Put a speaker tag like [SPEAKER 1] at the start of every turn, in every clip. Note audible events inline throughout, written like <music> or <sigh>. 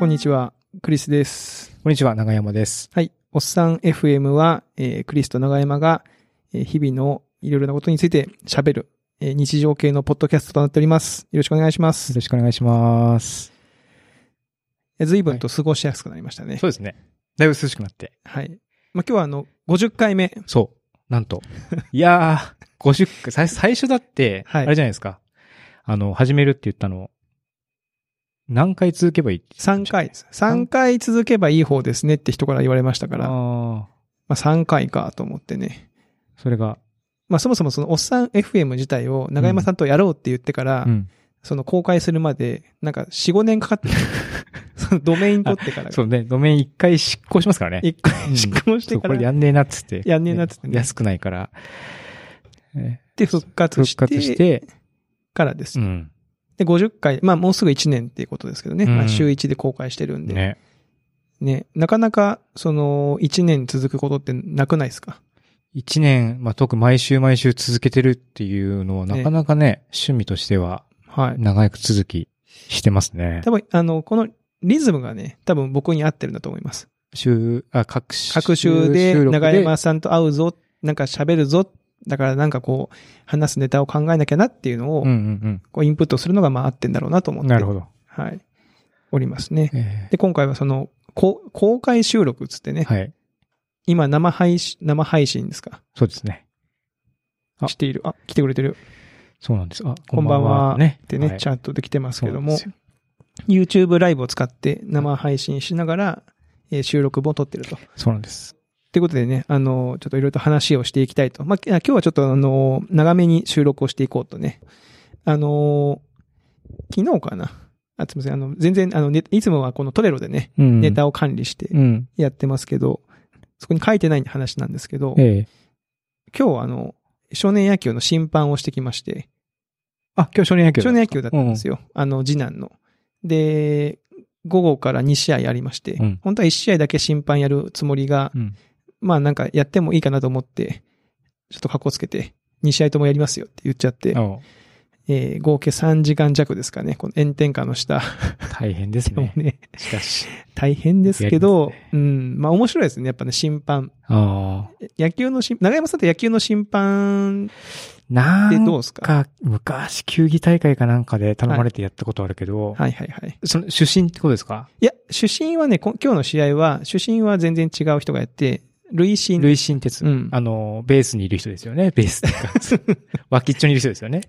[SPEAKER 1] こんにちは。クリスです。
[SPEAKER 2] こんにちは、長山です。
[SPEAKER 1] はい。おっさん FM は、えークリスと長山が、えー日々のいろいろなことについて喋る、えー日常系のポッドキャストとなっております。よろしくお願いしま
[SPEAKER 2] よ
[SPEAKER 1] す。
[SPEAKER 2] ろしくお願いします。
[SPEAKER 1] えー随分と過ごしやすくなりましたね。
[SPEAKER 2] そうですね。だいぶ涼しくなって。
[SPEAKER 1] はい。まあ、今日はあの、50回目。
[SPEAKER 2] そう。なんと。 <laughs> いやー、50回、最最初だって、
[SPEAKER 1] はい
[SPEAKER 2] あれじゃないですか。あの、始めるって言ったの、何回続けばいいって
[SPEAKER 1] 3回です。3回続けばいい方ですねって人から言われましたから、ま
[SPEAKER 2] あ
[SPEAKER 1] あ、3回かと思ってね。
[SPEAKER 2] ーそれが、
[SPEAKER 1] まあ、そもそもそのおっさん FM 自体を長山さんとやろうって言ってから、
[SPEAKER 2] うん。
[SPEAKER 1] その公開するまで、なんか4、5年かかってる、そのドメイン取ってからが
[SPEAKER 2] そうね、ドメイン一回執行しますからね。
[SPEAKER 1] 一回執行し
[SPEAKER 2] そ
[SPEAKER 1] て
[SPEAKER 2] う、こ
[SPEAKER 1] から、
[SPEAKER 2] れやんねえなっつって。
[SPEAKER 1] やんねえなっつってね
[SPEAKER 2] 安くないから。え
[SPEAKER 1] で復
[SPEAKER 2] ー
[SPEAKER 1] 活し
[SPEAKER 2] 復活してて、
[SPEAKER 1] からです
[SPEAKER 2] う。ん。
[SPEAKER 1] で、50回、まあもうすぐ1年っていうことですけどね。
[SPEAKER 2] うん
[SPEAKER 1] まあ週1で公開してるんで。ね。
[SPEAKER 2] ね。
[SPEAKER 1] なかなか、その、1年続くことってなくないですか
[SPEAKER 2] 一年、まあ、特に毎週毎週続けてるっていうのは、
[SPEAKER 1] ね
[SPEAKER 2] なかなかね、趣味としては、
[SPEAKER 1] はい。
[SPEAKER 2] 長く続きしてますね
[SPEAKER 1] 多。分、あの、このリズムがね、多分僕に合ってるんだと思います。
[SPEAKER 2] 週、あ、各週。
[SPEAKER 1] 各週で
[SPEAKER 2] 収録
[SPEAKER 1] 長山さんと会うぞ、なんか喋るぞ、だからなんかこう、話すネタを考えなきゃなっていうのを、
[SPEAKER 2] うんうん
[SPEAKER 1] こうインプットするのがまあ合ってんだろうなと思
[SPEAKER 2] う
[SPEAKER 1] っ
[SPEAKER 2] ん。
[SPEAKER 1] て。
[SPEAKER 2] なるほど。
[SPEAKER 1] はい。おりますね。
[SPEAKER 2] え
[SPEAKER 1] で、今回はその、こう公開収録っつってね
[SPEAKER 2] ー、はい。
[SPEAKER 1] 今生配信、生配信ですか
[SPEAKER 2] そうですね。あ
[SPEAKER 1] している。あ、来てくれてる。
[SPEAKER 2] そうなんです。あ、
[SPEAKER 1] こんばんは。
[SPEAKER 2] ね。
[SPEAKER 1] ってね、
[SPEAKER 2] はい
[SPEAKER 1] チャートで来てますけども、
[SPEAKER 2] そうなんですよ
[SPEAKER 1] YouTube ライブを使って生配信しながら、えー収録も撮ってると。
[SPEAKER 2] そうなんです。
[SPEAKER 1] ということでね、あの、ちょっといろいろと話をしていきたいと。まあ、き今日はちょっとあの、長めに収録をしていこうとね。あのー、昨日かな。あ、すみません。あの、全然、あの、ね、いつもはこのトレロでね、
[SPEAKER 2] うん。
[SPEAKER 1] ネタを管理して
[SPEAKER 2] うん。
[SPEAKER 1] やってますけど、そこに書いてない話なんですけど、
[SPEAKER 2] ええ。
[SPEAKER 1] 今日はあの、少年野球の審判をしてきまして、
[SPEAKER 2] あ、今日少年野球だ。
[SPEAKER 1] 少年野球だったんですよ。あの、次男の。で、午後から2試合やりまして、
[SPEAKER 2] うん
[SPEAKER 1] 本当は1試合だけ審判やるつもりが、
[SPEAKER 2] うん。
[SPEAKER 1] まあなんかやってもいいかなと思って、ちょっと格好つけて、2試合ともやりますよって言っちゃって、
[SPEAKER 2] あ
[SPEAKER 1] えー合計3時間弱ですかね、この炎天下の下
[SPEAKER 2] 大変です
[SPEAKER 1] を
[SPEAKER 2] ね。
[SPEAKER 1] ね、
[SPEAKER 2] しかし。
[SPEAKER 1] 大変ですけど、
[SPEAKER 2] やりま
[SPEAKER 1] うん、まあ面白いですね、やっぱね、審判。
[SPEAKER 2] ああ。
[SPEAKER 1] 野球の審、長山さんって野球の審判
[SPEAKER 2] な
[SPEAKER 1] って
[SPEAKER 2] ん
[SPEAKER 1] どうですか
[SPEAKER 2] か、昔、球技大会かなんかで頼まれてやったことあるけど、
[SPEAKER 1] はいはいはい。
[SPEAKER 2] その、出身ってことですか
[SPEAKER 1] いや、主審はね、こ今日の試合は、主審は全然違う人がやって、累進。
[SPEAKER 2] 類心鉄。
[SPEAKER 1] うん。
[SPEAKER 2] あの、ベースにいる人ですよね。ベースって
[SPEAKER 1] <laughs>
[SPEAKER 2] いうか脇っちょにいる人ですよね。
[SPEAKER 1] っ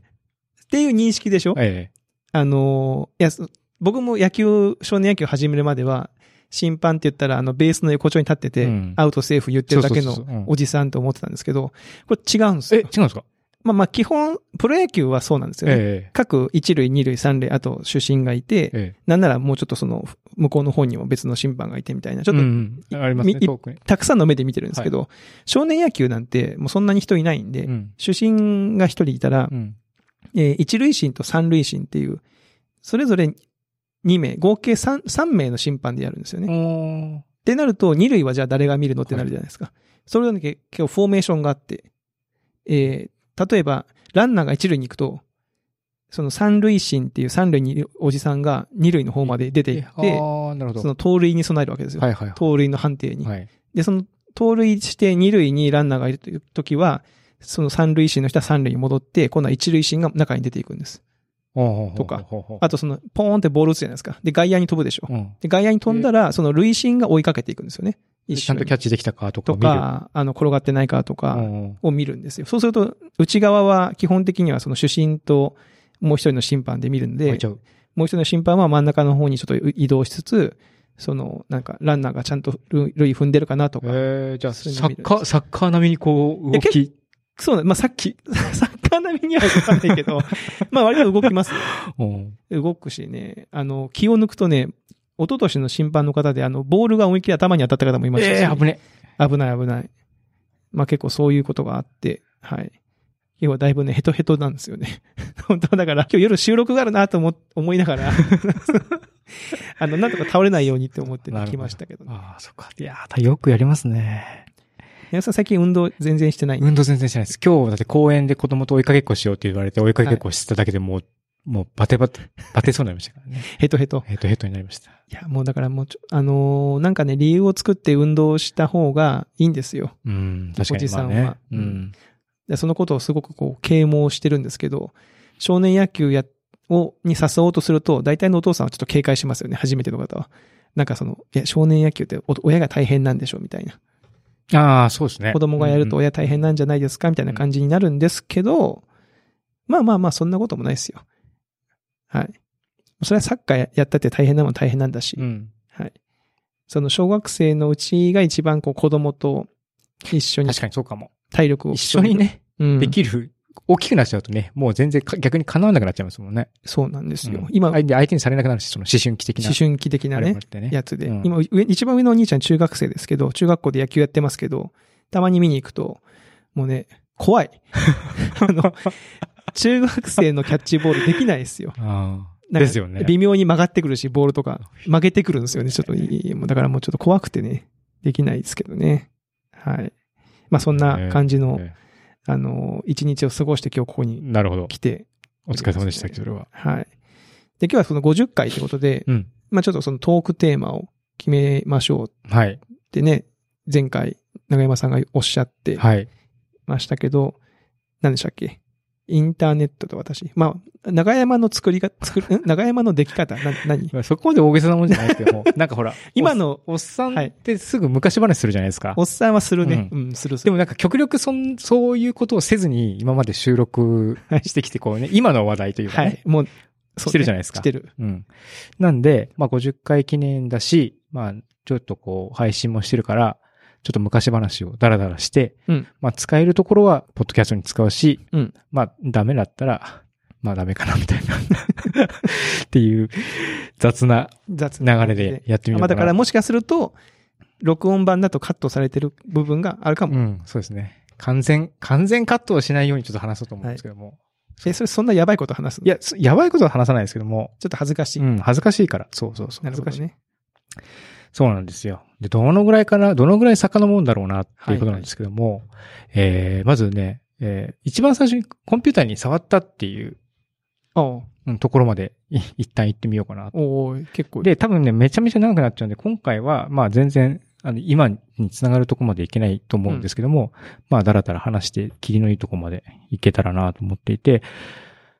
[SPEAKER 1] ていう認識でしょ、
[SPEAKER 2] え
[SPEAKER 1] あのー、いや、そ僕も野球、少年野球始めるまでは、審判って言ったら、あの、ベースの横丁に立ってて、
[SPEAKER 2] うん
[SPEAKER 1] アウトセーフ言ってるだけ
[SPEAKER 2] そうそうそうそうう
[SPEAKER 1] の
[SPEAKER 2] ん
[SPEAKER 1] おじさんと思ってたんですけど、これ違うんです
[SPEAKER 2] え。え、違
[SPEAKER 1] よ
[SPEAKER 2] うん。ですか
[SPEAKER 1] まあまあ、基本、プロ野球はそうなんですよね。
[SPEAKER 2] え
[SPEAKER 1] 各一塁、二塁、三塁、あと主審がい
[SPEAKER 2] え。
[SPEAKER 1] て、
[SPEAKER 2] ええ。
[SPEAKER 1] なんならもうちょっとその、向こうの方にも別の審判がいてみたいな、ちょっと
[SPEAKER 2] うんうんありますね、
[SPEAKER 1] み
[SPEAKER 2] 遠くに。
[SPEAKER 1] たくさんの目で見てるんですけど、少年野球なんてもうそんなに人いないんで、
[SPEAKER 2] うん。
[SPEAKER 1] 主審が一人いたら
[SPEAKER 2] う、ん。
[SPEAKER 1] えー一塁審と三塁審っていう、それぞれ2名、合計 3, 3名の審判でやるんですよね。っ
[SPEAKER 2] おー
[SPEAKER 1] てなると、二塁はじゃあ誰が見るのってなるじゃないですか。それだけ今日フォーメーションがあって、えー例えば、ランナーが一塁に行くと、その三塁審っていう三塁にいるおじさんが二塁の方まで出て行っ
[SPEAKER 2] え
[SPEAKER 1] て、
[SPEAKER 2] ああ、なるほ
[SPEAKER 1] そ
[SPEAKER 2] ど。
[SPEAKER 1] の盗塁に備えるわけですよ。
[SPEAKER 2] はいはいは
[SPEAKER 1] 盗塁の判定に
[SPEAKER 2] い。。はい。
[SPEAKER 1] で、その、盗塁して二塁にランナーがいるという時は、その三塁審の人は三塁に戻って、今度は一塁審が中に出ていくんです。
[SPEAKER 2] おー
[SPEAKER 1] とか。
[SPEAKER 2] ほうほうほうほう
[SPEAKER 1] あとその、ポーンってボール打つじゃないですか。で、外野に飛ぶでしょ。
[SPEAKER 2] うん。
[SPEAKER 1] で、外野に飛んだら、その塁審が追いかけていくんですよね。一
[SPEAKER 2] ちゃ
[SPEAKER 1] 緒
[SPEAKER 2] んと
[SPEAKER 1] に
[SPEAKER 2] キ。ャッチできたかとか
[SPEAKER 1] と
[SPEAKER 2] 見る。
[SPEAKER 1] か、あの、転がってないかと
[SPEAKER 2] う
[SPEAKER 1] か、
[SPEAKER 2] んうん
[SPEAKER 1] を見るんですよ。そうすると、内側は基本的にはその主審と、もう一人の審判で見るん
[SPEAKER 2] 開
[SPEAKER 1] で
[SPEAKER 2] いち、ゃう。
[SPEAKER 1] もう一人の審判は真ん中の方にちょっと移動しつつ、その、なんか、ランナーがちゃんと塁塁踏んでるかなとか、
[SPEAKER 2] ええ、じゃあ、
[SPEAKER 1] そういう
[SPEAKER 2] サ
[SPEAKER 1] の見る
[SPEAKER 2] ッカー、サッカー並みにこう、
[SPEAKER 1] いや
[SPEAKER 2] 動
[SPEAKER 1] 結
[SPEAKER 2] き。
[SPEAKER 1] そうなんまあ、さっき、 <laughs> サッカー並みには動かないけ
[SPEAKER 2] <laughs>
[SPEAKER 1] ど、まあ、割と動きます。
[SPEAKER 2] うん
[SPEAKER 1] 動くしね、あの、気を抜くとね、一昨年の審判の方で、あの、ボールが思いっきり頭に当たった方もいましたし、
[SPEAKER 2] ええ、危ね
[SPEAKER 1] 危ない危ない。まあ、結構そういうことがあって、はい。要はだいぶね、ヘトヘトなんですよね。 <laughs> 本当だから、今日夜収録があるなと思、思いな
[SPEAKER 2] <laughs>
[SPEAKER 1] がら、あの、なんとか倒れないようにって思ってね
[SPEAKER 2] なるほど
[SPEAKER 1] 来ましたけど、ね。
[SPEAKER 2] ああ、そっか。いやー、よくやりますね。
[SPEAKER 1] 皆さん最近運動全然してない。
[SPEAKER 2] 運動全然してないです。今日、だって公園で子供と追いかけっこしようって言われて追いかけっこしてただけでもう、もうバテバテ、バテそうになりましたからね。
[SPEAKER 1] ヘトヘト。
[SPEAKER 2] ヘトヘトになりました。
[SPEAKER 1] いや、もうだからもうちょ、あのーなんかね、理由を作って運動した方がいいんですよ。
[SPEAKER 2] うん、確か
[SPEAKER 1] おじ
[SPEAKER 2] にま
[SPEAKER 1] さ
[SPEAKER 2] あ
[SPEAKER 1] んは
[SPEAKER 2] ね。う
[SPEAKER 1] うん
[SPEAKER 2] ん。
[SPEAKER 1] でそのことをすごくこう、啓蒙してるんですけど、少年野球や、を、に誘おうとすると、大体のお父さんはちょっと警戒しますよね、初めての方は。なんかその、いや、少年野球ってお親が大変なんでしょ、みたいな。
[SPEAKER 2] ああ、そうですね。
[SPEAKER 1] 子供がやると
[SPEAKER 2] うん
[SPEAKER 1] 親大変なんじゃないですか、みたいな感じになるんですけど、まあまあまあ、そんなこともないですよ。はい。それはサッカーやったって大変なもん大変なんだし
[SPEAKER 2] う、ん。
[SPEAKER 1] はい。その小学生のうちが一番こう子供と一緒に
[SPEAKER 2] 確かにそうかも。
[SPEAKER 1] 体力を
[SPEAKER 2] 一緒にね、
[SPEAKER 1] うん
[SPEAKER 2] できる。大きくなっちゃうとね、もう全然か逆に叶わなくなっちゃいますもんね。
[SPEAKER 1] そうなんですよ。
[SPEAKER 2] うん
[SPEAKER 1] 今、
[SPEAKER 2] 相
[SPEAKER 1] 思
[SPEAKER 2] 手相手にされなくなるし、その思春期的な。
[SPEAKER 1] 春期的な
[SPEAKER 2] あれも
[SPEAKER 1] ね
[SPEAKER 2] あっ、てね。
[SPEAKER 1] やつで。
[SPEAKER 2] うん
[SPEAKER 1] 今上、一番上のお兄ちゃん中学生ですけど、中学校で野球やってますけど、たまに見に行くと、もうね、怖い。 <laughs> あの、中学生のキャッチボールできないですよ。
[SPEAKER 2] ああ。
[SPEAKER 1] なんか
[SPEAKER 2] ですよね。
[SPEAKER 1] 微妙に曲がってくるし、ボールとか
[SPEAKER 2] <laughs>
[SPEAKER 1] 曲げてくるんですよね。ちょっといい、もうだからもうちょっと怖くてね、できないですけどね。はい。まあそんな感じの、
[SPEAKER 2] え
[SPEAKER 1] あの、一日を過ごして今日ここ
[SPEAKER 2] え
[SPEAKER 1] に
[SPEAKER 2] なるほど。
[SPEAKER 1] 来て、
[SPEAKER 2] お疲れ様でした、それは。
[SPEAKER 1] はい。で、今日はその50回ということで、
[SPEAKER 2] うん。
[SPEAKER 1] まあちょっとそのトークテーマを決めましょう
[SPEAKER 2] はい。
[SPEAKER 1] ってね、前回、長山さんがおっしゃって
[SPEAKER 2] はい。
[SPEAKER 1] ましたけど、何でしたっけインターネットと私。まあ、長山の作りが、作る、ん長山の出来方、な、何
[SPEAKER 2] まあそこまで大げさなもんじゃないですけ
[SPEAKER 1] <laughs>
[SPEAKER 2] ども、なんかほら、
[SPEAKER 1] 今の
[SPEAKER 2] おっさんってすぐ昔話するじゃないですか。
[SPEAKER 1] <laughs> おっさんはするね。うん、するす
[SPEAKER 2] で
[SPEAKER 1] る。
[SPEAKER 2] もなんか極力そん、そういうことをせずに今まで収録してきて、こうね、今の話題というか
[SPEAKER 1] は
[SPEAKER 2] ね、
[SPEAKER 1] い。もう、そうね
[SPEAKER 2] してるじゃないですか
[SPEAKER 1] してる。
[SPEAKER 2] うん。なんで、まあ、50回記念だし、まあ、ちょっとこう、配信もしてるから、ちょっと昔話をダラダラして、
[SPEAKER 1] うん
[SPEAKER 2] まあ、使えるところは、ポッドキャストに使うし、
[SPEAKER 1] うん
[SPEAKER 2] まあ、ダメだったら、まあ、ダメかな、みたいな。 <laughs> っていう、雑な
[SPEAKER 1] 雑
[SPEAKER 2] 流
[SPEAKER 1] な
[SPEAKER 2] れでやってみよう
[SPEAKER 1] まあ
[SPEAKER 2] かな。
[SPEAKER 1] だからもしかすると、録音版だとカットされてる部分があるかも。
[SPEAKER 2] うん、そうですね。完全、完全カットをしないようにちょっと話そうと思うんですけども。
[SPEAKER 1] え、それそんなやばいこと話すの
[SPEAKER 2] いや、すやばいことは話さないですけども、
[SPEAKER 1] ちょっと恥ずかしい。
[SPEAKER 2] うん、恥ずかしいから。そうそうそう。
[SPEAKER 1] なる
[SPEAKER 2] 恥
[SPEAKER 1] ほ
[SPEAKER 2] ず
[SPEAKER 1] ど
[SPEAKER 2] かしい。
[SPEAKER 1] ね。
[SPEAKER 2] そうなんですよ。で、どのぐらいかな、どのぐらい遡るんだろうなっていうことなんですけども、えー、まずね、えー、一番最初にコンピューターに触ったっていう、
[SPEAKER 1] おう
[SPEAKER 2] うん、ところまでい一旦行ってみようかな。
[SPEAKER 1] おう結構。
[SPEAKER 2] で、多分ね、めちゃめちゃ長くなっちゃうんで、今回は、まあ全然、あの、今につながるとこまでいけないと思うんですけども、まあ、だらだら話して、霧のいいとこまでいけたらなと思っていて、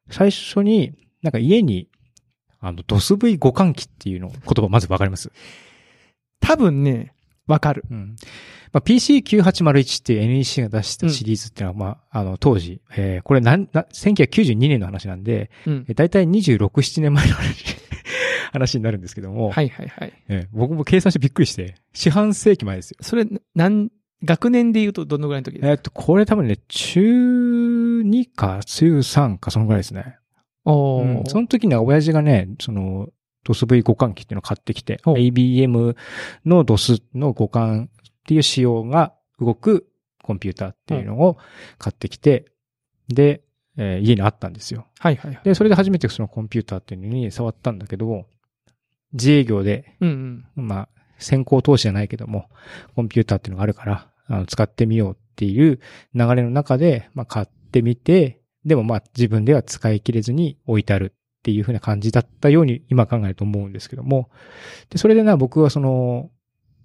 [SPEAKER 2] 最初に、なんか家に、あの、ドス V 互換機っていうの、言葉まずわかります
[SPEAKER 1] 多分ね、わかる。
[SPEAKER 2] うん。まあ、PC9801 っていう NEC が出したシリーズっていうのは、まあ、あの、当時、えーこれなん、な、1992年の話なんで、
[SPEAKER 1] うん
[SPEAKER 2] え。だいたい26、7年前の話 <laughs> 話になるんですけども、
[SPEAKER 1] はいはいはい。
[SPEAKER 2] えー僕も計算してびっくりして、四半世紀前ですよ。
[SPEAKER 1] それ、なん、学年で言うとどのぐらいの時ですか
[SPEAKER 2] えーっと、これ多分ね、中2か中3か、そのぐらいですね。
[SPEAKER 1] お
[SPEAKER 2] うん
[SPEAKER 1] ー
[SPEAKER 2] その時には親父がね、その、DOSV 互換機っていうのを買ってきて、
[SPEAKER 1] ほう
[SPEAKER 2] IBM の DOS の互換っていう仕様が動くコンピューターっていうのを買ってきて、で、えー家にあったんですよ。
[SPEAKER 1] はいはいはい。
[SPEAKER 2] で、それで初めてそのコンピューターっていうのに触ったんだけど、自営業で
[SPEAKER 1] うんうん。
[SPEAKER 2] まあ、先行投資じゃないけども、コンピューターっていうのがあるから、あの使ってみようっていう流れの中で、まあ、買ってみて、でもまあ、自分では使い切れずに置いてあるっていう風な感じだったように、今考えると思うんですけども、で、それでな、僕はその、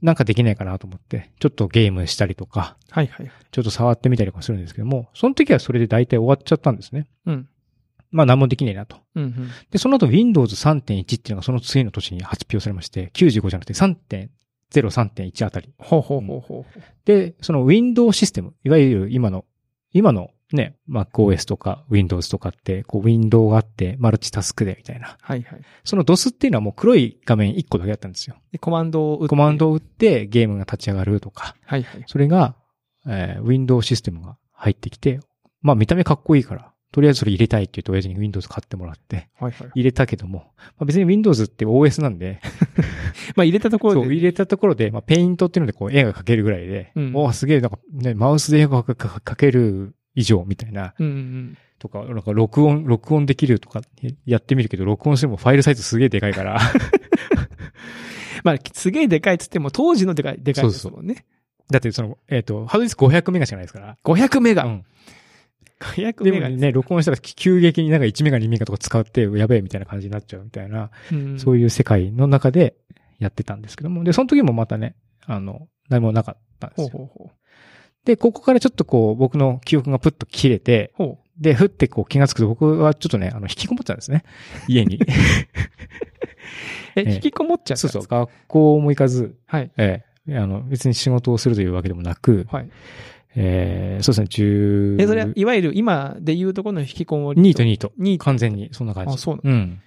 [SPEAKER 2] なんかできないかなと思って、ちょっとゲームしたりとか、
[SPEAKER 1] はいはいはい。
[SPEAKER 2] ちょっと触ってみたりとかするんですけども、その時はそれで大体終わっちゃったんですね。
[SPEAKER 1] うん。
[SPEAKER 2] まあ、何もできねえなと。
[SPEAKER 1] うんうん。
[SPEAKER 2] で、その後 Windows 3.1っていうのがその次の年に発表されまして、95じゃなくて3.0、3.1あたり。
[SPEAKER 1] ほうほうほうほう。
[SPEAKER 2] で、その Windows システム、いわゆる今の、今のね、MacOS とか Windows とかって、こう Windows があって、マルチタスクでみたいな。
[SPEAKER 1] はいはい。
[SPEAKER 2] その DOS っていうのはもう黒い画面1個だけだったんですよ。
[SPEAKER 1] で、コマンドを打って
[SPEAKER 2] コマン。ドを打ってゲームが立ち上がるとか、
[SPEAKER 1] はいはい。
[SPEAKER 2] それが、えー Windows システムが入ってきて、まあ見た目かっこいいから、とりあえずそれ入れたいって言うと親父に Windows 買ってもらって、
[SPEAKER 1] はいはい。
[SPEAKER 2] 入れたけども、まあ、別に Windows って OS なんで、
[SPEAKER 1] まあ入れたところ
[SPEAKER 2] そう、
[SPEAKER 1] で。
[SPEAKER 2] 入れたところで、まあ、ペイントっていうのでこう絵が描けるぐらいで、
[SPEAKER 1] うん
[SPEAKER 2] おーすげえ、なんかね、マウスで絵が描ける以上みたいな、
[SPEAKER 1] うんうん。
[SPEAKER 2] とか、なんか録音、録音できるとかやってみるけど、録音してもファイルサイズすげえでかいから、 <laughs>
[SPEAKER 1] まあ、すげえでかいっつっても、当時のでかい、でかいですもんね。
[SPEAKER 2] だってその、えっ、と、ハードディスク500メガしかないですから、
[SPEAKER 1] 500メ
[SPEAKER 2] う
[SPEAKER 1] ガ。
[SPEAKER 2] ん
[SPEAKER 1] 火薬
[SPEAKER 2] で
[SPEAKER 1] メ
[SPEAKER 2] も
[SPEAKER 1] ガネ。
[SPEAKER 2] ね、録音したら急激になんか1メガ2メガとか使って、やべえみたいな感じになっちゃうみたいな、そう
[SPEAKER 1] い
[SPEAKER 2] いう世界の中でやってたんですけども。で、その時もまたね、あの、何もなかったんです
[SPEAKER 1] ほう
[SPEAKER 2] よ。
[SPEAKER 1] ほうほう。
[SPEAKER 2] で、ここからちょっとこう、僕の記憶がプッと切れて、
[SPEAKER 1] ほ
[SPEAKER 2] で、ふってこう気がつくと僕はちょっとね、あの、引きこもっちゃうんで
[SPEAKER 1] <laughs>
[SPEAKER 2] すね。家に。
[SPEAKER 1] う。え、
[SPEAKER 2] え
[SPEAKER 1] 引きこもっちゃったんですか
[SPEAKER 2] そうそう、学校も行かず、
[SPEAKER 1] はい。
[SPEAKER 2] ええ、あの、別に仕事をするというわけでもなく、
[SPEAKER 1] はい。
[SPEAKER 2] ええ、そうですね、十
[SPEAKER 1] え、それは、いわゆる今で言うところの引きこもり。
[SPEAKER 2] ニートニート。
[SPEAKER 1] ニート
[SPEAKER 2] 完全に、そんな感じ。
[SPEAKER 1] あそうな
[SPEAKER 2] うん。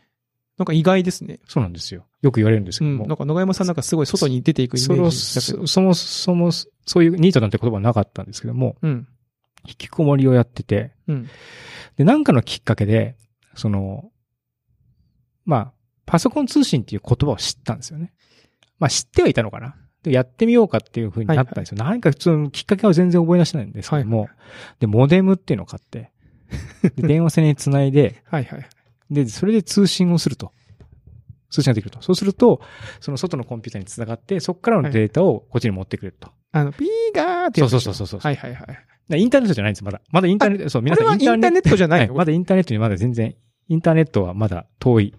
[SPEAKER 1] なんか意外ですね。
[SPEAKER 2] そうなんですよ。よく言われるんです
[SPEAKER 1] う
[SPEAKER 2] けど
[SPEAKER 1] ん。
[SPEAKER 2] も。
[SPEAKER 1] なんか野山さんなんかすごい外に出ていくイ
[SPEAKER 2] そ
[SPEAKER 1] メー
[SPEAKER 2] の
[SPEAKER 1] ジだけど
[SPEAKER 2] そ。そもそも、そういうニートなんて言葉はなかったんですけども、
[SPEAKER 1] うん。
[SPEAKER 2] 引きこもりをやってて、
[SPEAKER 1] うん。
[SPEAKER 2] で、なんかのきっかけで、その、まあ、パソコン通信っていう言葉を知ったんですよね。まあ、知ってはいたのかな。で、やってみようかっていうふうになったんですよ。何か普通のきっかけは全然覚え出してないんですけども、で、モデムっていうのを買って、
[SPEAKER 1] <laughs>
[SPEAKER 2] で電話線につないで、
[SPEAKER 1] はいはい。
[SPEAKER 2] で、それで通信をすると。通信ができると。そうすると、その外のコンピューターにつながって、そこからのデータをこっちに持ってくれると。
[SPEAKER 1] あの、ピーガーって
[SPEAKER 2] そ
[SPEAKER 1] や
[SPEAKER 2] う
[SPEAKER 1] つ
[SPEAKER 2] そうそうそうそう。
[SPEAKER 1] はいはいはい。
[SPEAKER 2] でインターネットじゃないんです、まだ。まだインターネット、そう、
[SPEAKER 1] あ
[SPEAKER 2] 皆
[SPEAKER 1] れ
[SPEAKER 2] さ
[SPEAKER 1] はイ
[SPEAKER 2] ん
[SPEAKER 1] ンターネットじゃない
[SPEAKER 2] は
[SPEAKER 1] の
[SPEAKER 2] い、まだインターネットにまだ全然、インターネットはまだ遠い、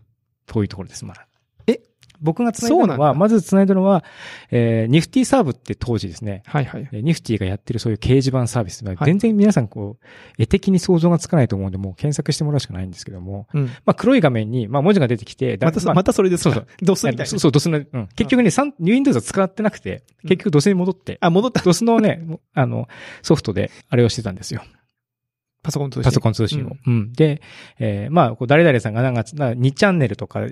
[SPEAKER 2] 遠いところです、まだ。
[SPEAKER 1] え
[SPEAKER 2] 僕が繋いだ
[SPEAKER 1] そう
[SPEAKER 2] の
[SPEAKER 1] な
[SPEAKER 2] は、
[SPEAKER 1] んだ
[SPEAKER 2] まず繋いだのは、えー、ニフティサーブって当時ですね、
[SPEAKER 1] はいはい。
[SPEAKER 2] えーニフティがやってるそういう掲示板サービス、まあ
[SPEAKER 1] はい
[SPEAKER 2] 全然皆さんこう、絵的に想像がつかないと思うんで、もう検索してもらうしかないんですけども、
[SPEAKER 1] うん。
[SPEAKER 2] まあ黒い画面に、まあ文字が出てきて、だ
[SPEAKER 1] またそ、
[SPEAKER 2] あ
[SPEAKER 1] またそれですか
[SPEAKER 2] そう
[SPEAKER 1] ドスみたい
[SPEAKER 2] そ
[SPEAKER 1] な
[SPEAKER 2] う。そう、ドスの、うん。結局ね、サン Windows は使ってなくて、結局ドスに戻って、
[SPEAKER 1] あ、戻った。
[SPEAKER 2] ドスのね、もうあの、ソフトであれをしてたんですよ。
[SPEAKER 1] パソコン通信。
[SPEAKER 2] パソコン通信を。うん。で、えーまあ、こう誰々さんがなんか、な2チャンネルとか、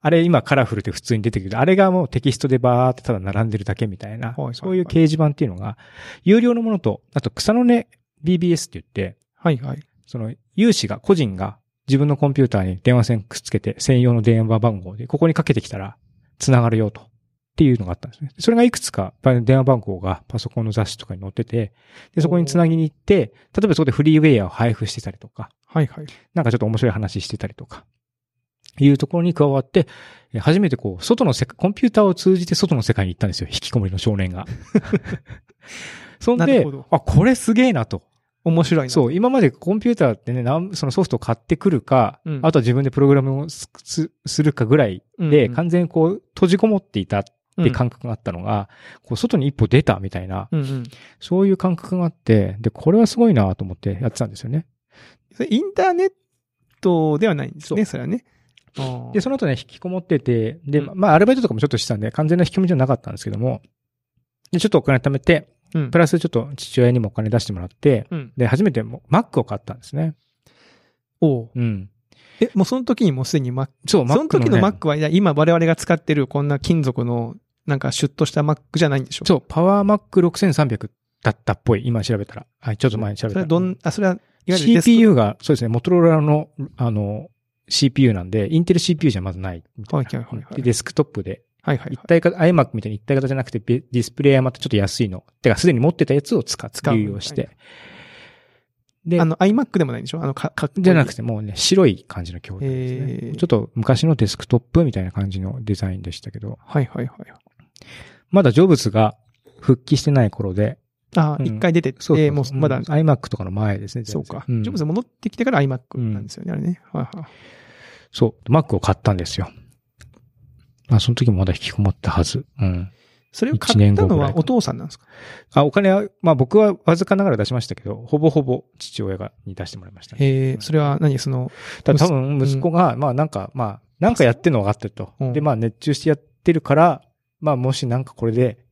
[SPEAKER 2] あれ今カラフルで普通に出てくる。あれがもうテキストでバーってただ並んでるだけみたいな、
[SPEAKER 1] はいはい
[SPEAKER 2] そういう掲示板っていうのが、有料のものと、あと草の根 BBS って言って、
[SPEAKER 1] はいはい。
[SPEAKER 2] その、有志が、個人が自分のコンピューターに電話線くっつけて、専用の電話番号で、ここにかけてきたら、繋がるよと。っていうのがあったんですね。それがいくつか、電話番号がパソコンの雑誌とかに載ってて、で、そこに繋ぎに行って、例えばそこでフリーウェアを配布してたりとか、
[SPEAKER 1] はいはい。
[SPEAKER 2] なんかちょっと面白い話してたりとか、いうところに加わって、え初めてこう、外の世界、コンピューターを通じて外の世界に行ったんですよ。引きこもりの少
[SPEAKER 1] <laughs>
[SPEAKER 2] 年が。そん
[SPEAKER 1] なる
[SPEAKER 2] で
[SPEAKER 1] ほど、
[SPEAKER 2] あ、これすげえなと。
[SPEAKER 1] 面白いな。
[SPEAKER 2] そう、今までコンピューターってね、なんそのソフトを買ってくるか、
[SPEAKER 1] うん
[SPEAKER 2] あとは自分でプログラムをすすするかぐらい
[SPEAKER 1] うん。
[SPEAKER 2] で、完全にこう、閉じこもっていたっ
[SPEAKER 1] 全
[SPEAKER 2] て感覚があったのが、こう、外に一歩出たみたいな、
[SPEAKER 1] うんうん。
[SPEAKER 2] そういう感覚があって、で、これはすごいなと思ってやってたんですよね。
[SPEAKER 1] それインターネットではないんです
[SPEAKER 2] そ
[SPEAKER 1] ね、
[SPEAKER 2] う
[SPEAKER 1] それはね。あ
[SPEAKER 2] で、
[SPEAKER 1] ー
[SPEAKER 2] その後ね、引きこもってて、で、
[SPEAKER 1] うん
[SPEAKER 2] まあ、アルバイトとかもちょっとしてたんで、完全な引きこもりじゃなかったんですけども、で、ちょっとお金貯めて、
[SPEAKER 1] うん
[SPEAKER 2] プラスちょっと父親にもお金出してもらって、
[SPEAKER 1] うん。
[SPEAKER 2] で、初めてもう Mac を買ったんですね。
[SPEAKER 1] おう
[SPEAKER 2] うん。
[SPEAKER 1] え、もうその時にもうすでに Mac、
[SPEAKER 2] そう、Mac の、ね。
[SPEAKER 1] その時の Mac は、いや今我々が使ってるこんな金属の、なんかシュッとした Mac じゃないんでしょ
[SPEAKER 2] そう、パワー Mac6300 だったっぽい。今調べたら。はい、ちょっと前に調
[SPEAKER 1] そ
[SPEAKER 2] べ
[SPEAKER 1] れ
[SPEAKER 2] たら。
[SPEAKER 1] はどん、あ、それは、いわゆるデスク
[SPEAKER 2] CPU が、そうですね、モトローラの、あの、CPU なんで、インテル CPU じゃまずないみたいな。
[SPEAKER 1] はいはいはいはい
[SPEAKER 2] でデスクトップで
[SPEAKER 1] はいはい
[SPEAKER 2] 一
[SPEAKER 1] はい。
[SPEAKER 2] 体化、iMac みたいに一体型じゃなくて、ディスプレイはまたちょっと安いの。てか、すでに持ってたやつを使
[SPEAKER 1] 使
[SPEAKER 2] 使
[SPEAKER 1] う
[SPEAKER 2] う。流用し
[SPEAKER 1] は
[SPEAKER 2] て。で
[SPEAKER 1] あ、の iMac でもないんでしょあの、か、かっこいい
[SPEAKER 2] じゃなくてもうね、白い感じの筐体です
[SPEAKER 1] へ
[SPEAKER 2] ね
[SPEAKER 1] ー。
[SPEAKER 2] ちょっと昔のデスクトップみたいな感じのデザインでしたけど、
[SPEAKER 1] はいはいはい。
[SPEAKER 2] まだジョブズが復帰してない頃で、
[SPEAKER 1] ああ、
[SPEAKER 2] うん
[SPEAKER 1] 一回出てって、もうまだ
[SPEAKER 2] ん、iMac とかの前ですね。全
[SPEAKER 1] そ
[SPEAKER 2] 然
[SPEAKER 1] うか。
[SPEAKER 2] ん
[SPEAKER 1] ジョブズ戻ってきてから iMac なんですよね、あれね。はいはい。
[SPEAKER 2] そう。Mac を買ったんですよ。まあ、その時もまだ引きこもったはず。うん。
[SPEAKER 1] それを買ったのはお父さんなんですか
[SPEAKER 2] あ、お金は、まあ僕はわずかながら出しましたけど、ほぼほぼ父親が、に出してもらいましたね。
[SPEAKER 1] ええそれは何その、
[SPEAKER 2] ただ多分息子が、まあなんか、まあ、なんかやってんの分かってると。
[SPEAKER 1] うん
[SPEAKER 2] で、まあ熱中してやってるから、まあもしなんかこれで、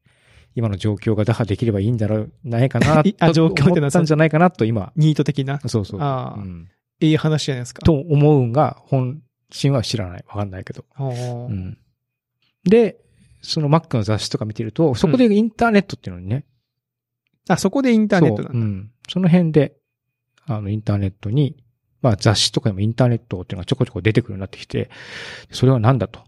[SPEAKER 2] 今の状況が打破できればいいんだろう、ないかな
[SPEAKER 1] <laughs> い、あ
[SPEAKER 2] と
[SPEAKER 1] 状況ってのは
[SPEAKER 2] 思ったんじゃないかなと今。
[SPEAKER 1] ニート的な、
[SPEAKER 2] そうそう。
[SPEAKER 1] ああ
[SPEAKER 2] うん
[SPEAKER 1] ええ話じゃないですか。
[SPEAKER 2] と思うんが、本心は知らない。わかんないけど。
[SPEAKER 1] ほう
[SPEAKER 2] うんで、その Mac の雑誌とか見てると、そこでインターネットっていうのにね、
[SPEAKER 1] あ、そこでインターネットな
[SPEAKER 2] そ
[SPEAKER 1] ん
[SPEAKER 2] う
[SPEAKER 1] だ。
[SPEAKER 2] うん。その辺で、あの、インターネットに、まあ雑誌とかにもインターネットっていうのがちょこちょこ出てくるようになってきて、それは何だと。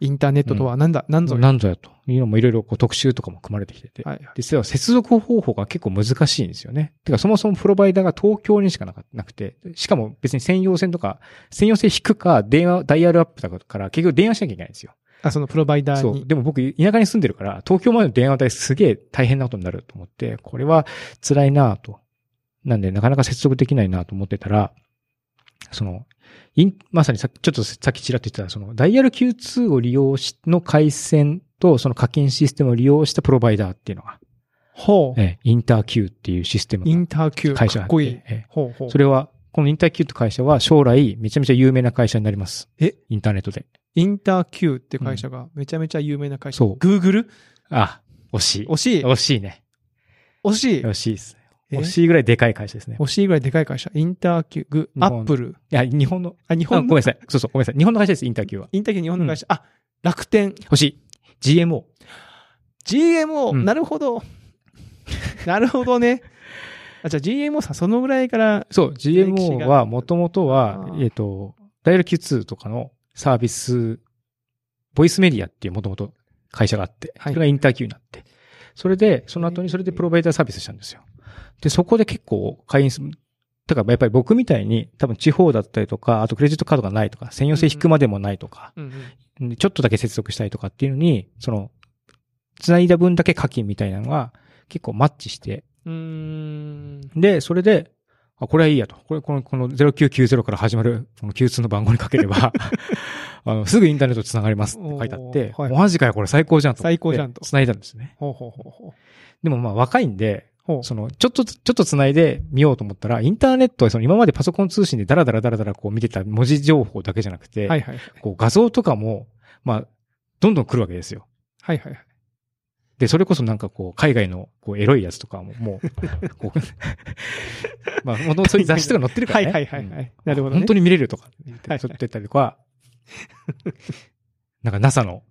[SPEAKER 1] インターネットとはなんだ、なんぞや。
[SPEAKER 2] なんぞやというのもいろいろこう特集とかも組まれてきてて。
[SPEAKER 1] はいはい。
[SPEAKER 2] 実は接続方法が結構難しいんですよね。てかそもそもプロバイダーが東京にしかなかなくて、しかも別に専用線とか、専用線引くか、電話、ダイヤルアップだから結局電話しなきゃいけないんですよ。
[SPEAKER 1] あ、そのプロバイダー
[SPEAKER 2] そう。
[SPEAKER 1] に。
[SPEAKER 2] でも僕、田舎に住んでるから、東京までの電話代すげえ大変なことになると思って、これは辛いなぁと。なんで、なかなか接続できないなと思ってたら、その、イン、まさにさっき、ちょっとさっきちらっと言ってた、その、ダイヤル Q2 を利用し、の回線と、その課金システムを利用したプロバイダーっていうのが、
[SPEAKER 1] ほう。
[SPEAKER 2] ええ、インター Q っていうシステムが
[SPEAKER 1] インター Q。
[SPEAKER 2] 会社
[SPEAKER 1] か
[SPEAKER 2] があ
[SPEAKER 1] ってこいい。
[SPEAKER 2] ええ
[SPEAKER 1] ほうほう。
[SPEAKER 2] それは、このインター Q って会社は将来めちゃめちゃ有名な会社になります。
[SPEAKER 1] え
[SPEAKER 2] インターネットで。
[SPEAKER 1] インター Q って会社がめちゃめちゃ有名な会社。
[SPEAKER 2] そう
[SPEAKER 1] Google?
[SPEAKER 2] あ、惜しい。
[SPEAKER 1] 惜しい。
[SPEAKER 2] 惜しいね。
[SPEAKER 1] 惜しい。
[SPEAKER 2] 惜しいです
[SPEAKER 1] え
[SPEAKER 2] ね。惜しいぐらいでかい会社ですね。
[SPEAKER 1] 惜しいぐらいでかい会社。インター Q、グ、
[SPEAKER 2] 日
[SPEAKER 1] ア
[SPEAKER 2] 本
[SPEAKER 1] ップル。
[SPEAKER 2] いや、日本の、
[SPEAKER 1] あ、日
[SPEAKER 2] あご
[SPEAKER 1] 本
[SPEAKER 2] めん
[SPEAKER 1] の、
[SPEAKER 2] なさい。そうそう、ごめんなさい。日本の会社です、インター Q は。
[SPEAKER 1] インター Q 日本の会社。あ、楽天。
[SPEAKER 2] 欲しい。GMO。
[SPEAKER 1] GMO、
[SPEAKER 2] うん
[SPEAKER 1] なるほ
[SPEAKER 2] <laughs>
[SPEAKER 1] ど。なるほどね。あ、じゃあ GMO さ、そのぐらいから、
[SPEAKER 2] そう、
[SPEAKER 1] 歴史
[SPEAKER 2] GMO
[SPEAKER 1] が
[SPEAKER 2] は、もともとは
[SPEAKER 1] あ、ー
[SPEAKER 2] えっ、と、ダイヤル Q2 とかのサービス、ボイスメディアっていうもともと会社があって、
[SPEAKER 1] はい
[SPEAKER 2] それがインター Q になって、それで、その後にそれでプロバイダーサービスしたんですよ。で、そこで結構会員数、だからやっぱり僕みたいに、多分地方だったりとか、あとクレジットカードがないとか、専用性引くまでもないとか、
[SPEAKER 1] うんうん
[SPEAKER 2] でちょっとだけ接続したいとかっていうのに、その、繋いだ分だけ課金みたいなのが結構マッチして、
[SPEAKER 1] うーん。
[SPEAKER 2] で、それで、あ、これはいいやと。これ、この、この0990から始まる、この Q2 の番号にかけ
[SPEAKER 1] <laughs>
[SPEAKER 2] れば、あの、すぐインターネット繋がりますって書いてあって、
[SPEAKER 1] おーはい
[SPEAKER 2] マジかよ、これ最高じゃんと思って。
[SPEAKER 1] 最高じゃんと
[SPEAKER 2] 繋いだんですね。
[SPEAKER 1] ほうほうほうほう。
[SPEAKER 2] でもまあ若いんで、
[SPEAKER 1] ほう。
[SPEAKER 2] その、ちょっと、ちょっと繋いでみようと思ったら、インターネットはその今までパソコン通信でダラダラダラダラこう見てた文字情報だけじゃなくて、
[SPEAKER 1] はいはいはい。
[SPEAKER 2] こう画像とかも、まあ、どんどん来るわけですよ。
[SPEAKER 1] はいはいはい。
[SPEAKER 2] で、それこそなんかこう、海外のこうエロいやつとかも、もう、 <laughs> こうまあ、もともとそういう雑誌とか載ってるからね。
[SPEAKER 1] はいはいはいは
[SPEAKER 2] うん
[SPEAKER 1] い。なるほどね。
[SPEAKER 2] 本当に見れるとか言っ
[SPEAKER 1] はい
[SPEAKER 2] て、撮ってたりとか、なんか NASA の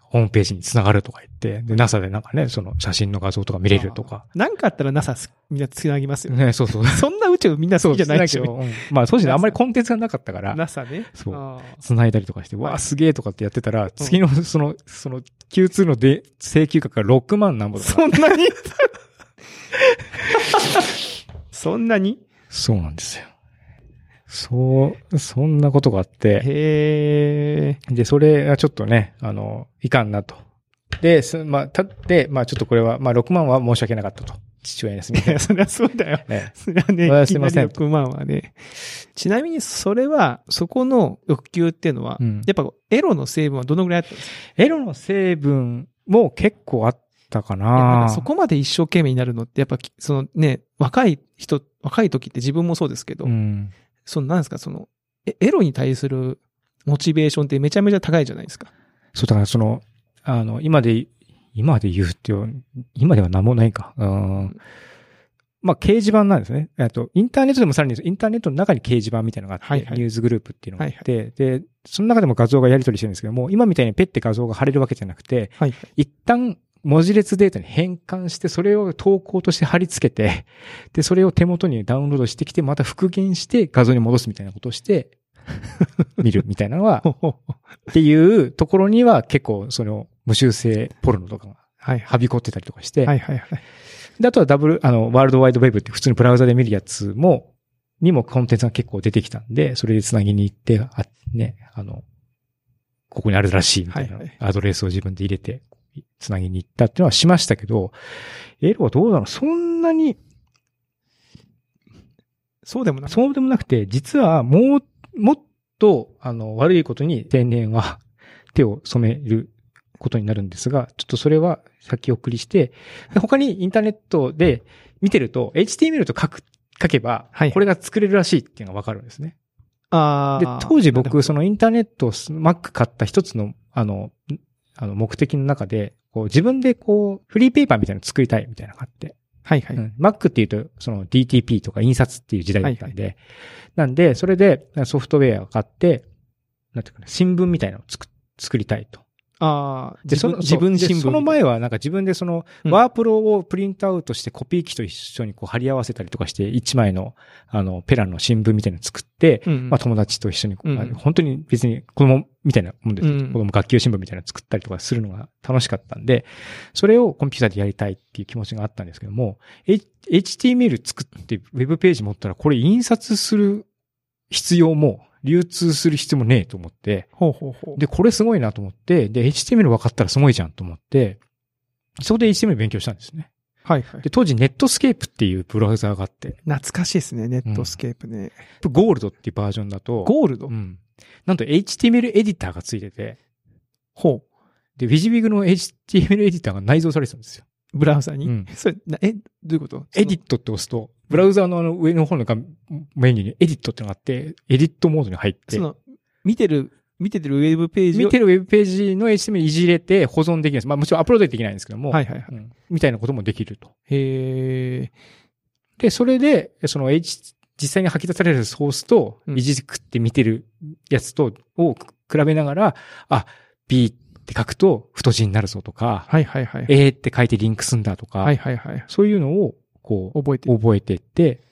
[SPEAKER 2] ホームページに繋がるとか言って、で、NASA でなんかね、その写真の画像とか見れるとか。
[SPEAKER 1] なんかあったら NASA すみんなつなぎますよ。
[SPEAKER 2] ね、そうそう。
[SPEAKER 1] そんな宇宙みんな
[SPEAKER 2] そ
[SPEAKER 1] 好
[SPEAKER 2] う
[SPEAKER 1] きじゃないでしょ。
[SPEAKER 2] うんまあ、当時ねあんまりコンテンツがなかったから、
[SPEAKER 1] NASA ね。
[SPEAKER 2] そう
[SPEAKER 1] あー
[SPEAKER 2] 繋いだりとかして、わあすげえとかってやってたら、次の、その、その、Q2 ので請求額が6万なんぼとか。
[SPEAKER 1] そんなにそんなに
[SPEAKER 2] そうなんですよ。そう、そんなことがあって、
[SPEAKER 1] へえ。
[SPEAKER 2] で、それがちょっとね、あの、いかんなと。で、すまあ、たって、まあちょっとこれは、まあ6万は申し訳なかったと。父親にすみま
[SPEAKER 1] い
[SPEAKER 2] せん
[SPEAKER 1] や、。そりゃそうだよ。
[SPEAKER 2] <laughs> ね
[SPEAKER 1] そりゃね、いき
[SPEAKER 2] それ
[SPEAKER 1] な
[SPEAKER 2] は
[SPEAKER 1] り
[SPEAKER 2] すいません
[SPEAKER 1] 6万はね。ちなみに、それは、そこの欲求っていうのは、
[SPEAKER 2] うん
[SPEAKER 1] やっぱエロの成分はどのぐらいあったんですか
[SPEAKER 2] エロの成分も結構あったか
[SPEAKER 1] いやなん
[SPEAKER 2] な
[SPEAKER 1] かそこまで一生懸命になるのって、やっぱき、そのね、若い人、若い時って自分もそうですけど、
[SPEAKER 2] うん。
[SPEAKER 1] その、なんですか、その、えエロに対するモチベーションってめちゃめちゃ高いじゃないですか。
[SPEAKER 2] そう、だからその、あの、今で、今で言うっていう、今では何もないか。うん。まあ、掲示板なんですね。えっと、インターネットでもさらに、インターネットの中に掲示板みたいなのがあって、
[SPEAKER 1] はいはい
[SPEAKER 2] ニュースグループっていうのがあって、で、その中でも画像がやり取りしてるんですけども、今みたいにペッて画像が貼れるわけじゃなくて、
[SPEAKER 1] はい。
[SPEAKER 2] 一旦文字列データに変換して、それを投稿として貼り付けて、 <laughs> で、それを手元にダウンロードしてきて、また復元して画像に戻すみたいなことをして、見るみたいなのは、っていうところには結構その無修正ポルノとかが
[SPEAKER 1] はい
[SPEAKER 2] はびこってたりとかして、
[SPEAKER 1] はいはいはい。
[SPEAKER 2] で、あとはダブル、あの、ワールドワイドウェブって普通にブラウザで見るやつも、にもコンテンツが結構出てきたんで、それで繋ぎに行って、あ、ね、あの、ここにあるらしいみたいな
[SPEAKER 1] はいはい
[SPEAKER 2] アドレスを自分で入れて、繋ぎに行ったっていうのはしましたけど、エロはどうだろうそんなに、
[SPEAKER 1] そうでもなく
[SPEAKER 2] そうでもなくて、実はもう、もっと、あの、悪いことに天然は手を染めることになるんですが、ちょっとそれは先送りして、で他にインターネットで見てると、HTML と書く、書けば
[SPEAKER 1] はい、
[SPEAKER 2] これが作れるらしいっていうのがわかるんですね。
[SPEAKER 1] あ
[SPEAKER 2] で
[SPEAKER 1] ー、
[SPEAKER 2] 当時
[SPEAKER 1] なるほ
[SPEAKER 2] 僕、そのインターネットを Mac 買った一つの、あの、んあの、目的の中で、こう自分でこう、フリーペーパーみたいなの作りたいみたいなのがあって、
[SPEAKER 1] どはいはい。
[SPEAKER 2] うん、Mac っていうと、その DTP とか印刷っていう時代だったんで、なんで、それでソフトウェアを買って、なんていうかな、新聞みたいなのを作作りたいと。
[SPEAKER 1] ああ、
[SPEAKER 2] で、
[SPEAKER 1] 自
[SPEAKER 2] そ
[SPEAKER 1] 分
[SPEAKER 2] の、
[SPEAKER 1] 自分
[SPEAKER 2] そ
[SPEAKER 1] 新
[SPEAKER 2] うで
[SPEAKER 1] 聞。
[SPEAKER 2] その前はなんか自分でその、
[SPEAKER 1] うん
[SPEAKER 2] ワープロをプリントアウトしてコピー機と一緒にこう貼り合わせたりとかして、一枚の、あの、ペラの新聞みたいなの作って、
[SPEAKER 1] うんうん、
[SPEAKER 2] まあ友達と一緒にこう、
[SPEAKER 1] うん
[SPEAKER 2] あの本当に別に子供みたいなもんですよ。
[SPEAKER 1] うん
[SPEAKER 2] 子供学級新聞みたいなの作ったりとかするのが楽しかったんで、それをコンピューターでやりたいっていう気持ちがあったんですけども、H- HTML 作ってウェブページ持ったらこれ印刷する必要も流通する必要もねえと思って、
[SPEAKER 1] ほうほうほう。
[SPEAKER 2] で、これすごいなと思って、で、HTML 分かったらすごいじゃんと思って、そこで HTML 勉強したんですね。
[SPEAKER 1] はいはい
[SPEAKER 2] で、。当時ネットスケープっていうブラウザーがあって、
[SPEAKER 1] 懐かしいですね、ネットスケープね。
[SPEAKER 2] ゴールドっていうバージョンだと、
[SPEAKER 1] ゴールド
[SPEAKER 2] うん。なんと HTML エディターがついてて、
[SPEAKER 1] ほ
[SPEAKER 2] で、ビジビグの HTML エディターが内蔵されてたんですよ。
[SPEAKER 1] う。ブラウザ
[SPEAKER 2] う
[SPEAKER 1] に
[SPEAKER 2] ん。
[SPEAKER 1] それ、なえ、どういうこと
[SPEAKER 2] エディットって押すと、ブラウザーのあの上の方の画メニューにエディットってのがあって、エディットモードに入って
[SPEAKER 1] そ、の、見てる、見ててるウェブページを。
[SPEAKER 2] 見てるウェブページの HTML いじれて保存できるんです。まあもちろんアップロードできないんですけども、
[SPEAKER 1] はいはいはい。
[SPEAKER 2] うんみたいなこともできると。
[SPEAKER 1] へえ。
[SPEAKER 2] で、それで、その H、実際に吐き出されるソースと、
[SPEAKER 1] うん
[SPEAKER 2] いじくって見てるやつと、を比べながら、あ、B って書くと太字になるぞとか、
[SPEAKER 1] はいはいはい。
[SPEAKER 2] A って書いてリンクすんだとか、
[SPEAKER 1] はいはいはい。
[SPEAKER 2] そういうのを、こ
[SPEAKER 1] 覚えて
[SPEAKER 2] う、
[SPEAKER 1] る。
[SPEAKER 2] 覚えてって、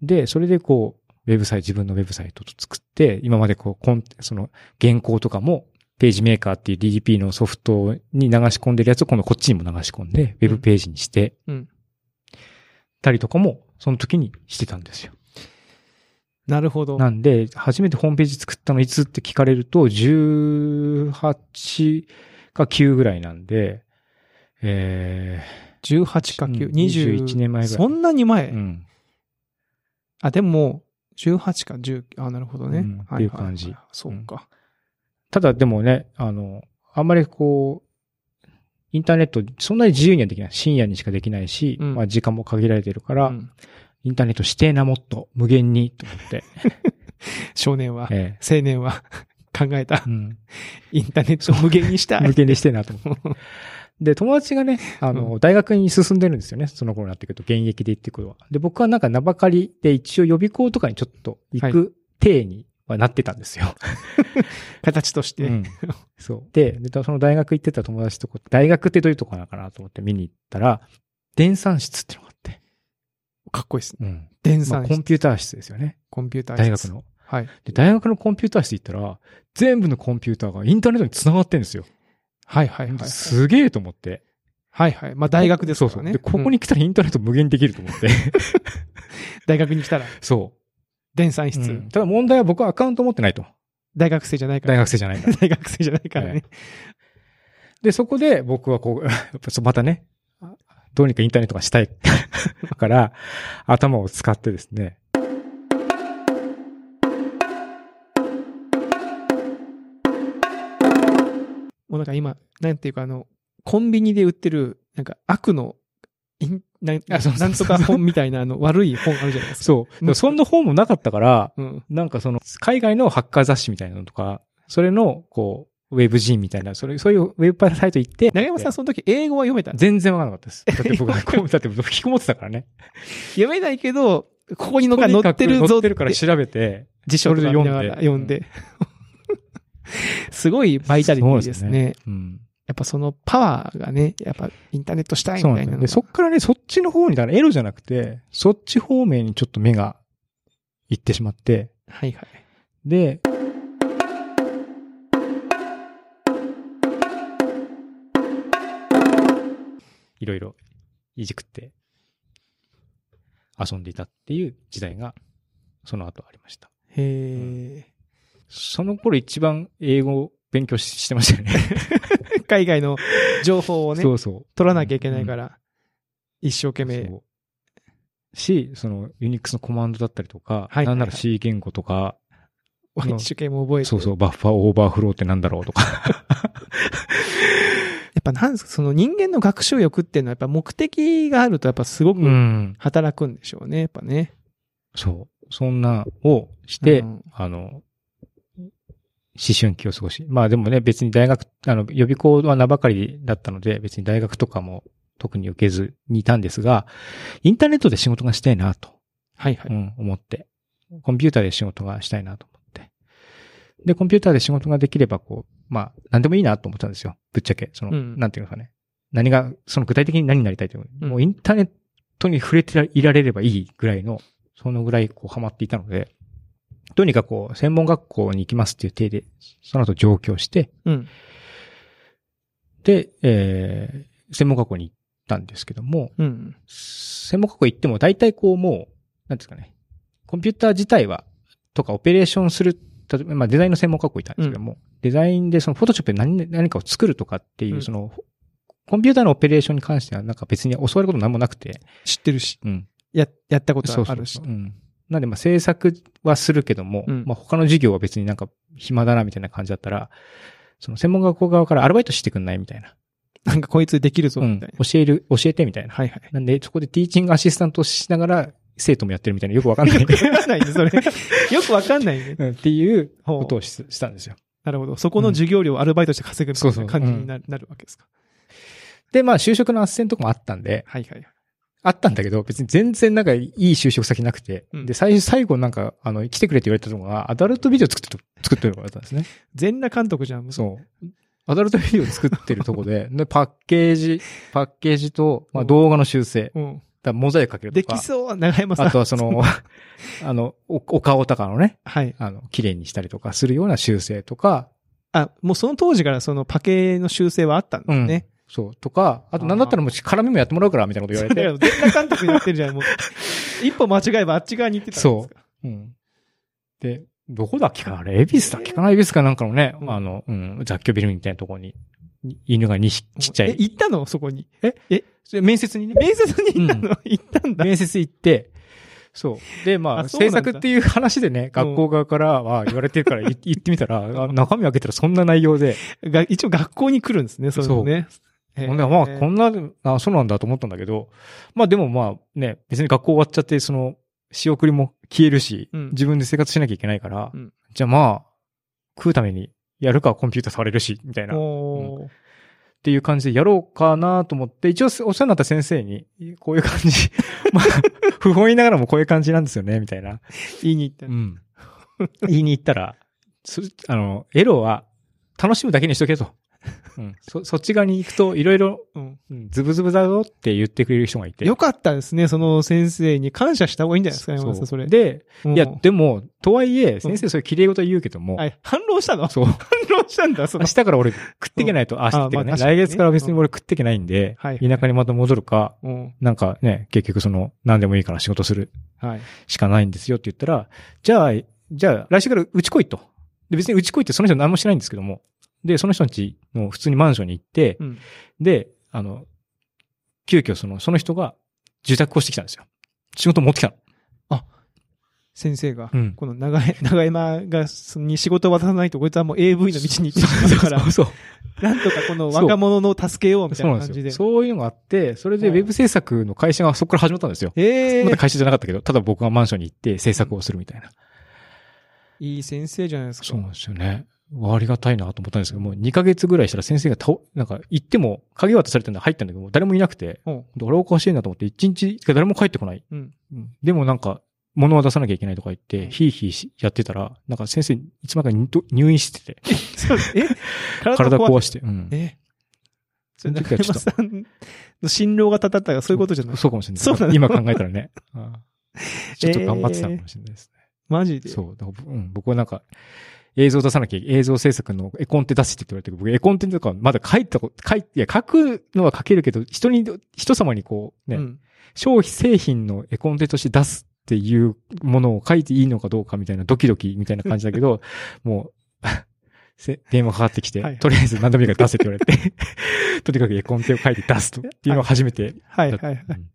[SPEAKER 2] で、それでこう、ウェブサイト、自分のウェブサイトと作って、今までこう、コンその、原稿とかも、ページメーカーっていう DDP のソフトに流し込んでるやつを今度こっちにも流し込んで、ウェブページにして、
[SPEAKER 1] うん。
[SPEAKER 2] たりとかも、その時にしてたんですよ。
[SPEAKER 1] なるほど。
[SPEAKER 2] なんで、初めてホームページ作ったのいつって聞かれると、18か9ぐらいなんで、え
[SPEAKER 1] 18か
[SPEAKER 2] う
[SPEAKER 1] 9。
[SPEAKER 2] ん
[SPEAKER 1] 20
[SPEAKER 2] 21年前ぐらい
[SPEAKER 1] そんなに前、
[SPEAKER 2] ー、うん。
[SPEAKER 1] あ、でも、18か19。あ、なるほどね。
[SPEAKER 2] うん
[SPEAKER 1] は
[SPEAKER 2] っていう感じ。
[SPEAKER 1] そうか。
[SPEAKER 2] ただでもね、あの、あんまりこう、インターネット、そんなに自由にはできない。深夜にしかできないし、
[SPEAKER 1] うん
[SPEAKER 2] まあ時間も限られてるから、
[SPEAKER 1] うん
[SPEAKER 2] インターネット指定なもっと、無限に、と思って。
[SPEAKER 1] 少年は、
[SPEAKER 2] え
[SPEAKER 1] 青年は <laughs> 考えた
[SPEAKER 2] え。うん
[SPEAKER 1] インターネットを無限にしたい。
[SPEAKER 2] 無限にしてえなと思って。で、友達がね、あの、大学に進んでるんですよね。その頃になってくると、現役で行ってくるは。で、僕はなんか名ばかりで一応予備校とかにちょっと行く体にはなってたんですよ。
[SPEAKER 1] <laughs> 形として。 <laughs>
[SPEAKER 2] うんそう。で、でその大学行ってた友達とこ、大学ってどういうとこなのかなと思って見に行ったら、電算室っていうのがあって。
[SPEAKER 1] かっこいいですね。
[SPEAKER 2] うん。
[SPEAKER 1] 電
[SPEAKER 2] まあ、
[SPEAKER 1] 算
[SPEAKER 2] コン
[SPEAKER 1] 室、
[SPEAKER 2] ピューター室ですよね。
[SPEAKER 1] コンピューター室
[SPEAKER 2] 大学。の。
[SPEAKER 1] はい。
[SPEAKER 2] で、大学のコンピューター室行ったら、全部のコンピューターがインターネットに繋がってるんですよ。
[SPEAKER 1] はいはいはい。
[SPEAKER 2] すげえと思って。
[SPEAKER 1] はいはい。まあ大学ですからね。
[SPEAKER 2] そうそうで、ここに来たらインターネット無限にできると
[SPEAKER 1] <laughs>
[SPEAKER 2] 思って。
[SPEAKER 1] うん大学に来たら、
[SPEAKER 2] そ
[SPEAKER 1] 電算
[SPEAKER 2] う、
[SPEAKER 1] 室、
[SPEAKER 2] うんただ問題は僕はアカウント持ってないと。
[SPEAKER 1] 大学生じゃないから。
[SPEAKER 2] 大学生じゃないから。
[SPEAKER 1] <laughs> 大学生じゃないからね。
[SPEAKER 2] で、そこで僕はこう、やっぱそう <laughs> またね、どうにかインターネットがしたい <laughs> から、頭を使ってですね。
[SPEAKER 1] もうなんか今、なんていうかあの、コンビニで売ってる、なんか悪の、インなん
[SPEAKER 2] あそうそうそう
[SPEAKER 1] なんとか本みたいなあの悪い本あるじゃないですか。
[SPEAKER 2] そう。でもそんな本もなかったから、
[SPEAKER 1] うん。
[SPEAKER 2] なんかその、海外のハッカー雑誌みたいなのとか、それの、こう、ウェブ人みたいな、それ、そういうウェブサイト行って、
[SPEAKER 1] 長山さん、その時英語は読めた
[SPEAKER 2] 全然わからな
[SPEAKER 1] <laughs>
[SPEAKER 2] かったです。だって僕はこう、だって僕引きこもってたからね。
[SPEAKER 1] 読めないけど、ここにのが
[SPEAKER 2] と
[SPEAKER 1] 載
[SPEAKER 2] にか
[SPEAKER 1] っ
[SPEAKER 2] く
[SPEAKER 1] てる
[SPEAKER 2] 載
[SPEAKER 1] ぞ
[SPEAKER 2] ってるから調べて、
[SPEAKER 1] 辞書とか見ながら読
[SPEAKER 2] 読
[SPEAKER 1] ん
[SPEAKER 2] ん
[SPEAKER 1] で
[SPEAKER 2] で。
[SPEAKER 1] すごいバイタリティです
[SPEAKER 2] そう
[SPEAKER 1] ね。
[SPEAKER 2] でうん。
[SPEAKER 1] やっぱそのパワーがね、やっぱインターネットしたい
[SPEAKER 2] そう
[SPEAKER 1] みた
[SPEAKER 2] なん
[SPEAKER 1] い
[SPEAKER 2] だ
[SPEAKER 1] なのが
[SPEAKER 2] よ。で、そっからね、そっちの方に、だからエロじゃなくて、そっち方面にちょっと目が行ってしまって、
[SPEAKER 1] はいはい。
[SPEAKER 2] で、いろいろいじくって遊んでいたっていう時代が、その後ありました。
[SPEAKER 1] へえ、
[SPEAKER 2] その頃一番英語を勉強ししてましたよね。
[SPEAKER 1] 海外の情報をね、
[SPEAKER 2] そうそう。
[SPEAKER 1] 取らなきゃいけない
[SPEAKER 2] ら
[SPEAKER 1] から、一生懸命。
[SPEAKER 2] そうし、その、ユニックスのコマンドだったりとか、
[SPEAKER 1] はいはいはい
[SPEAKER 2] なんなら C 言語とか、
[SPEAKER 1] 一生懸命覚えて。
[SPEAKER 2] そうそう、バッファーオーバーフローってなんだろうとか。
[SPEAKER 1] やっぱなんですか、その人間の学習欲っていうのはやっぱ目的があるとやっぱすごく
[SPEAKER 2] ん。
[SPEAKER 1] 働くんでしょうね、やっぱね。
[SPEAKER 2] そう。そんなをして、
[SPEAKER 1] うん
[SPEAKER 2] あの、思春期を過ごし。まあでもね、別に大学、あの、予備校は名ばかりだったので、別に大学とかも特に受けずにいたんですが、インターネットで仕事がしたいなと。
[SPEAKER 1] はいは
[SPEAKER 2] う
[SPEAKER 1] い。
[SPEAKER 2] ん、思って。コンピューターで仕事がしたいなと思って。で、コンピューターで仕事ができれば、こう、まあ、なんでもいいなと思ったんですよ。ぶっちゃけ。その、
[SPEAKER 1] うん
[SPEAKER 2] なんていうのかね。何が、その具体的に何になりたいという、
[SPEAKER 1] うん
[SPEAKER 2] もうインターネットに触れていられればいいぐらいの、そのぐらい、こう、ハマっていたので、とにかくこう、専門学校に行きますっていう体で、その後上京して、
[SPEAKER 1] うん。
[SPEAKER 2] で、えー、専門学校に行ったんですけども、
[SPEAKER 1] うん。
[SPEAKER 2] 専門学校行っても大体こうもう、なんていうんですかね、コンピューター自体は、とかオペレーションする、例えば、まあデザインの専門学校行ったんですけども、デザインでそのフォトショップで何何かを作るとかっていううんその、コンピューターのオペレーションに関しては、なんか別に教わることなんもなくて、
[SPEAKER 1] 知ってるし、
[SPEAKER 2] うん。
[SPEAKER 1] や、やったこと
[SPEAKER 2] そう
[SPEAKER 1] は
[SPEAKER 2] そ
[SPEAKER 1] あ
[SPEAKER 2] う
[SPEAKER 1] るし。
[SPEAKER 2] そう。うん。なんで、まあ、制作はするけども、
[SPEAKER 1] うん
[SPEAKER 2] まあ、他の授業は別になんか暇だな、みたいな感じだったら、その専門学校側からアルバイトしてくんないみたいな。
[SPEAKER 1] なんかこいつできるぞ、みたいな。
[SPEAKER 2] うん教える、教えてみたいな。
[SPEAKER 1] はいはい。
[SPEAKER 2] なんで、そこでティーチングアシスタントをしながら、生徒もやってるみたいな、よくわかんない。
[SPEAKER 1] よくわかんないね、
[SPEAKER 2] <laughs>
[SPEAKER 1] それ。よくわかんないね。
[SPEAKER 2] うんっていう
[SPEAKER 1] ほ
[SPEAKER 2] こと
[SPEAKER 1] う
[SPEAKER 2] をししたんですよ。
[SPEAKER 1] なるほど。そこの授業料をアルバイトして稼ぐみた
[SPEAKER 2] そう
[SPEAKER 1] い
[SPEAKER 2] そう
[SPEAKER 1] な感じにななるわけですか。
[SPEAKER 2] で、まあ、就職の斡旋とかもあったんで、
[SPEAKER 1] はいはい。
[SPEAKER 2] あったんだけど、別に全然なんかいい就職先なくて、
[SPEAKER 1] うん
[SPEAKER 2] で、最初、最後なんか、あの、来てくれって言われたのが、アダルトビデオ作ってる、作ってるからだったんですね。
[SPEAKER 1] 全裸監督じゃん。
[SPEAKER 2] そう。アダルトビデオ作ってると
[SPEAKER 1] <laughs>
[SPEAKER 2] こで、で、パッケージ、パッケージと、まあ、
[SPEAKER 1] うん
[SPEAKER 2] 動画の修正、
[SPEAKER 1] う。うん。
[SPEAKER 2] だからモザイクかける
[SPEAKER 1] で
[SPEAKER 2] とか
[SPEAKER 1] き、そう、長山さん。
[SPEAKER 2] あとはその、 <laughs> あの、おお顔とかのね、
[SPEAKER 1] はい。
[SPEAKER 2] あの、綺麗にしたりとかするような修正とか、
[SPEAKER 1] あ、もうその当時からそのパケの修正はあったんですね。
[SPEAKER 2] そう、とか、あとなんだったらもう絡みもやってもらうから、みたいなこと言われ
[SPEAKER 1] だか
[SPEAKER 2] て。
[SPEAKER 1] ら全裸監督になってるじゃん、もう。
[SPEAKER 2] <laughs>
[SPEAKER 1] 一歩間違えばあっち側に行ってたんですか。
[SPEAKER 2] そううん。で、どこだっけかなあれ、恵比寿だっけかな恵比寿かなんかのね、
[SPEAKER 1] うん
[SPEAKER 2] あの、うん、雑居ビルみたいなところに、に犬が2匹、ちっちゃ
[SPEAKER 1] え、
[SPEAKER 2] い。
[SPEAKER 1] 行ったのそこに。
[SPEAKER 2] それ面接にね
[SPEAKER 1] 面接に行った
[SPEAKER 2] う
[SPEAKER 1] の行ったんだ。
[SPEAKER 2] 面接行って、そう。で、まあ、
[SPEAKER 1] あそうな
[SPEAKER 2] 制
[SPEAKER 1] んだ
[SPEAKER 2] 作っていう話でね、学校側からは言われてるからい行ってみたら、あ中身開けたらそんな内容で、
[SPEAKER 1] が、一応学校に来るんですね、そういうのね。えー
[SPEAKER 2] ほんで、まあ、こんな、あ、そうなんだと思ったんだけど、まあでもまあね、別に学校終わっちゃって、その、仕送りも消えるし、
[SPEAKER 1] うん
[SPEAKER 2] 自分で生活しなきゃいけないから、
[SPEAKER 1] うん
[SPEAKER 2] じゃあまあ、食うためにやるかコンピューター触れるし、みたいな、っ
[SPEAKER 1] おー
[SPEAKER 2] ていう感じでやろうかなと思って、一応お世話になった先生に、こういう感じ、 <laughs> まあ、不本意ながらもこういう感じなんですよね、みたいな。
[SPEAKER 1] 言いに行ったの。
[SPEAKER 2] 言いに行ったら、そあの、エロは楽しむだけにしとけと。うん、そ、そっち側に行くといろいろ
[SPEAKER 1] うん
[SPEAKER 2] うんズブズブだぞって言ってくれる人がいて。
[SPEAKER 1] よかったですね、その先生に感謝した方がいいんじゃないですか、
[SPEAKER 2] そ
[SPEAKER 1] 山
[SPEAKER 2] う
[SPEAKER 1] 田さん、それ。
[SPEAKER 2] で、
[SPEAKER 1] うん
[SPEAKER 2] いや、でも、とはいえ、先生それ綺麗事言うけども、
[SPEAKER 1] はい反論したの
[SPEAKER 2] そう、
[SPEAKER 1] 反論したんだ、そ
[SPEAKER 2] 明
[SPEAKER 1] の。
[SPEAKER 2] 日から俺食っていけないと、明日っていうか
[SPEAKER 1] あま
[SPEAKER 2] ね、
[SPEAKER 1] あ確か
[SPEAKER 2] 来
[SPEAKER 1] にね
[SPEAKER 2] 月から別に俺食っていけないんで、
[SPEAKER 1] はい
[SPEAKER 2] 田舎にまた戻るか、
[SPEAKER 1] うん
[SPEAKER 2] なんかね、結局その、何でもいいから仕事する
[SPEAKER 1] はい。
[SPEAKER 2] しかないんですよって言ったら、じゃあ、じゃあ、来週からうち来いと。で、別にうち来いってその人何もしないんですけども。で、その人の家の普通にマンションに行って、
[SPEAKER 1] うん
[SPEAKER 2] で、あの、急遽その、その人が住宅をしてきたんですよ。仕事持ってきたの。
[SPEAKER 1] 先生が
[SPEAKER 2] うん、
[SPEAKER 1] この長江、長山が、に仕事を渡さないと、こいつはもう AV の道に行ってしまう
[SPEAKER 2] <laughs>
[SPEAKER 1] から、
[SPEAKER 2] そう。
[SPEAKER 1] <laughs> なんとかこの若者の助けようみた
[SPEAKER 2] そう
[SPEAKER 1] い
[SPEAKER 2] な
[SPEAKER 1] なん感
[SPEAKER 2] で
[SPEAKER 1] じ
[SPEAKER 2] す
[SPEAKER 1] で
[SPEAKER 2] よ。。そういうのがあって、それでウ
[SPEAKER 1] うん
[SPEAKER 2] ェブ制作の会社がそこから始まったんですよ。
[SPEAKER 1] ええ
[SPEAKER 2] まだ会社じゃなかったけど、ただ僕がマンションに行って制作をするみたいな。
[SPEAKER 1] いい先生じゃないですか。
[SPEAKER 2] そうなんですよね。ありがたいなと思ったんですけど、もう2ヶ月ぐらいしたら先生が倒、なんか行っても、鍵渡されてるんで入ったんだけど、もう誰もいなくて、
[SPEAKER 1] うん
[SPEAKER 2] 俺おかしいなと思って、1日しか誰も帰ってこない。
[SPEAKER 1] うん
[SPEAKER 2] でもなんか、物は出さなきゃいけないとか言っ
[SPEAKER 1] う
[SPEAKER 2] て、
[SPEAKER 1] ん
[SPEAKER 2] ヒーヒーしやってたら、なんか先生、いつまでかにど入院してて、
[SPEAKER 1] そうえ
[SPEAKER 2] <laughs> 体
[SPEAKER 1] 壊
[SPEAKER 2] 壊
[SPEAKER 1] し
[SPEAKER 2] して、うん。
[SPEAKER 1] えそれ
[SPEAKER 2] その時
[SPEAKER 1] 中
[SPEAKER 2] はち
[SPEAKER 1] 山
[SPEAKER 2] ょっと
[SPEAKER 1] さんの心労がたたったがそういうことじゃない
[SPEAKER 2] そうかもしれない。
[SPEAKER 1] そうなの
[SPEAKER 2] 今考えたらね。うん
[SPEAKER 1] <laughs>
[SPEAKER 2] ちょっと頑張ってたのかもしれないですね。
[SPEAKER 1] マジで。
[SPEAKER 2] そう。だからうん、僕はなんか、映像出さなきゃ、映像制作の絵コンテ出してって言われてる僕絵コンテとかまだ書いたこと、書い、いや、書くのは書けるけど、人に、人様にこう、ね、
[SPEAKER 1] うん
[SPEAKER 2] 消費製品の絵コンテとして出すっていうものを書いていいのかどうかみたいなドキドキみたいな感じだ
[SPEAKER 1] <laughs>
[SPEAKER 2] けど、もう、 <laughs> せ電話かかってきて、
[SPEAKER 1] はいはい
[SPEAKER 2] とりあえず何でもいいから出せって言われて、 <laughs> とにかく絵コンテを書いて出すとっていうのを初めて、
[SPEAKER 1] はいはいはい。
[SPEAKER 2] うん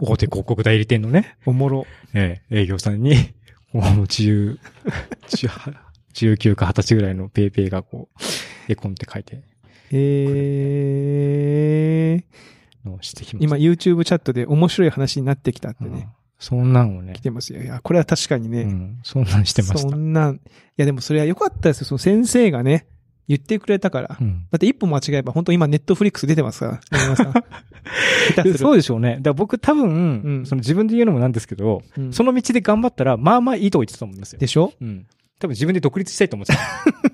[SPEAKER 2] 大手広告代理店のね、
[SPEAKER 1] おもろ。
[SPEAKER 2] ええ営業さんに、 <laughs> もう10 <laughs> 18 19か20歳ぐらいのペイペイがこう、絵コンって書いて、
[SPEAKER 1] えー、
[SPEAKER 2] のしてきまし
[SPEAKER 1] 今
[SPEAKER 2] た。
[SPEAKER 1] YouTube チャットで面白い話になってきたって
[SPEAKER 2] うん
[SPEAKER 1] ね、
[SPEAKER 2] そんなんをね
[SPEAKER 1] 来、てますよ。いや、これは確かにね、
[SPEAKER 2] うん、そんなんしてました
[SPEAKER 1] そ。んなん、いやでもそれは良かったですよ。その先生がね、言ってくれたから。
[SPEAKER 2] うん
[SPEAKER 1] だって一歩間違えば、本当今ネットフリックス出てます
[SPEAKER 2] <laughs>
[SPEAKER 1] から、山田さん下手する
[SPEAKER 2] そうでしょうね。だから僕多分、
[SPEAKER 1] うん
[SPEAKER 2] その自分で言うのもなんですけど、
[SPEAKER 1] うん
[SPEAKER 2] その道で頑張ったら、まあまあいいとこ行ってたと思うんですよ
[SPEAKER 1] で。しょ
[SPEAKER 2] うん。多分自分で独立したいと思って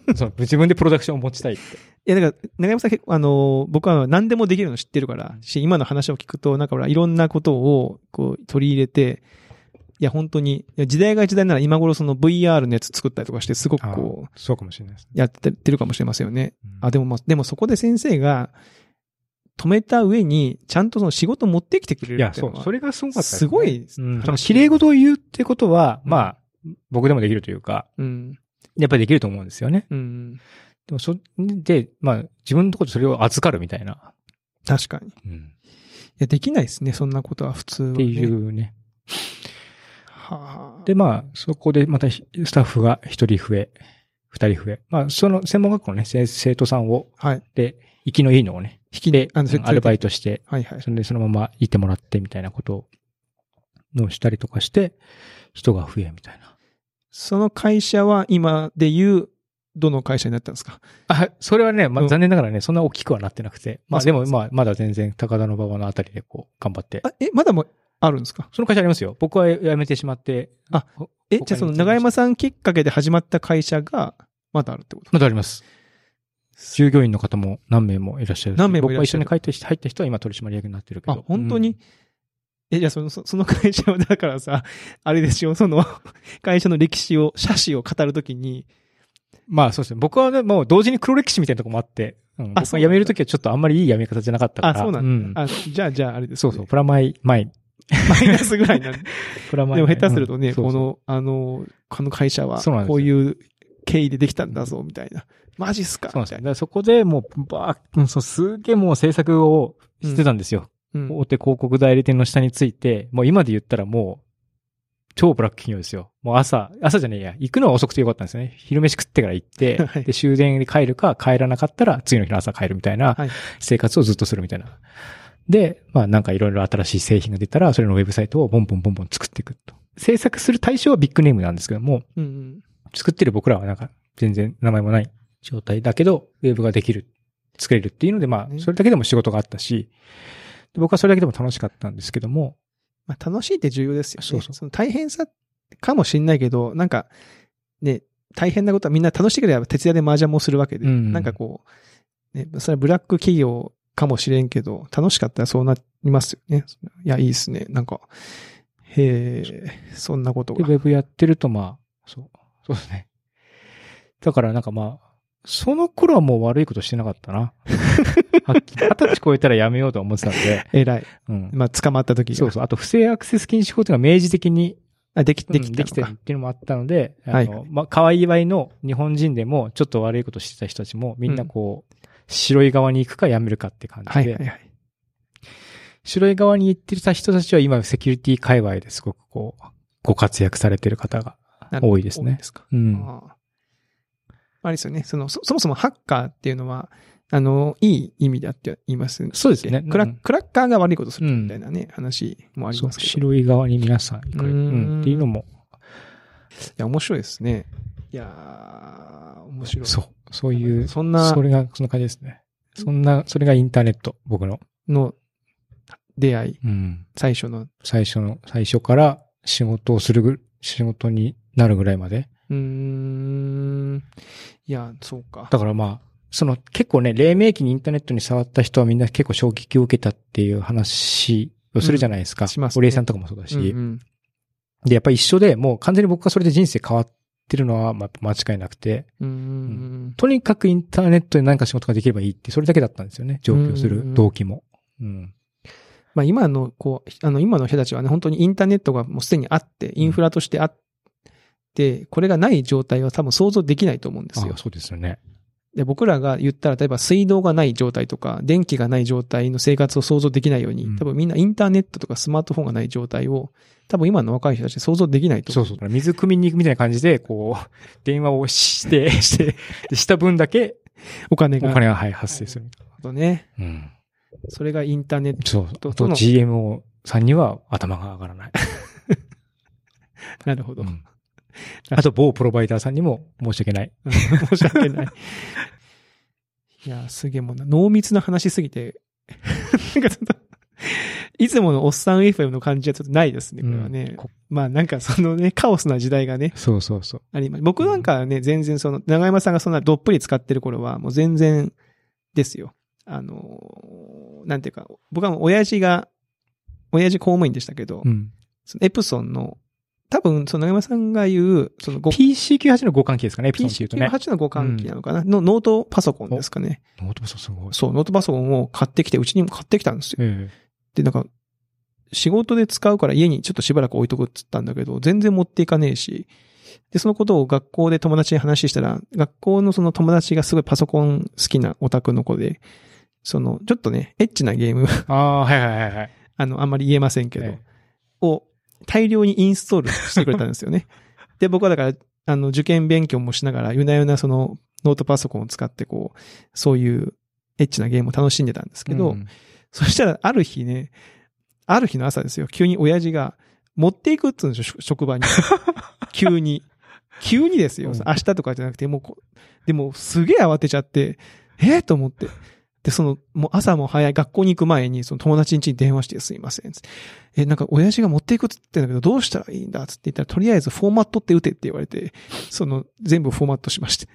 [SPEAKER 1] <laughs>
[SPEAKER 2] た。その自分でプロダクションを持ちたいって。
[SPEAKER 1] いや、だから、長山さん結構、あのー、僕は何でもできるの知ってるから、し、今の話を聞くと、なんかほら、いろんなことを、こう、取り入れて、いや、本当に、いや時代が時代なら今頃その VR のやつ作ったりとかして、すごくこう、
[SPEAKER 2] そうかもしれないですね。
[SPEAKER 1] やってってるかもしれませんよね。あ、
[SPEAKER 2] で
[SPEAKER 1] でもまあ、でもそこで先生が、止めた上に、ちゃんとその仕事持ってきてくれ
[SPEAKER 2] い
[SPEAKER 1] るっ
[SPEAKER 2] や、
[SPEAKER 1] ていう
[SPEAKER 2] そ
[SPEAKER 1] の
[SPEAKER 2] う
[SPEAKER 1] は。、
[SPEAKER 2] それがすごかったです
[SPEAKER 1] ごいです
[SPEAKER 2] うん、
[SPEAKER 1] 話
[SPEAKER 2] その綺麗事を言うってことは、まあ、僕でもできるというか、
[SPEAKER 1] うん。
[SPEAKER 2] やっぱりできると思うんですよね。
[SPEAKER 1] うん。
[SPEAKER 2] でも、そ、で、まあ、自分のところでそれを預かるみたいな
[SPEAKER 1] 確かに。い
[SPEAKER 2] うん。
[SPEAKER 1] や、できないですね、そんなことは普通は、
[SPEAKER 2] っ
[SPEAKER 1] ね。
[SPEAKER 2] ていうね。
[SPEAKER 1] はあ。
[SPEAKER 2] で、まあ、そこでまたひスタッフが一人増え、二人増え。まあ、その専門学校のね、せ生徒さんを、
[SPEAKER 1] はい。
[SPEAKER 2] で、生きのいいのをね、
[SPEAKER 1] 引き
[SPEAKER 2] で
[SPEAKER 1] で、、あの、
[SPEAKER 2] うんアルバイ
[SPEAKER 1] ト。
[SPEAKER 2] トして、
[SPEAKER 1] はいはい。
[SPEAKER 2] それでそのままいてもらってみたいなことを、のをしたりとかして、人が増えみたいな。
[SPEAKER 1] その会社は今でいう、どの会社になったんですか
[SPEAKER 2] あ、それはね、ま
[SPEAKER 1] う
[SPEAKER 2] あ、
[SPEAKER 1] ん
[SPEAKER 2] 残念ながらね、そんな大きくはなってなくて。ま
[SPEAKER 1] あ
[SPEAKER 2] あ、で
[SPEAKER 1] そう
[SPEAKER 2] も、
[SPEAKER 1] です
[SPEAKER 2] まあ、まだ全然高田の馬場のあたりでこう、頑張って。
[SPEAKER 1] あ、え、まだもあるんですか
[SPEAKER 2] その会社ありますよ。僕は辞めてしまって。
[SPEAKER 1] あ
[SPEAKER 2] ほ、
[SPEAKER 1] え、
[SPEAKER 2] 他に
[SPEAKER 1] じゃあその長山さんきっかけで始まった会社が、まだあるってこと
[SPEAKER 2] まだあります。従業員の方も何名もいらっしゃるし。
[SPEAKER 1] 何名もいらっしゃる
[SPEAKER 2] 僕が一緒に入った入った人は今取締役になってるけ
[SPEAKER 1] あ
[SPEAKER 2] ど。、
[SPEAKER 1] 本当に、
[SPEAKER 2] うん
[SPEAKER 1] え、じゃあその、そその会社はだからさ、 <laughs> あれですよ、その、 <laughs> 会社の歴史を、社史を語るときに、
[SPEAKER 2] まあそうですね。僕はね、もう同時に黒歴史みたいなとこもあって。うん、僕が
[SPEAKER 1] そう
[SPEAKER 2] 辞めるときはちょっとあんまりいい辞め方じゃなかったか
[SPEAKER 1] あ、
[SPEAKER 2] ら。
[SPEAKER 1] そうなんだ。
[SPEAKER 2] ん
[SPEAKER 1] あ、じゃあ、じゃああれです
[SPEAKER 2] そ
[SPEAKER 1] ね、
[SPEAKER 2] うそう。プラマイ、マイ。
[SPEAKER 1] マイナスぐらいなんで。で
[SPEAKER 2] プラマイ。
[SPEAKER 1] も下手すると
[SPEAKER 2] う
[SPEAKER 1] ね、
[SPEAKER 2] んそう
[SPEAKER 1] こ
[SPEAKER 2] そう
[SPEAKER 1] の、あの、この会社は
[SPEAKER 2] そうなん、ですよ
[SPEAKER 1] こういう経緯でできたんだぞ、みたいな。マジっすか
[SPEAKER 2] そうな
[SPEAKER 1] み
[SPEAKER 2] んです
[SPEAKER 1] た
[SPEAKER 2] よ。
[SPEAKER 1] いな。
[SPEAKER 2] だからそこでもう、ばーうんそう、すげえもう制作をしてたんですよ。
[SPEAKER 1] うん
[SPEAKER 2] 大手広告代理店の下について、もう今で言ったらもう、超ブラック企業ですよ。もう朝、朝じゃねえや、行くのは遅くてよかったんですね。昼飯食ってから行っ
[SPEAKER 1] <laughs>
[SPEAKER 2] て、
[SPEAKER 1] はい
[SPEAKER 2] で、終電で帰るか、帰らなかったら、次の日の朝帰るみたいな
[SPEAKER 1] はい、
[SPEAKER 2] 生活をずっとするみたいな。で、まあなんかいろいろ新しい製品が出たら、それのウェブサイトをボンボンボンボン作っていくと。制作する対象はビッグネームなんですけども、
[SPEAKER 1] うんうん。
[SPEAKER 2] 作ってる僕らはなんか全然名前もない状態だけど、ウェブができる、作れるっていうので、ま
[SPEAKER 1] ね
[SPEAKER 2] あ、それだけでも仕事があったし、で僕はそれだけでも楽しかったんですけども、
[SPEAKER 1] まあ、楽しいって重要ですよね。
[SPEAKER 2] そうそう
[SPEAKER 1] の大変さかもしんないけど、なんか、ね、大変なことはみんな楽しければ徹夜で麻雀もするわけで、
[SPEAKER 2] うん
[SPEAKER 1] なんかこう、ね、それはブラック企業かもしれんけど、楽しかったらそうなりますよね。いや、いいですね。なんか、へえ、そんなこと
[SPEAKER 2] で、ウ
[SPEAKER 1] が。
[SPEAKER 2] ェブやってると、まあ、そう、そうですね。だからなんかまあ、その頃はもう悪いことしてなか
[SPEAKER 1] <laughs>
[SPEAKER 2] ったな。はっきり二十歳超えたらやめようとは思ってたんで、
[SPEAKER 1] えらい。
[SPEAKER 2] うん。
[SPEAKER 1] まあ、捕まった時が
[SPEAKER 2] そうそう。あと、不正アクセス禁止法っていうのが明示的に
[SPEAKER 1] あでき、で
[SPEAKER 2] う
[SPEAKER 1] き
[SPEAKER 2] ん
[SPEAKER 1] た
[SPEAKER 2] で
[SPEAKER 1] の
[SPEAKER 2] きてる
[SPEAKER 1] か
[SPEAKER 2] っ。ていうのもあったので、あの、
[SPEAKER 1] はいはい
[SPEAKER 2] まあ、可愛いわいの日本人でも、ちょっと悪いことしてた人たちも、みんなこう、白い側に行くかやめるかって感じで、
[SPEAKER 1] はいはいはい。
[SPEAKER 2] 白い側に行ってた人たちは今、セキュリティ界隈ですごくこう、ご活躍されてる方が。
[SPEAKER 1] なるほど
[SPEAKER 2] 多いですね
[SPEAKER 1] 多いですか。
[SPEAKER 2] うん。
[SPEAKER 1] あああれですよね。その、そそもそもハッカーっていうのは、あの、いい意味だって言いますね
[SPEAKER 2] そうですね。
[SPEAKER 1] クラ
[SPEAKER 2] う
[SPEAKER 1] ッ
[SPEAKER 2] ん
[SPEAKER 1] クラッカーが悪いことする
[SPEAKER 2] うん
[SPEAKER 1] みたいなね、話もあり
[SPEAKER 2] そう
[SPEAKER 1] ますけど。い
[SPEAKER 2] 白い側に皆さん行かれる、
[SPEAKER 1] う
[SPEAKER 2] うんん、っていうのも、
[SPEAKER 1] や、面白いですね。いやー、面白い。
[SPEAKER 2] そう、そういう、
[SPEAKER 1] そんな
[SPEAKER 2] それが、そんな感じですね。そんな、それがインターネット、僕の。
[SPEAKER 1] の出会い、
[SPEAKER 2] うん。
[SPEAKER 1] 最初の。
[SPEAKER 2] 最初の、最初から仕事をするぐ、仕事になるぐらいまで。
[SPEAKER 1] うーん。いや、そうか。
[SPEAKER 2] だからまあ、その結構ね、黎明期にインターネットに触った人はみんな結構衝撃を受けたっていう話をするじゃないですか。
[SPEAKER 1] うんしますね
[SPEAKER 2] お礼さんとかもそうだし、
[SPEAKER 1] うんうん
[SPEAKER 2] で、やっぱり一緒でもう完全に僕がそれで人生変わってるのはまあ間違いなくて、
[SPEAKER 1] うーん。
[SPEAKER 2] とにかくインターネットで何か仕事ができればいいって、それだけだったんですよね。上京す
[SPEAKER 1] うん
[SPEAKER 2] る動機も。うん
[SPEAKER 1] まあ今の、こう、あの、今の人たちはね、本当にインターネットがもうすでにあって、インフラとしてあって、これがない状態は多分想像できないと思うんですよ
[SPEAKER 2] あ。そうですよね。
[SPEAKER 1] で、僕らが言ったら、例えば水道がない状態とか、電気がない状態の生活を想像できないように、
[SPEAKER 2] うん
[SPEAKER 1] 多分みんなインターネットとかスマートフォンがない状態を、多分今の若い人たち想像できないと
[SPEAKER 2] そ
[SPEAKER 1] 思う。
[SPEAKER 2] うそう。だから水汲みに行くみたいな感じで、こう、電話
[SPEAKER 1] <laughs>
[SPEAKER 2] をして、して、でした分だけ
[SPEAKER 1] お金が。
[SPEAKER 2] お金が、はい、発生する。
[SPEAKER 1] とね。
[SPEAKER 2] うん。
[SPEAKER 1] それがインターネット。
[SPEAKER 2] そう。
[SPEAKER 1] と
[SPEAKER 2] あ
[SPEAKER 1] そ
[SPEAKER 2] と
[SPEAKER 1] の
[SPEAKER 2] GMO さんには頭が上がらない。
[SPEAKER 1] なるほど。
[SPEAKER 2] うん <laughs> あと某プロバイダーさんにも申し訳ない。
[SPEAKER 1] 申し訳ない。いや、すげえもんな。濃密な話すぎて、なんかちょっと、いつものおっさん FM の感じはちょっとないですね、これはね。
[SPEAKER 2] うんこ
[SPEAKER 1] まあなんかそのね、カオスな時代がね、
[SPEAKER 2] そうそうそう。
[SPEAKER 1] あります。僕なんかはね、全然その、長山さんがそんなどっぷり使ってる頃は、もう全然ですよ。あのー、なんていうか、僕はもう親父が、親父公務員でしたけど、
[SPEAKER 2] うん。
[SPEAKER 1] そのエプソンの、多分、その長山さんが言う、そのご
[SPEAKER 2] PC98 の互換機ですかね、エプソンっていうとね。
[SPEAKER 1] PC98 の互換機なのかな、のノートパソコンですかね。
[SPEAKER 2] ノートパソコンすごい。
[SPEAKER 1] そう、ノートパソコンを買ってきて、うちにも買ってきたんですよ。
[SPEAKER 2] え
[SPEAKER 1] で、なんか、仕事で使うから家にちょっとしばらく置いとくっつったんだけど、全然持っていかねえし、で、そのことを学校で友達に話したら、学校のその友達がすごいパソコン好きなオタクの子で、その、ちょっとね、エッチなゲーム、 <laughs>
[SPEAKER 2] ああ、はいはいはいはい。
[SPEAKER 1] あの、あんまり言えませんけど、
[SPEAKER 2] え
[SPEAKER 1] を大量にインストールしてくれたんですよ
[SPEAKER 2] <laughs>
[SPEAKER 1] ね。で、僕はだから、あの、受験勉強もしながら、夜な夜なその、ノートパソコンを使って、こう、そういうエッチなゲームを楽しんでたんですけど、
[SPEAKER 2] うん
[SPEAKER 1] <laughs> そしたら、ある日ね、ある日の朝ですよ、急に親父が、持っていくっつうんですよ、職職
[SPEAKER 2] <laughs>
[SPEAKER 1] 場に。急に。急にですよ、
[SPEAKER 2] うん
[SPEAKER 1] 明日とかじゃなくて、もうこ、でも、すげえ慌てちゃって、えー、と思って。で、その、もう朝も早い、学校に行く前に、その友達ん家に電話して、すいません。つってえ、なんか、親父が持っていくっつってんだけど、どうしたらいいんだっつって言ったら、とりあえずフォーマットって打てって言われて、その、全部フォーマットしま
[SPEAKER 2] <laughs>
[SPEAKER 1] して。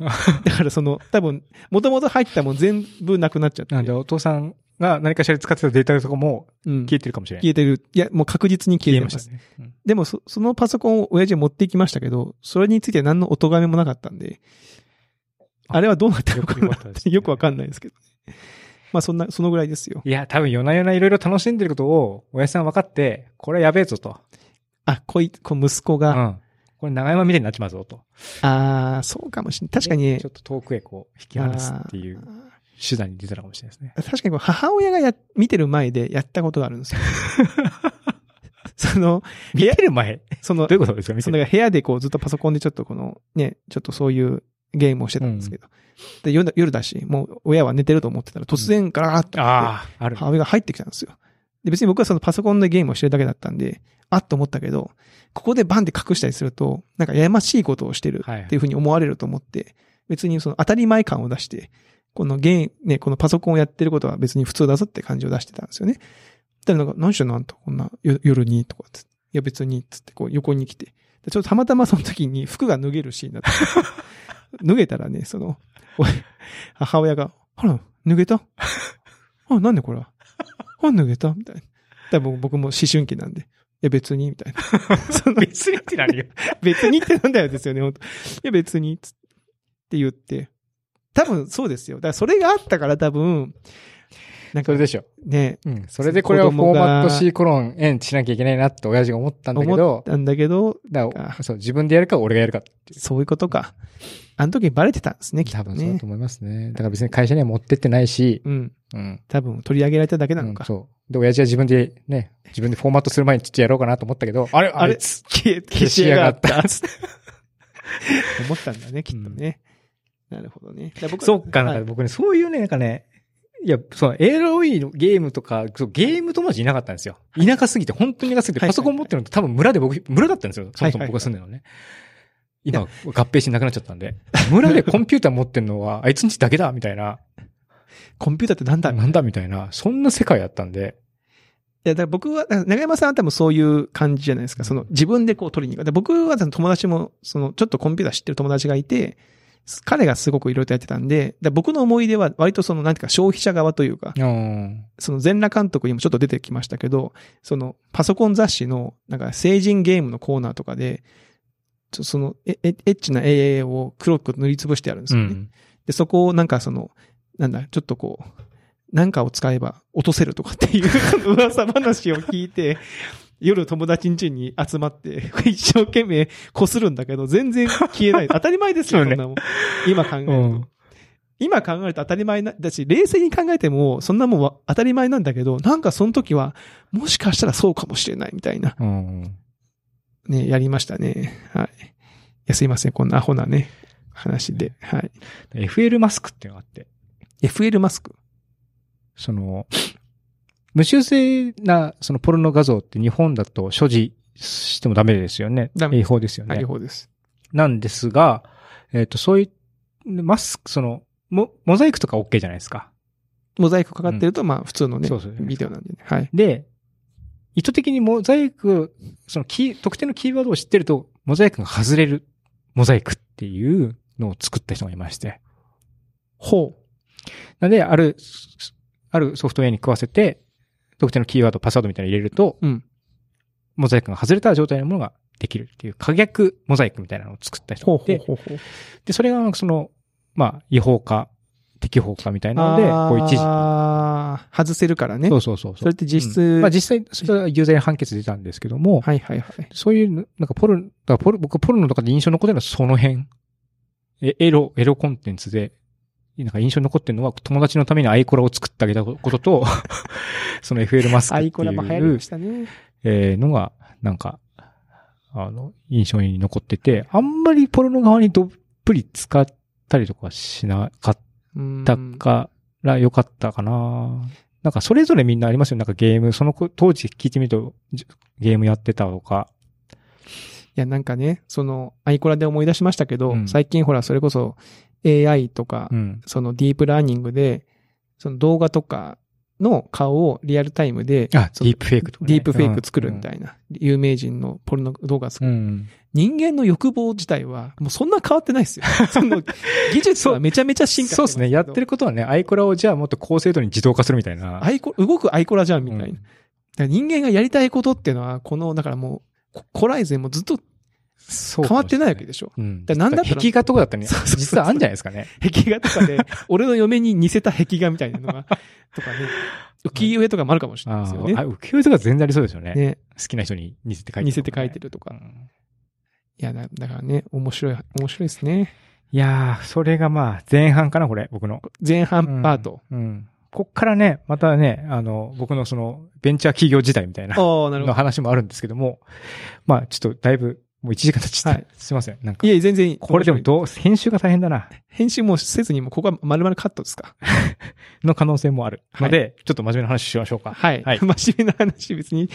[SPEAKER 1] だから、その、多分、もともと入ってたもん全部なくなっちゃって。
[SPEAKER 2] なんで、お父さんが何かしら使ってたデータとかも
[SPEAKER 1] うん
[SPEAKER 2] 消えてるかもしれない。
[SPEAKER 1] 消えてる。いや、もう確実に消えてました。
[SPEAKER 2] 消えましたね。
[SPEAKER 1] でもそ、そのパソコンを親父が持っていきましたけど、それについて何のお咎めもなかったんで、
[SPEAKER 2] あ
[SPEAKER 1] あれはどうなったのか
[SPEAKER 2] <laughs>
[SPEAKER 1] な
[SPEAKER 2] よか
[SPEAKER 1] っ
[SPEAKER 2] ったです
[SPEAKER 1] て
[SPEAKER 2] ね
[SPEAKER 1] よくわかんないですけど、ね。まあ、そんな、そのぐらいですよ。
[SPEAKER 2] いや、多分夜な夜ないろいろ楽しんでることを、親父さん分かって、これはやべえぞと。
[SPEAKER 1] あ、こい、こう息子
[SPEAKER 2] う
[SPEAKER 1] が、
[SPEAKER 2] ん。これ長山みたいになっちまうぞと。
[SPEAKER 1] ああ、そうかもしれない。確かにね
[SPEAKER 2] ちょ、っと遠くへこう、引き離すっていう手段に出たのかもしれないですね。
[SPEAKER 1] あー確かにこう母親がや、見てる前でやったことがあるんです
[SPEAKER 2] <laughs>
[SPEAKER 1] よ。その、部
[SPEAKER 2] 見
[SPEAKER 1] 屋
[SPEAKER 2] てる前。ど
[SPEAKER 1] その
[SPEAKER 2] うい、うことですか見
[SPEAKER 1] そ
[SPEAKER 2] て
[SPEAKER 1] の
[SPEAKER 2] る
[SPEAKER 1] 部屋でこうずっとパソコンでちょっとこのね、ちょっとそういうゲームをしてたんですけど。で夜だ、夜だし、もう親は寝てると思ってたら突然ガラーッと、
[SPEAKER 2] ああ、ある。
[SPEAKER 1] 母親が入ってきたんですよ。で、別に僕はそのパソコンでゲームをしてるだけだったんで、あっと思ったけど、ここでバンって隠したりすると、なんかややましいことをしてる
[SPEAKER 2] はい
[SPEAKER 1] っていうふうに思われると思って、別にその当たり前感を出して、このゲーム、ね、このパソコンをやってることは別に普通だぞって感じを出してたんですよね。ただなんか、何しろなんとこんな夜夜にとかつって、いや別に、つってこう横に来て。でちょっとたまたまその時に服が脱げるシーンだっ
[SPEAKER 2] <laughs>
[SPEAKER 1] た。脱げたらね、その、おい母親が、ほら、脱げたあ、なんでこれはあ、脱げたみたいな。多分僕も思春期なんで。いや別に、みたいな。
[SPEAKER 2] <laughs>
[SPEAKER 1] その
[SPEAKER 2] 別にってなるよ。
[SPEAKER 1] 別にってなんだよですよね、本当いや、別に、つって言って。多分そうですよ。だからそれがあったから多分、なん
[SPEAKER 2] <laughs> そ
[SPEAKER 1] か
[SPEAKER 2] れでしょ。
[SPEAKER 1] ね、
[SPEAKER 2] うん。それでこれをフォーマット C コロン円しなきゃいけないなって親父が思ったんだけ
[SPEAKER 1] 思っ
[SPEAKER 2] ど、
[SPEAKER 1] たんだけど、
[SPEAKER 2] だからそう、自分でやるか俺がやるかっていう。
[SPEAKER 1] そういうことか。あの時バレてたんですね、きっと
[SPEAKER 2] 多分そうだ
[SPEAKER 1] ね
[SPEAKER 2] と。思いますね。だから別に会社には持ってってないし、
[SPEAKER 1] うん。
[SPEAKER 2] うん。
[SPEAKER 1] 多分取り上げられただけな
[SPEAKER 2] う
[SPEAKER 1] の
[SPEAKER 2] ん
[SPEAKER 1] か。
[SPEAKER 2] そう。で、親父は自分でね、自分でフォーマットする前にちょっとやろうかなと思ったけど、あれあ
[SPEAKER 1] あれ
[SPEAKER 2] れ
[SPEAKER 1] 消え、消しやがった。つって思ったんだね、きっとね。なるほどね。だから僕は
[SPEAKER 2] そっか、なん
[SPEAKER 1] は
[SPEAKER 2] か
[SPEAKER 1] い
[SPEAKER 2] 僕ね、そういうね、なんかね、いや、その、エロいのゲームとか、そうゲーム友達いなかったんですよ。田舎すぎて、本当に田舎すぎて、
[SPEAKER 1] はい
[SPEAKER 2] パソコン持ってるのって多分村で僕、村だったんですよ。そもそも僕が住んでるのね。今、合併してなくなっちゃったんで。村でコンピューター持ってるのは、あい <laughs> つんちだけだみたいな。
[SPEAKER 1] コンピューターってなんだ
[SPEAKER 2] なんだみたいな。そんな世界だったんで。
[SPEAKER 1] いや、だから僕は、だから長山さんは多分そういう感じじゃないですか。その自分でこう取りに行く。で僕はその友達も、そのちょっとコンピューター知ってる友達がいて、彼がすごくいろいろとやってたんで、だから僕の思い出は割とそのなんていうか消費者側というか、
[SPEAKER 2] うん。
[SPEAKER 1] その全裸監督にもちょっと出てきましたけど、そのパソコン雑誌のなんか成人ゲームのコーナーとかで、ちょそのエエエッチな AA を黒く塗りつぶしてあるんです
[SPEAKER 2] う
[SPEAKER 1] よね。
[SPEAKER 2] ん。
[SPEAKER 1] で、そこをなんかその、なんだ、ちょっとこう、なんかを使えば落とせるとかっていう噂話を聞いて、 <laughs> 夜友達ん家に集まって、一生懸命こするんだけど、全然消えない。当たり前ですよ、
[SPEAKER 2] そう
[SPEAKER 1] そ
[SPEAKER 2] ね
[SPEAKER 1] んなもん。今考える
[SPEAKER 2] う
[SPEAKER 1] と。
[SPEAKER 2] ん。
[SPEAKER 1] 今考えると当たり前な、だし、冷静に考えても、そんなもんは当たり前なんだけど、なんかその時は、もしかしたらそうかもしれないみたいな、
[SPEAKER 2] うん。
[SPEAKER 1] ね、やりましたね。はい。いや、すいません、こんなアホなね、話で。はい。
[SPEAKER 2] FL マスクっていうのがあって。
[SPEAKER 1] FL マスク。
[SPEAKER 2] その、無修正な、そのポルノ画像って日本だと所持してもダメですよね。
[SPEAKER 1] ダメ
[SPEAKER 2] 違法ですよ
[SPEAKER 1] はい、
[SPEAKER 2] ね
[SPEAKER 1] 両。方です。なん
[SPEAKER 2] なんですが、えっ、と、そういう、マスク、その、モモザイクとか OK じゃないですか。
[SPEAKER 1] モザイクかかってると、まあ、普通のね
[SPEAKER 2] そうそう、
[SPEAKER 1] ビデオなんでね。はい。
[SPEAKER 2] で、意図的にモザイク、そのキー、特定のキーワードを知ってると、モザイクが外れる、モザイクっていうのを作った人がいまして。
[SPEAKER 1] ほ
[SPEAKER 2] なんで、ある、あるソフトウェアに食わせて、特定のキーワード、パスワードみたいなの入れると、
[SPEAKER 1] う。うん。
[SPEAKER 2] モザイクが外れた状態のものができるっていう、可逆モザイクみたいなのを作った人
[SPEAKER 1] ほう
[SPEAKER 2] がい
[SPEAKER 1] ほう
[SPEAKER 2] て、
[SPEAKER 1] ほうほう。
[SPEAKER 2] で、それが、その、まあ、違法化、適法化みたいなので、こう一時
[SPEAKER 1] あー外せるからね。
[SPEAKER 2] 期。そううそうそうう。
[SPEAKER 1] それって実質
[SPEAKER 2] うんまあ実際、それは有罪判決出たんですけども、
[SPEAKER 1] はいはいはい。
[SPEAKER 2] そういう、なんかポル、だからポル、僕はポルノとかで印象残ってるのはその辺。えエロ、エロコンテンツで、なんか印象に残ってるのは、友達のためにアイコラを作ってあげたことと、 <laughs> その FL マスクっ
[SPEAKER 1] ア
[SPEAKER 2] て
[SPEAKER 1] イコラも流行り
[SPEAKER 2] い
[SPEAKER 1] ま
[SPEAKER 2] う
[SPEAKER 1] したね。
[SPEAKER 2] えーのが、なんか、あの、印象に残ってて、あんまりポルノ側にどっぷり使ったりとかしなかっ
[SPEAKER 1] うん
[SPEAKER 2] だから良かったかな。なんかそれぞれみんなありますよ。なんかゲーム、その子当時聞いてみるとじゲームやってたとか。
[SPEAKER 1] いや、なんかね、その、アイコラで思い出しましたけど、
[SPEAKER 2] うん
[SPEAKER 1] 最近ほら、それこそ AI とか、
[SPEAKER 2] うん。
[SPEAKER 1] そのディープラーニングで、その動画とかの顔をリアルタイムで、
[SPEAKER 2] あ、
[SPEAKER 1] そ
[SPEAKER 2] デ
[SPEAKER 1] の
[SPEAKER 2] ィープフェイクとか、ね。
[SPEAKER 1] ディープフェイク作るみたいな、有名人のポルノ動画作
[SPEAKER 2] う
[SPEAKER 1] る。
[SPEAKER 2] ん。うん。
[SPEAKER 1] 人間の欲望自体は、もうそんな変わってないですよ。 <laughs> その、技術はめちゃめちゃ進化して
[SPEAKER 2] そうですね。やって
[SPEAKER 1] る。
[SPEAKER 2] ることはね、アイコラをじゃあもっと高精度に自動化するみたいな。
[SPEAKER 1] アイコ動くアイコラじゃんみたいな。
[SPEAKER 2] うん
[SPEAKER 1] だから人間がやりたいことっていうのは、この、だからもう、こ古来前もずっと
[SPEAKER 2] そう
[SPEAKER 1] 変わってないわけ
[SPEAKER 2] で。
[SPEAKER 1] でしょ。
[SPEAKER 2] うん。
[SPEAKER 1] だからなんだったら
[SPEAKER 2] 壁画とかだったらね
[SPEAKER 1] そうそうそう、
[SPEAKER 2] 実はあるんじゃないですかね。
[SPEAKER 1] 壁画と
[SPEAKER 2] <laughs>
[SPEAKER 1] かで、俺の嫁に似せた壁画みたいなのが、と
[SPEAKER 2] <laughs>
[SPEAKER 1] かね、浮世絵とかもあるかもしれない
[SPEAKER 2] あ
[SPEAKER 1] ですよ
[SPEAKER 2] ーあ、浮世絵とか全然ありそうですよね。
[SPEAKER 1] ね。
[SPEAKER 2] 好きな人に似せて書いてる、
[SPEAKER 1] 似せて書いてると
[SPEAKER 2] う
[SPEAKER 1] か。
[SPEAKER 2] ん
[SPEAKER 1] いや、だだからね、面白い、面白いですね。
[SPEAKER 2] いやー、それがまあ、前半かな、これ、僕の。
[SPEAKER 1] 前半パート。
[SPEAKER 2] うん。うん。こっからね、またね、あの、僕のその、ベンチャー企業時代みたいな、
[SPEAKER 1] ああ、なる
[SPEAKER 2] <laughs> の
[SPEAKER 1] ほ
[SPEAKER 2] 話もあるんですけども、まあ、ちょっとだいぶ、もう1時間経ちゃった。
[SPEAKER 1] はい
[SPEAKER 2] すいません。なんか
[SPEAKER 1] ど。、いや、全然いい
[SPEAKER 2] これでもどう、編集が大変だな、
[SPEAKER 1] 編集もせずに、もうここは丸々カットですか。
[SPEAKER 2] の可能性もある。ので、ちょっと真面目な話しましょうか。
[SPEAKER 1] はい。
[SPEAKER 2] はい
[SPEAKER 1] 真面目な話、別に、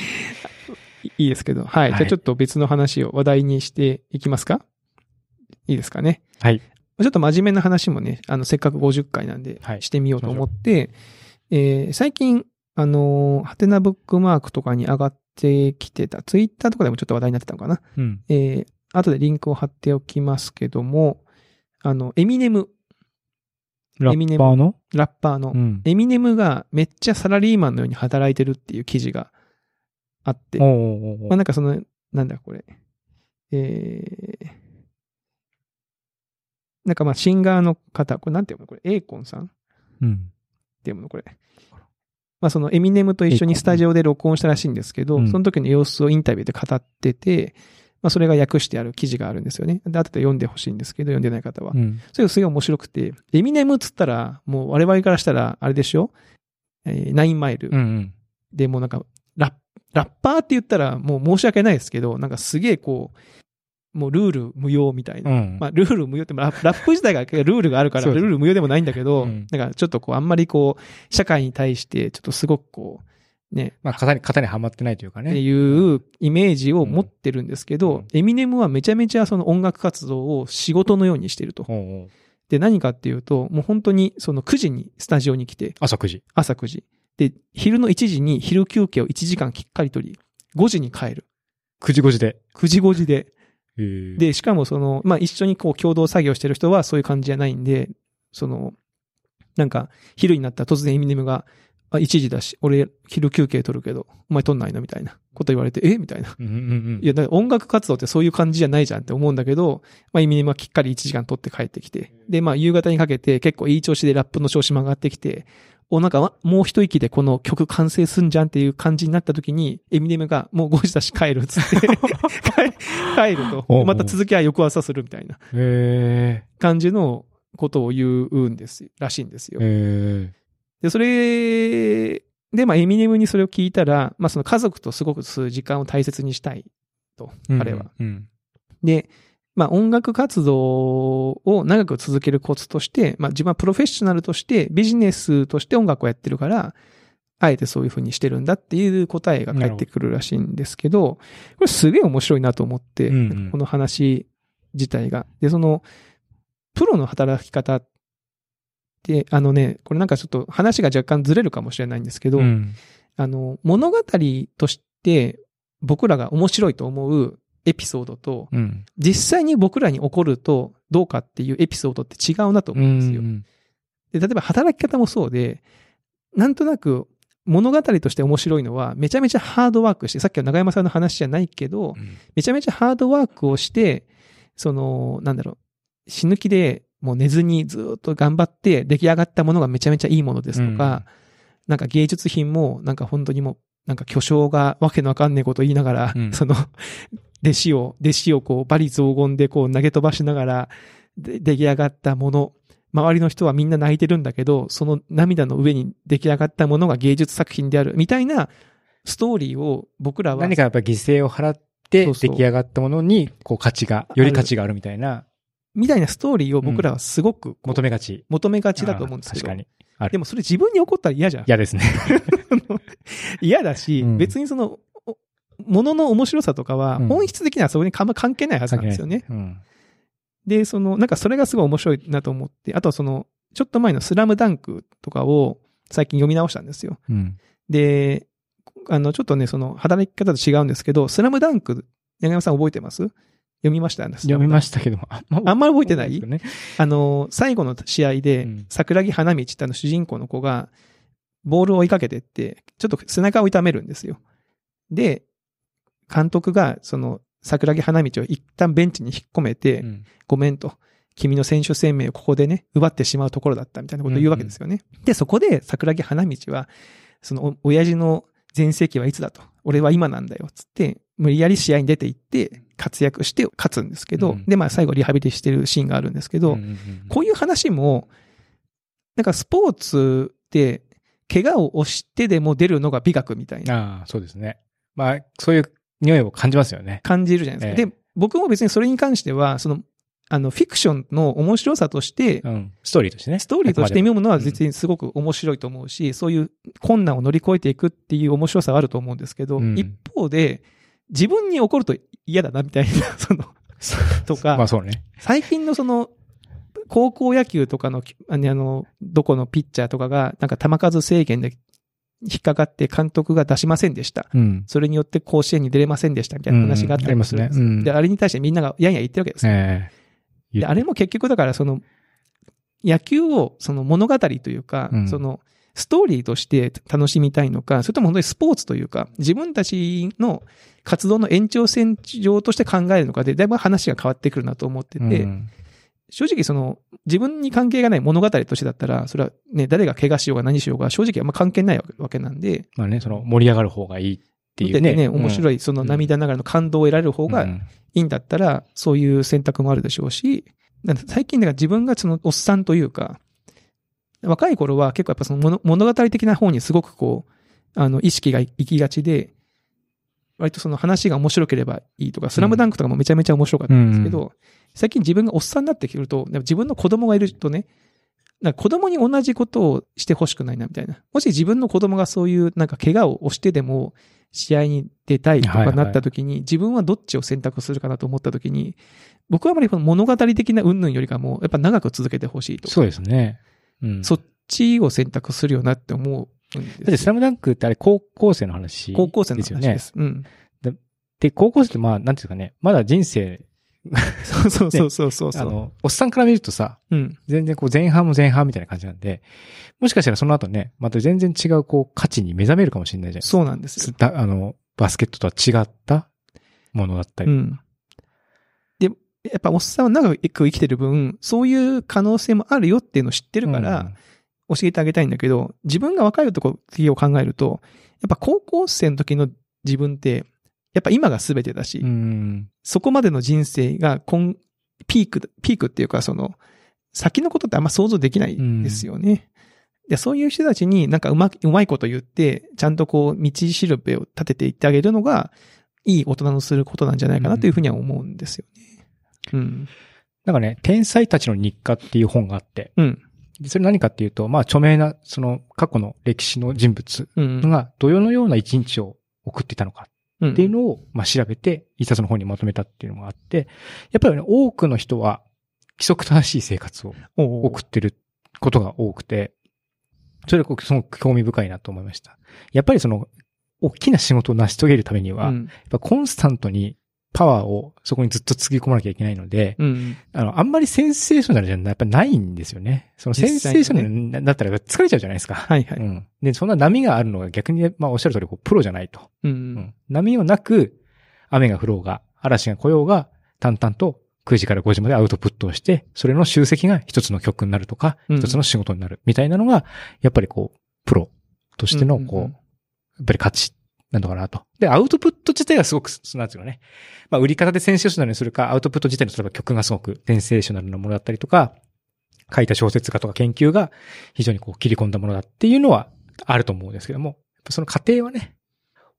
[SPEAKER 1] いいいですけど。はい。
[SPEAKER 2] はい
[SPEAKER 1] じゃあちょっと別の話を話題にしていきますかいいですかね。
[SPEAKER 2] はい。
[SPEAKER 1] ちょっと真面目な話もね、あの、せっかく50回なんで
[SPEAKER 2] は、い
[SPEAKER 1] してみようと思って、えー最近、あのー、ハテナブックマークとかに上がってきてた、ツイッターとかでもちょっと話題になってたのかな。
[SPEAKER 2] うん。
[SPEAKER 1] えー後でリンクを貼っておきますけども、あの、エミネム、
[SPEAKER 2] ラ
[SPEAKER 1] エミネム
[SPEAKER 2] ッパーの
[SPEAKER 1] ラッパーの、
[SPEAKER 2] うん。
[SPEAKER 1] エミネムがめっちゃサラリーマンのように働いてるっていう記事があって、
[SPEAKER 2] おう
[SPEAKER 1] ま
[SPEAKER 2] おうおう
[SPEAKER 1] あなんかその、なんだこれ、えー、なんかまあシンガーの方、これなんて読むのこれ、エイコンさんって
[SPEAKER 2] うん。
[SPEAKER 1] 読むのこれ。まあそのエミネムと一緒にスタジオで録音したらしいんですけど、
[SPEAKER 2] うん
[SPEAKER 1] その時の様子をインタビューで語ってて、まあそれが訳してある記事があるんですよね。で、後で読んでほしいんですけど、読んでない方は
[SPEAKER 2] う。ん。
[SPEAKER 1] それがすごい面白くて、エミネムっつったら、もう我々からしたら、あれでしょえー、ナインマイル。
[SPEAKER 2] うんうん。
[SPEAKER 1] で、もうなんか、ラッ、ラッパーって言ったら、もう申し訳ないですけど、なんかすげえこう、もうルール無用みたいな。
[SPEAKER 2] うん。
[SPEAKER 1] まあ、ルール無用って、ララップ自体がルールがあるから、
[SPEAKER 2] そう
[SPEAKER 1] ル
[SPEAKER 2] で
[SPEAKER 1] ー
[SPEAKER 2] す
[SPEAKER 1] ル無用でもないんだけど、
[SPEAKER 2] うん
[SPEAKER 1] なんかちょっとこう、あんまりこう、社会に対して、ちょっとすごくこう、ね、
[SPEAKER 2] まあ、型に、型にはまってないというか
[SPEAKER 1] って
[SPEAKER 2] ね。
[SPEAKER 1] いうイメージを持ってるんですけど、
[SPEAKER 2] うん
[SPEAKER 1] エミネムはめちゃめちゃその音楽活動を仕事のようにしてると。
[SPEAKER 2] おうおう
[SPEAKER 1] で、何かっていうと、もう本当にその9時にスタジオに来て、
[SPEAKER 2] 朝9時。
[SPEAKER 1] 朝9時。で、昼の1時に昼休憩を1時間きっかり取り、5時に帰る。
[SPEAKER 2] 9時5時で。
[SPEAKER 1] 9時5時で。
[SPEAKER 2] で、
[SPEAKER 1] で、しかもその、まあ、一緒にこう共同作業してる人はそういう感じじゃないんで、その、なんか、昼になったら突然エミネムが、あ、1時だし、俺昼休憩取るけど、お前取んないのみたいなこと言われて、えみたいな。
[SPEAKER 2] うんうんうん
[SPEAKER 1] いや、だから音楽活動ってそういう感じじゃないじゃんって思うんだけど、まあ、エミネムはきっかり1時間取って帰ってきて、で、まあ、夕方にかけて結構いい調子でラップの調子も上がってきて、お、なんかわ、もう一息でこの曲完成すんじゃんっていう感じになった時に、エミネムがもう5時だし帰るっつって帰、帰ると。
[SPEAKER 2] おうお
[SPEAKER 1] で
[SPEAKER 2] う
[SPEAKER 1] また続きは翌朝するみたいな
[SPEAKER 2] へ
[SPEAKER 1] 感じのことを言うんです、らしいんです
[SPEAKER 2] え。
[SPEAKER 1] よ。
[SPEAKER 2] へ
[SPEAKER 1] で、それ、で、まあ、エミネムにそれを聞いたら、まあ、その家族とすごく時間を大切にしたいと、
[SPEAKER 2] え。
[SPEAKER 1] 彼は。。
[SPEAKER 2] うん。
[SPEAKER 1] で、まあ、音楽活動を長く続けるコツとして、まあ、自分はプロフェッショナルとして、ビジネスとして音楽をやってるから、あえてそういうふうにしてるんだっていう答えが返ってくるらしいんですけど、これすげえ面白いなと思って、
[SPEAKER 2] うんうん
[SPEAKER 1] この話自体が。で、その、プロの働き方って、あのね、これなんかちょっと話が若干ずれるかもしれないんですけど、
[SPEAKER 2] うん
[SPEAKER 1] あの、物語として僕らが面白いと思うエピソードと、
[SPEAKER 2] うん。
[SPEAKER 1] 実際に僕らに起こるとどうかっていうエピソードって違うなと思うんですよ。
[SPEAKER 2] うん
[SPEAKER 1] で例えば働き方もそうで、なんとなく物語として面白いのはめちゃめちゃハードワークして、さっきの長山さんの話じゃないけど
[SPEAKER 2] う、ん
[SPEAKER 1] めちゃめちゃハードワークをして、その、なんだろう、死ぬ気でもう寝ずにずっと頑張って出来上がったものがめちゃめちゃいいものですとか、なんか芸術品もなんか本当にもう、なんか巨匠がわけのわかんねえこと言いながら、
[SPEAKER 2] うん
[SPEAKER 1] その、弟子を、弟子をこう、バリ雑言でこう投げ飛ばしながら、で出来上がったもの、周りの人はみんな泣いてるんだけど、その涙の上に出来上がったものが芸術作品である、みたいなストーリーを僕らは。
[SPEAKER 2] 何かやっぱり犠牲を払って
[SPEAKER 1] そうそう
[SPEAKER 2] 出来上がったものに、こう価値が、より価値があるみたいな、
[SPEAKER 1] みたいなストーリーを僕らはすごく
[SPEAKER 2] 求めがち。
[SPEAKER 1] 求めがちだと思うんですけど。
[SPEAKER 2] あー確かに。に
[SPEAKER 1] でもそれ自分に起こったら嫌じゃん。
[SPEAKER 2] 嫌ですね。
[SPEAKER 1] 嫌だし、
[SPEAKER 2] うん
[SPEAKER 1] 別にその、おものの面白さとかは、
[SPEAKER 2] うん
[SPEAKER 1] 本質的にはそこにあんま関係ないはずなんですよね。
[SPEAKER 2] うん。
[SPEAKER 1] で、その、なんかそれがすごい面白いなと思って、あとはその、ちょっと前のスラムダンクとかを最近読み直したんですよ。
[SPEAKER 2] うん。
[SPEAKER 1] で、あの、ちょっとね、その、働き方と違うんですけど、スラムダンク、柳山さん覚えてます読みました
[SPEAKER 2] 読みま
[SPEAKER 1] し
[SPEAKER 2] したけども、あんま
[SPEAKER 1] あんま覚えてない
[SPEAKER 2] 覚えて
[SPEAKER 1] あの、最後の試合で、
[SPEAKER 2] うん
[SPEAKER 1] 桜木花道ってあの主人公の子が、ボールを追いかけてって、ちょっと背中を痛めるんですよ。で、監督が、その、桜木花道を一旦ベンチに引っ込めて、
[SPEAKER 2] ないですよね
[SPEAKER 1] ごめんと、君の選手生命をここでね、奪ってしまうところだったみたいなことを言うわけですよね。で、そこで桜木花道は、その、お親父の前世紀はいつだと、俺は今なんだよ、つって、無理やり試合に出て行って、活躍して勝つんですけど、
[SPEAKER 2] うん
[SPEAKER 1] で、まあ最後リハビリしてるシーンがあるんですけ
[SPEAKER 2] うん
[SPEAKER 1] ど、
[SPEAKER 2] うんうんうん
[SPEAKER 1] こういう話も、なんかスポーツって、怪我を押してでも出るのが美学みたいな
[SPEAKER 2] ああ、そうですね。まあ、そういう匂いを感じますよね。
[SPEAKER 1] 感じるじゃないですか。
[SPEAKER 2] ええ
[SPEAKER 1] で、僕も別にそれに関しては、その、あの、フィクションの面白さとして、
[SPEAKER 2] うん。ストーリーとしてね。
[SPEAKER 1] ストーリーとして
[SPEAKER 2] あくまでも
[SPEAKER 1] 読むのは別にすごく面白いと思うし、そういう困難を乗り越えていくっていう面白さはあると思うんですけど、
[SPEAKER 2] うん
[SPEAKER 1] 一方で、自分に起こると嫌だなみたいな、その、とか、
[SPEAKER 2] まあそうね。
[SPEAKER 1] 最近のその、高校野球とかの、あのあの、どこのピッチャーとかが、なんか球数制限で引っかかって監督が出しませんでした。
[SPEAKER 2] うん。
[SPEAKER 1] それによって甲子園に出れませんでしたみたいな話があったりもするんです。
[SPEAKER 2] うんありますねうん
[SPEAKER 1] で、あれに対してみんながやんや言ってるわけですよ。
[SPEAKER 2] ええ
[SPEAKER 1] で、あれも結局だからその、野球をその物語というか、
[SPEAKER 2] うん
[SPEAKER 1] その、ストーリーとして楽しみたいのか、それとも本当にスポーツというか、自分たちの活動の延長線上として考えるのかで、だいぶ話が変わってくるなと思ってて、
[SPEAKER 2] うん
[SPEAKER 1] 正直その、自分に関係がない物語としてだったら、それはね、誰が怪我しようが何しようが、正直あんま関係ないわけなんで、
[SPEAKER 2] まあね、その盛り上がる方がいいって
[SPEAKER 1] 見
[SPEAKER 2] いう
[SPEAKER 1] て
[SPEAKER 2] ね。
[SPEAKER 1] てね、面白
[SPEAKER 2] い
[SPEAKER 1] い、その涙ながらの感動を得られる方がいいんだったら、そういう選択もあるでしょうし、なんか最近だから自分がそのおっさんというか、若い頃は結構やっぱその物物語的な方にすごくこう、あの、意識がいきがちで、割とその話が面白ければいいとか、スラムダンクとかもめちゃめちゃ面白かったんですけど、最近自分がおっさんになってくると、でも自分の子供がいるとね、なんか子供に同じことをしてほしくないなみたいな。もし自分の子供がそういうなんか怪我を押してでも試合に出たいと
[SPEAKER 2] はい
[SPEAKER 1] か
[SPEAKER 2] はい
[SPEAKER 1] なった時に、自分はどっちを選択するかなと思った時に、僕はあまりこの物語的な云々よりかも、やっぱ長く続けてほしいと。
[SPEAKER 2] そうですね。うん。
[SPEAKER 1] そっちを選択するよなって思うん
[SPEAKER 2] だっ
[SPEAKER 1] で
[SPEAKER 2] て、
[SPEAKER 1] す
[SPEAKER 2] ス
[SPEAKER 1] よ。
[SPEAKER 2] ラムダンクってあれ、高校生の話。
[SPEAKER 1] 高校生の
[SPEAKER 2] ですよ
[SPEAKER 1] 話
[SPEAKER 2] ね
[SPEAKER 1] で。す。うん。
[SPEAKER 2] で、高校生って、まあ、なんていうかね、まだ人生、
[SPEAKER 1] そうそうそうそうそうそ
[SPEAKER 2] あ
[SPEAKER 1] う、
[SPEAKER 2] の、おっさんから見るとさ、
[SPEAKER 1] うん。
[SPEAKER 2] 全然こう前半も前半みたいな感じなんで、もしかしたらその後ね、また全然違うこう価値に目覚めるかもしれないじゃないです
[SPEAKER 1] そうなんですよ
[SPEAKER 2] か。だあの、バスケットとは違ったものだったり。
[SPEAKER 1] うん。で、やっぱおっさんは長く生きてる分、そういう可能性もあるよっていうのを知ってるから、教えてあげたいんだけど、自分が若い時を考えると、やっぱ高校生の時の自分って、やっぱ今が全てだし、
[SPEAKER 2] うん、うん。
[SPEAKER 1] そこまでの人生が今、ピーク、ピークっていうか、その、先のことってあんま想像できないですよね。で、そういう人たちになんかうまく、うまいこと言って、ちゃんとこう、道しるべを立てていってあげるのが、いい大人のすることなんじゃないかなというふうには思うんですよね。うん。
[SPEAKER 2] なんかね、天才たちの日課っていう本があって、
[SPEAKER 1] うん。
[SPEAKER 2] でそれ何かっていうと、まあ著名な、その過去の歴史の人物
[SPEAKER 1] うん。
[SPEAKER 2] がどのような一日を送っていたのか
[SPEAKER 1] うん。
[SPEAKER 2] っていうのを、まあ、調べて、一冊の方にまとめたっていうのがあって、やっぱりね、多くの人は、規則正しい生活を
[SPEAKER 1] を
[SPEAKER 2] 送ってることが多くて、それがすごく興味深いなと思いました。やっぱりその、大きな仕事を成し遂げるためには、
[SPEAKER 1] う
[SPEAKER 2] やっ
[SPEAKER 1] ん。
[SPEAKER 2] ぱコンスタントにパワーをそこにずっとつぎ込まなきゃいけないので、
[SPEAKER 1] うん。
[SPEAKER 2] あの、あんまりセンセーショナルじゃやっぱないんですよね。そのセンセーショナルになったら疲れちゃうじゃないですか。
[SPEAKER 1] はいは
[SPEAKER 2] う
[SPEAKER 1] い。
[SPEAKER 2] ん。で、そんな波があるのが逆に、まあおっしゃる通り、こうプロじゃないと。
[SPEAKER 1] う。
[SPEAKER 2] うんん波をなく、雨が降ろうが、嵐が来ようが、淡々と9時から5時までアウトプットをして、それの集積が一つの曲になるとか、
[SPEAKER 1] うん
[SPEAKER 2] 一つの仕事になるみたいなのが、やっぱりこう、プロとしての、こう、
[SPEAKER 1] うんうんうん
[SPEAKER 2] やっぱり価値なのかなと。で、アウトプット自体がすごく、そなんていうかね、まあ、売り方でセンセーショナルにするか、アウトプット自体の、例えば曲がすごくセンセーショナルなものだったりとか、書いた小説家とか研究が非常にこう切り込んだものだっていうのはあると思うんですけども、やっぱその過程はね、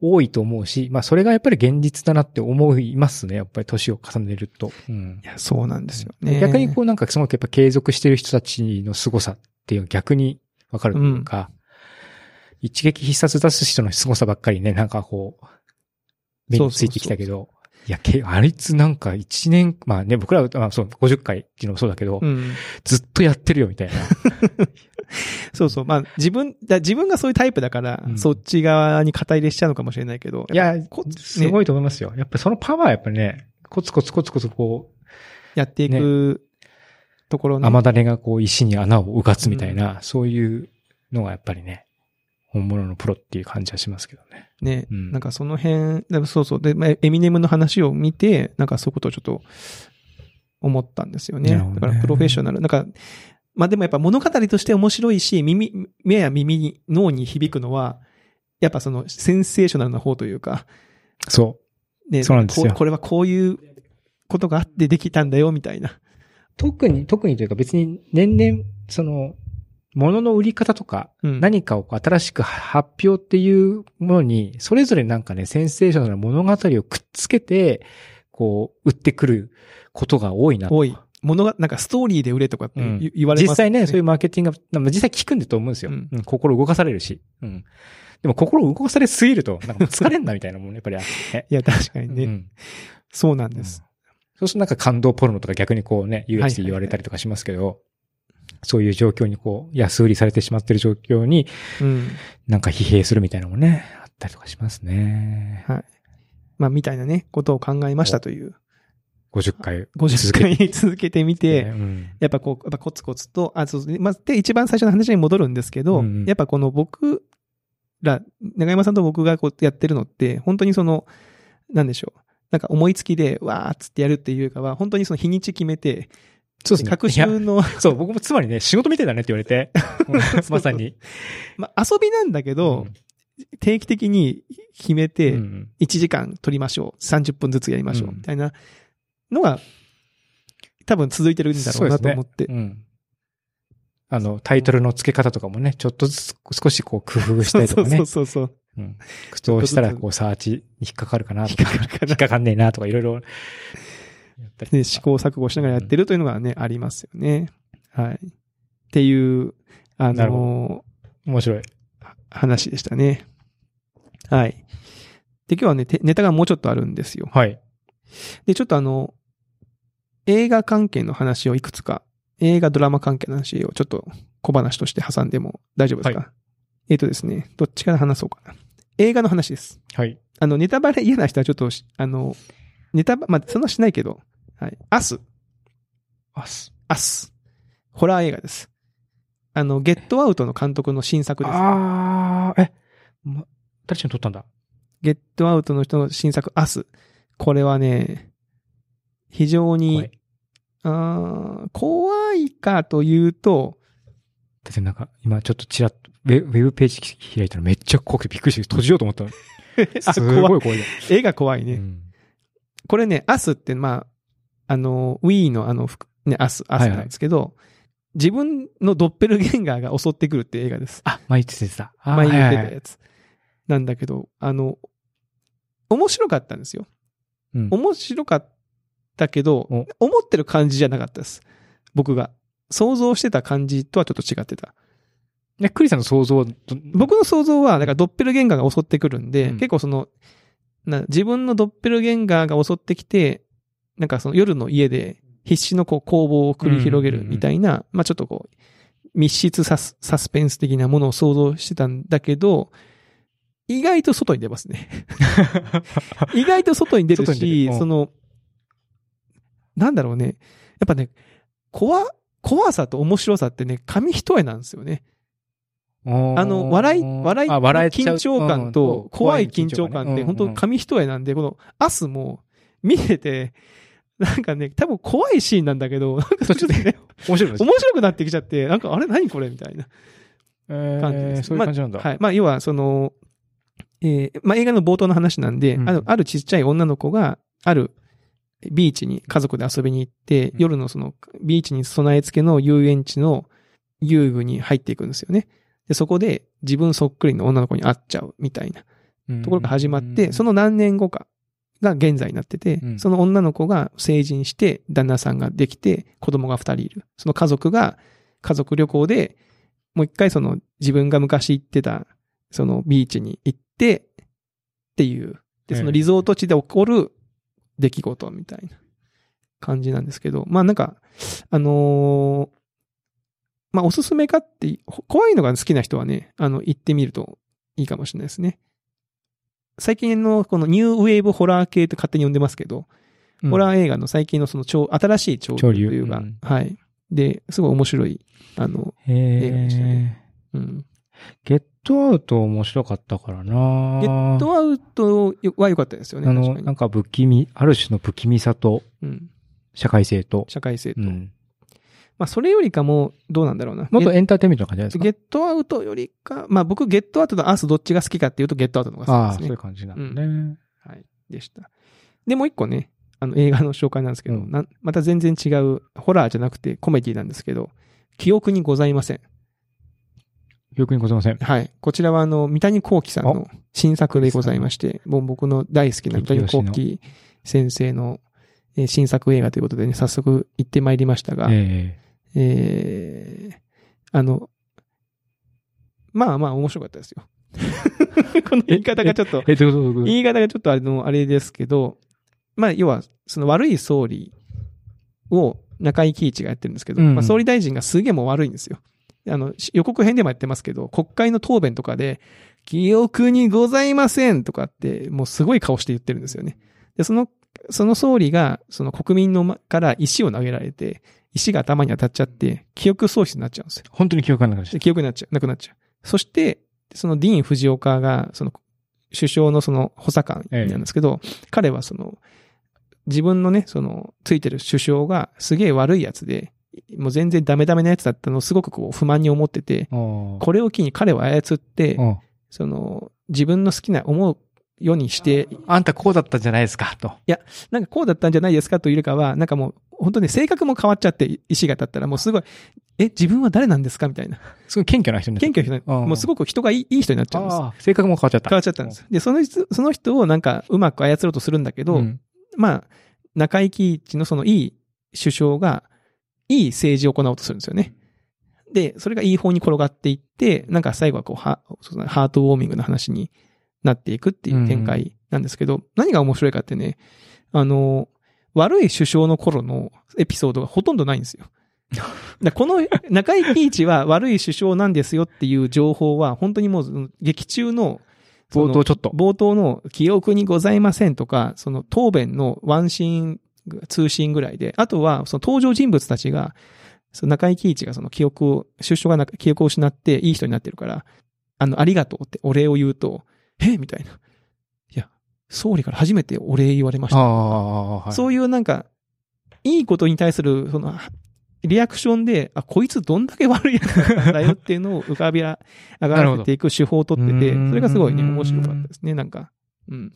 [SPEAKER 2] 多いと思うし、まあそれがやっぱり現実だなって思いますね。やっぱり年を重ねると。うん
[SPEAKER 1] い。や、そうなんですよね。
[SPEAKER 2] 逆にこうなんかすごくやっぱ継続してる人たちの凄さっていうのは逆にわかるというか、一撃必殺出す人の凄さばっかりね、なんかこう、目についてきたけど、いや、けあいつなんか一年、まあね、僕らは、まあそう、50回っていうのもそうだけど、
[SPEAKER 1] うん。
[SPEAKER 2] ずっとやってるよみたいな。
[SPEAKER 1] そうそう。まあ、自分、だ自分がそういうタイプだから、
[SPEAKER 2] うん
[SPEAKER 1] そっち側に肩入れしちゃうのかもしれないけど。
[SPEAKER 2] いや
[SPEAKER 1] こ、
[SPEAKER 2] すごいと思いますよ。やっぱそのパワーやっぱりね、コツコツコツコツこ
[SPEAKER 1] やっていくところ
[SPEAKER 2] う、
[SPEAKER 1] ね
[SPEAKER 2] 雨種がこう石に穴をうかつみたいな、そういうのがやっぱりね、本物のプロっていう感じはしますけどね。
[SPEAKER 1] ね、
[SPEAKER 2] うん
[SPEAKER 1] なんかその辺、でもそうそう。で、まあ、エミネムの話を見て、なんかそういうことをちょっと思ったんですよね。
[SPEAKER 2] なるほどね
[SPEAKER 1] だからプロフェッショナル。なんか、まあでもやっぱ物語として面白いし、耳、目や耳に、脳に響くのは、やっぱそのセンセーショナルな方というか、
[SPEAKER 2] そ
[SPEAKER 1] ね、
[SPEAKER 2] そうなんですよ
[SPEAKER 1] こうこれはこういうことがあってできたんだよ、みたいな。
[SPEAKER 2] う。特に、特にというか別に年々、その、物の売り方とか、
[SPEAKER 1] うん。
[SPEAKER 2] 何かをこう新しく発表っていうものに、それぞれなんかね、センセーショナルな物語をくっつけて、こう、売ってくることが多いなと。
[SPEAKER 1] 多い。物が、なんかストーリーで売れとかって言,、
[SPEAKER 2] うん
[SPEAKER 1] 言われます、
[SPEAKER 2] 実際ね、そういうマーケティングが、まあ実際聞くんだと思うんですよ。
[SPEAKER 1] うん
[SPEAKER 2] うん心動かされるし。うん。でも心動かされすぎると、なんか疲れんなみたいなもんね、やっぱりあって
[SPEAKER 1] いや、確かに
[SPEAKER 2] ね。
[SPEAKER 1] <laughs> ね。
[SPEAKER 2] うん
[SPEAKER 1] そうなんです。
[SPEAKER 2] そうするとなんか感動ポルノとか逆にこうね、
[SPEAKER 1] はいはい
[SPEAKER 2] UX で言われたりとかしますけど、そういう状況にこう、安売りされてしまってる状況に、
[SPEAKER 1] うん。
[SPEAKER 2] なんか疲弊するみたいなのもね、あったりとかしますね。
[SPEAKER 1] まあ、みたいなね、ことを考えましたという。
[SPEAKER 2] 50回
[SPEAKER 1] 50
[SPEAKER 2] 続けて
[SPEAKER 1] 回続けてみ
[SPEAKER 2] ね。
[SPEAKER 1] て、やっぱこう、やっぱコツコツと、あ、そうですね。まあ、で、一番最初の話に戻るんですけど、
[SPEAKER 2] うんうん
[SPEAKER 1] やっぱこの僕ら、長山さんと僕がこうやってるのって、本当にその、なんでしょう。なんか思いつきで、わーっつってやるっていうよりかは、本当にその日にち決めて、
[SPEAKER 2] そうですね。
[SPEAKER 1] 各
[SPEAKER 2] いや
[SPEAKER 1] 週の、
[SPEAKER 2] そう、僕もつまりね、仕事みたいだねって言わ
[SPEAKER 1] <laughs>
[SPEAKER 2] れて、まさに。
[SPEAKER 1] まあ、遊びなんだけど、定期的に決め
[SPEAKER 2] う
[SPEAKER 1] て、
[SPEAKER 2] ん
[SPEAKER 1] 1時間取りましょう。30分ずつやりましょう。
[SPEAKER 2] うん
[SPEAKER 1] みたいなのが、多分続いてるんだろうなと思って。
[SPEAKER 2] うん。あの、タイトルの付け方とかもね、ちょっとずつ少しこう工夫したりとかね
[SPEAKER 1] そう。そうそうそう。
[SPEAKER 2] うんどうしたらこうサーチに引っかかるかなとか、
[SPEAKER 1] 引っかかるかな
[SPEAKER 2] 引っかかんねえなとかいろいろやったりとか
[SPEAKER 1] ね、試行錯誤しながらやってるというのがね、ありますよね。はい。っていう、あ
[SPEAKER 2] なる
[SPEAKER 1] の
[SPEAKER 2] 面白い。
[SPEAKER 1] ーは話でしたね。はい。で、今日はね、てネタがもうちょっとあるんですよ。
[SPEAKER 2] はい。
[SPEAKER 1] で、ちょっとあの、映画関係の話をいくつか、映画ドラマ関係の話をちょっと小話として挟んでも大丈夫ですか、
[SPEAKER 2] は
[SPEAKER 1] えっ、とですね、どっちから話そうかな。映画の話です。
[SPEAKER 2] はい。
[SPEAKER 1] あの、ネタバレ嫌な人はちょっとし、あの、ネタバ、まあ、そんなしないけど、はい。明日、
[SPEAKER 2] あす。
[SPEAKER 1] アス。ホラー映画です。あの、ゲットアウトの監督の新作です。
[SPEAKER 2] あー、え、ま、誰ちゃん撮ったんだ
[SPEAKER 1] ゲットアウトの人の新作、アス。これはね、非常
[SPEAKER 2] 怖
[SPEAKER 1] に
[SPEAKER 2] い。
[SPEAKER 1] あー怖いかという
[SPEAKER 2] <laughs>
[SPEAKER 1] と、
[SPEAKER 2] だってなんか、今ちょっとちらっと、ウェウェブページ開いたらめっちゃ怖くてびっくりして閉じようと思ったの。
[SPEAKER 1] <laughs> あ
[SPEAKER 2] すご
[SPEAKER 1] 怖い
[SPEAKER 2] い怖いよ。
[SPEAKER 1] 絵が怖いね。
[SPEAKER 2] うん
[SPEAKER 1] これね、アスって、まあ、あの、ウィーのあの、ふくね、アス、アスなんですけど、自分のドッペルゲンガーが襲ってくるって映画です。
[SPEAKER 2] あ、前言ってた。あ
[SPEAKER 1] 前言って
[SPEAKER 2] は
[SPEAKER 1] た
[SPEAKER 2] いはいはい
[SPEAKER 1] やつ。なんだけど、あの、面白かったんですよ。
[SPEAKER 2] うん
[SPEAKER 1] 面白かったけど、
[SPEAKER 2] お
[SPEAKER 1] 思ってる感じじゃなかったです。僕が。想像してた感じとはちょっと違ってた。
[SPEAKER 2] ね、クリさんの想像と、 <laughs>
[SPEAKER 1] 僕の想像は、だからドッペルゲンガーが襲ってくるんで、
[SPEAKER 2] うん
[SPEAKER 1] 結構そのな、自分のドッペルゲンガーが襲ってきて、なんかその夜の家で必死のこう攻防を繰り広げるみたいな、まあちょっとこう、密室サスサスペンス的なものを想像してたんだけど、意外と外に出ます
[SPEAKER 2] <laughs>
[SPEAKER 1] ね。意外と外に出る
[SPEAKER 2] 外に出
[SPEAKER 1] し、
[SPEAKER 2] るうん
[SPEAKER 1] その、なんだろうね。やっぱね、怖、怖さと面白さってね、紙一重なんですよね。
[SPEAKER 2] あ
[SPEAKER 1] あの、笑い、笑い、
[SPEAKER 2] あ笑えちゃう
[SPEAKER 1] 緊張感
[SPEAKER 2] うん
[SPEAKER 1] と、怖い緊張感って、
[SPEAKER 2] うん
[SPEAKER 1] 本当紙一重なんで、この、アスも、見てて、なんかね、多分怖いシーンなんだけど、なんか
[SPEAKER 2] 途中で
[SPEAKER 1] ちょっとね
[SPEAKER 2] 面白いです
[SPEAKER 1] 面白くなってきちゃって、なんか、あれ何これみたいな感じ
[SPEAKER 2] え
[SPEAKER 1] で
[SPEAKER 2] ー
[SPEAKER 1] す。
[SPEAKER 2] そういう感じなんだ。
[SPEAKER 1] まあはい。まあ、要は、その、えーまあ、映画の冒頭の話なんで、
[SPEAKER 2] うん
[SPEAKER 1] あのあるちっちゃい女の子が、ある、ビーチに家族で遊びに行って、
[SPEAKER 2] うん
[SPEAKER 1] 夜のそのビーチに備え付けの遊園地の遊具に入っていくんですよね。で、そこで自分そっくりの女の子に会っちゃうみたいなところから始まって、そ
[SPEAKER 2] の、
[SPEAKER 1] の何年後かが現在になってて、
[SPEAKER 2] うん
[SPEAKER 1] その女の子が成人して、旦那さんができて、子供が二人いる。その家族が、家族旅行で、もう一回その自分が昔行ってた、そのビーチに行って、っていう。で、そのリゾート地で起こる出来事みたいな感じなんですけど、まあなんか、あのーまあおすすめかって、ほ怖いのが好きな人はね、あの、行ってみるといいかもしれないですね。最近のこのニューウェーブホラー系って勝手に呼んでますけど、
[SPEAKER 2] うん
[SPEAKER 1] ホラー映画の最近のその超、新しい潮流というか、
[SPEAKER 2] 潮流うん
[SPEAKER 1] はい。で、すごい面白い、あの、映画でしたねうん。
[SPEAKER 2] ゲットアウト面白かったからな
[SPEAKER 1] ゲットアウトは良かったですよね、
[SPEAKER 2] あの、
[SPEAKER 1] 確か
[SPEAKER 2] な
[SPEAKER 1] に
[SPEAKER 2] ん。か不気味、ある種の不気味さと
[SPEAKER 1] うん。
[SPEAKER 2] 社会性と、
[SPEAKER 1] 社会性と。
[SPEAKER 2] うん。
[SPEAKER 1] まあ、それよりかも、どうなんだろうな。
[SPEAKER 2] もっとエンターテインメントな感じじゃないですか。
[SPEAKER 1] ゲットアウトよりか、まあ僕、ゲットアウトとアースどっちが好きかっていうと、ゲットアウトの方が
[SPEAKER 2] ああ、
[SPEAKER 1] 好き
[SPEAKER 2] そ
[SPEAKER 1] です
[SPEAKER 2] うい
[SPEAKER 1] ね
[SPEAKER 2] う。感じなんだね。
[SPEAKER 1] はい。でした。で、もう一個ね、あの映画の紹介なんですけど、
[SPEAKER 2] うん
[SPEAKER 1] なんまた全然違う、ホラーじゃなくてコメディなんですけど、記憶にございません。
[SPEAKER 2] 記憶にございません。
[SPEAKER 1] はい。こちらは、あの、三谷幸喜さんの新作でございまして、もう僕の大好きな三谷幸喜先生のえー新作映画ということでね、早速行ってまいりましたが、
[SPEAKER 2] え
[SPEAKER 1] えーあの、まあまあ面白かったですよ。 <laughs> この言い方がちょっと
[SPEAKER 2] え、え、どうぞどうぞ
[SPEAKER 1] 言い方がちょっとあの、あれですけど、まあ、要は、その悪い総理を中井貴一がやってるんですけど、
[SPEAKER 2] うん
[SPEAKER 1] まあ、総理大臣がすげえもう悪いんですよ。あの、し予告編でもやってますけど、国会の答弁とかで、記憶にございませんとかって、もうすごい顔して言ってるんですよね。で、その、その総理が、その国民のまから石を投げられて、石が頭に当たっちゃって、記憶喪失になっちゃうんですよ。
[SPEAKER 2] 本当に記憶がなくなっちゃ
[SPEAKER 1] で
[SPEAKER 2] っ
[SPEAKER 1] 記憶になっちゃう、なくなっちゃう。そして、そのディーン・フジオカが、その、首相のその補佐官なんですけど、彼はその、自分のね、その、ついてる首相がすげえ悪いやつで、もう全然ダメダメなやつだったのをすごくこう不満に思ってて、
[SPEAKER 2] た。ああ
[SPEAKER 1] これを機に彼を操って、
[SPEAKER 2] うん
[SPEAKER 1] その、自分の好きな思うようにして、
[SPEAKER 2] あんたこうだったんじゃないですか、と。
[SPEAKER 1] なんかこうだったんじゃないですかというよりかは、なんかもう、本当に性格も変わっちゃって、石が立ったらもうすごい、え、自分は誰なんですかみたいな。
[SPEAKER 2] すごい謙虚な人になっちゃ
[SPEAKER 1] 謙虚
[SPEAKER 2] っ
[SPEAKER 1] な、
[SPEAKER 2] あー
[SPEAKER 1] もうすごく人がいいいい人になっちゃ
[SPEAKER 2] た。
[SPEAKER 1] うんです。
[SPEAKER 2] ああ、性格も変わっちゃった。
[SPEAKER 1] 変わっちゃったんです。で、その人、その人をなんかうまく操ろうとするんだけど、
[SPEAKER 2] うん
[SPEAKER 1] まあ、中井貴一のそのいい首相が、いい政治を行おうとするんですよね。で、それがいい方に転がっていって、なんか最後はこう、はそのハートウォーミングの話になっていくっていう展開なんですけど、何が面白いかってね、あの、悪い首相の頃のエピソードがほとんどないんですよ。だからこの中井貴一は悪い首相なんですよっていう情報は、本当にもうその劇中の、そ
[SPEAKER 2] 冒
[SPEAKER 1] の
[SPEAKER 2] 頭ちょっと。
[SPEAKER 1] 冒頭の記憶にございませんとか、その答弁のワンシーン、ツーシーンぐらいで、あとはその登場人物たちが、その中井貴一がその記憶を、出所がな記憶を失っていい人になってるから、あの、ありがとうってお礼を言うと、えみたいな。いや、総理から初めてお礼言われまし
[SPEAKER 2] あ
[SPEAKER 1] た。
[SPEAKER 2] あ、はい。
[SPEAKER 1] そういうなんか、いいことに対する、その、リアクションで、あ、こいつどんだけ悪いやつなんだよっていうのを浮かび上
[SPEAKER 2] <laughs>
[SPEAKER 1] がらせていく手法を取ってて、
[SPEAKER 2] なるほど
[SPEAKER 1] それがすごいね、面白かったですね、なんか。うん。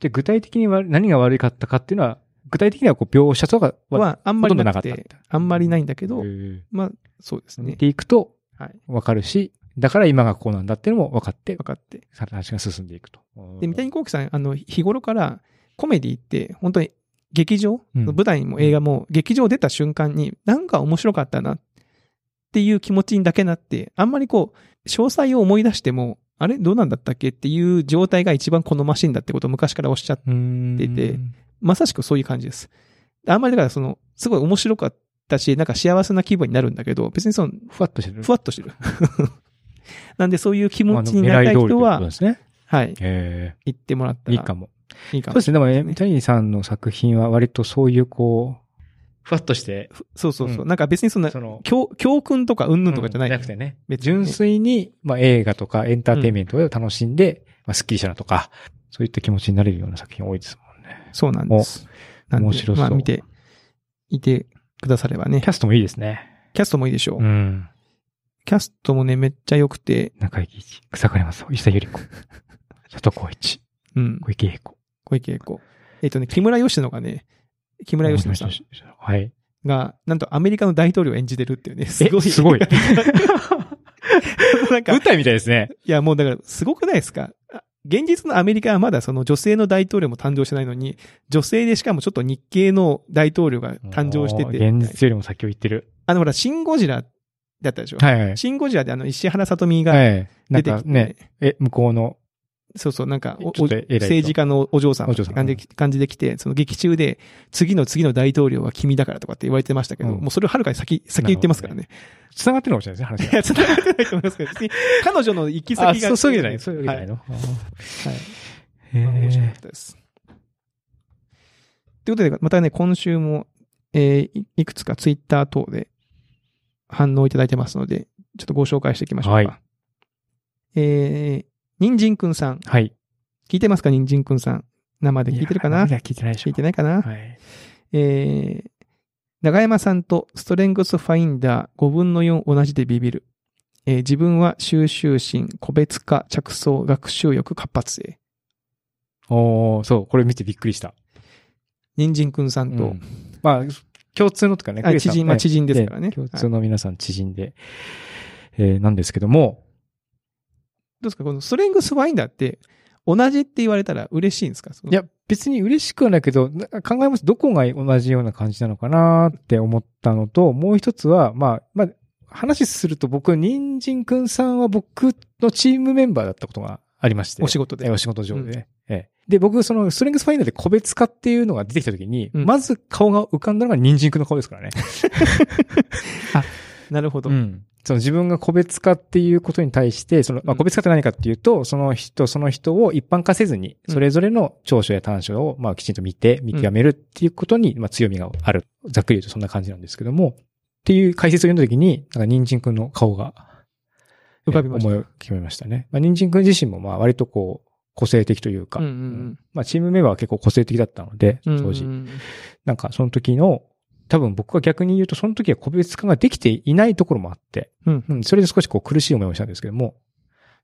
[SPEAKER 2] で、具体的にわ何が悪かったかっていうのは、具体的にはこう描写とか
[SPEAKER 1] は、あんまりなく
[SPEAKER 2] ほとんどな
[SPEAKER 1] て
[SPEAKER 2] かった、
[SPEAKER 1] あんまりないんだけど
[SPEAKER 2] へ、え
[SPEAKER 1] まあ、そうです
[SPEAKER 2] 見
[SPEAKER 1] ね。
[SPEAKER 2] ていくと
[SPEAKER 1] はい。
[SPEAKER 2] わかるし、だから今がこうなんだっていうのも分かって
[SPEAKER 1] 分、かって。
[SPEAKER 2] 話が進んでいくと。
[SPEAKER 1] で、三谷幸喜さん、あの、日頃からコメディって、本当に劇場、
[SPEAKER 2] うん
[SPEAKER 1] 舞台も映画も、劇場出た瞬間に、なんか面白かったなっていう気持ちにだけなって、あんまりこう、詳細を思い出しても、あれどうなんだったっけっていう状態が一番好ましいんだってことを昔からおっしゃって、出
[SPEAKER 2] 出
[SPEAKER 1] て、まさしくそういう感じです。あんまりだからその、すごい面白かったし、なんか幸せな気分になるんだけど、別にその、
[SPEAKER 2] ふわっとしてる。
[SPEAKER 1] ふわっとしてる。 <laughs> なんでそういう気持ちに
[SPEAKER 2] ま
[SPEAKER 1] な
[SPEAKER 2] あ
[SPEAKER 1] りた
[SPEAKER 2] 狙い
[SPEAKER 1] い
[SPEAKER 2] 通りと
[SPEAKER 1] 人
[SPEAKER 2] うこと
[SPEAKER 1] は
[SPEAKER 2] で、すね。
[SPEAKER 1] はい、
[SPEAKER 2] え
[SPEAKER 1] 行ってもらった
[SPEAKER 2] え
[SPEAKER 1] ら
[SPEAKER 2] いいかも。
[SPEAKER 1] いいか
[SPEAKER 2] そう
[SPEAKER 1] も
[SPEAKER 2] ですね。でも、え三谷さんの作品は割とそういうこう、ふわっとして、
[SPEAKER 1] そうそうそう。
[SPEAKER 2] うん
[SPEAKER 1] なんか別にそんな、
[SPEAKER 2] その、
[SPEAKER 1] 教教訓とかうんぬんとかじゃない。
[SPEAKER 2] うんくてね。
[SPEAKER 1] 別にね
[SPEAKER 2] 純粋に、まあ、映画とかエンターテインメントを楽しんで、まあ、スッキリしたなとか、そういった気持ちになれるような作品多いですもんね。
[SPEAKER 1] そうなんです。なんで
[SPEAKER 2] 面白そう
[SPEAKER 1] まあ見て、いてくださればね
[SPEAKER 2] キ。ャストもいいですね。
[SPEAKER 1] キャストもいいでしょう。
[SPEAKER 2] うん。キ
[SPEAKER 1] キャストもね、めっちゃ良くて、
[SPEAKER 2] 中井貴一、草刈正雄、石田ゆ
[SPEAKER 1] <laughs>
[SPEAKER 2] り子、佐藤浩一、
[SPEAKER 1] うん。
[SPEAKER 2] 小池栄子。
[SPEAKER 1] 小池栄子。えっ、とね、木村義乃がね、木村義乃さん
[SPEAKER 2] はい。
[SPEAKER 1] が、なんとアメリカの大統領を演じてるっていうね、 <laughs> す
[SPEAKER 2] え
[SPEAKER 1] ごい。。
[SPEAKER 2] すごい
[SPEAKER 1] なんか、い
[SPEAKER 2] 舞台みたいですね。
[SPEAKER 1] や、もうだから、すごくないですかあ現実のアメリカはまだその女性の大統領も誕生してないのに、女性でしかもちょっと日系の大統領が誕生してて、
[SPEAKER 2] 現実よりも先を言ってる。
[SPEAKER 1] あの、ほら、シン・ゴジラだったでしょ、
[SPEAKER 2] はいはい。
[SPEAKER 1] シン・ゴジラであの、石原さとみが
[SPEAKER 2] はい。な
[SPEAKER 1] 出
[SPEAKER 2] ん
[SPEAKER 1] てき
[SPEAKER 2] か
[SPEAKER 1] て、
[SPEAKER 2] ね、え、向こうの、
[SPEAKER 1] そうそう、なんかお、お
[SPEAKER 2] ちょっと偉い人
[SPEAKER 1] 政治家のお嬢さん
[SPEAKER 2] お
[SPEAKER 1] みた
[SPEAKER 2] 嬢
[SPEAKER 1] い
[SPEAKER 2] さ
[SPEAKER 1] な
[SPEAKER 2] ん
[SPEAKER 1] 感じで感じできて、その劇中で、次の次の大統領は君だからとかって言われてましたけど、
[SPEAKER 2] うん
[SPEAKER 1] もうそれをはるかに先、先言ってますからね。
[SPEAKER 2] 繋がってるのかもしれないです
[SPEAKER 1] <laughs>
[SPEAKER 2] ね、
[SPEAKER 1] いや、繋がってないと思います
[SPEAKER 2] <laughs>
[SPEAKER 1] けど、別に彼女の行き <laughs>
[SPEAKER 2] 話が。
[SPEAKER 1] 先が。
[SPEAKER 2] そうそういうわけじゃない。そういうわけ
[SPEAKER 1] はい。
[SPEAKER 2] じゃないの。
[SPEAKER 1] はい
[SPEAKER 2] へ
[SPEAKER 1] まあ面白かっ
[SPEAKER 2] え。
[SPEAKER 1] たです。ということで、またね、今週も、えーいいくつかツイッター等で反応いただいてますので、ちょっとご紹介していきましょうか。
[SPEAKER 2] はい
[SPEAKER 1] えー、人参くんさん。
[SPEAKER 2] はい。
[SPEAKER 1] 聞いてますか人参くんさん。生で聞いてるかない
[SPEAKER 2] や、聞いてないでし
[SPEAKER 1] 聞
[SPEAKER 2] ょ。
[SPEAKER 1] いてないかな、
[SPEAKER 2] はい。
[SPEAKER 1] えー、長山さんとストレングスファインダー5分の4同じでビビる。えー自分は収集心、個別化、着想、学習欲、活発性。
[SPEAKER 2] おー、そう、これ見てびっくりした。
[SPEAKER 1] 人参くんさんと、
[SPEAKER 2] うんまあ、共通のとかね、
[SPEAKER 1] あ知人、まあ、知人
[SPEAKER 2] 人
[SPEAKER 1] ですからね。
[SPEAKER 2] 共
[SPEAKER 1] はい
[SPEAKER 2] 通の皆さん知人で、えーなんですけども、
[SPEAKER 1] どうですかこのストレングスファインダーって、同じって言われたら嬉しいんですかその
[SPEAKER 2] いや、別に嬉しくはないけど、な考えます。どこが同じような感じなのかなって思ったのと、もう一つは、まあ、まあ、話すると僕、人参くんさんは僕のチームメンバーだったことがありまして。
[SPEAKER 1] お仕事で
[SPEAKER 2] えお仕事上でね。ええで、僕、その、ストレングスファインダーで個別化っていうのが出てきたときに、
[SPEAKER 1] うん
[SPEAKER 2] まず顔が浮かんだのが人参くんの顔ですからね。
[SPEAKER 1] なるほど。
[SPEAKER 2] うん。その自分が個別化っていうことに対して、その、ま
[SPEAKER 1] う
[SPEAKER 2] あ、
[SPEAKER 1] ん
[SPEAKER 2] 個別化って何かっていうと、その人、その人を一般化せずに、
[SPEAKER 1] うん
[SPEAKER 2] それぞれの長所や短所を、まあ、きちんと見て、見極めるっていうことに、まあ、強みがある。ざっくり言うとそんな感じなんですけども、っていう解説を読んだときに、なんか、人参くんの顔が、
[SPEAKER 1] 浮かびました
[SPEAKER 2] えー思い浮かびましたね。まあ、人参くん自身も、まあ、割とこう、個性的というか、
[SPEAKER 1] うんうんうん
[SPEAKER 2] まあ、チームメンバーは結構個性的だったので、
[SPEAKER 1] うん
[SPEAKER 2] 当時。
[SPEAKER 1] うん
[SPEAKER 2] なんか、その時の、多分僕は逆に言うと、その時は個別化ができていないところもあって、
[SPEAKER 1] うん
[SPEAKER 2] うん、それで少しこう苦しい思いをしたんですけども、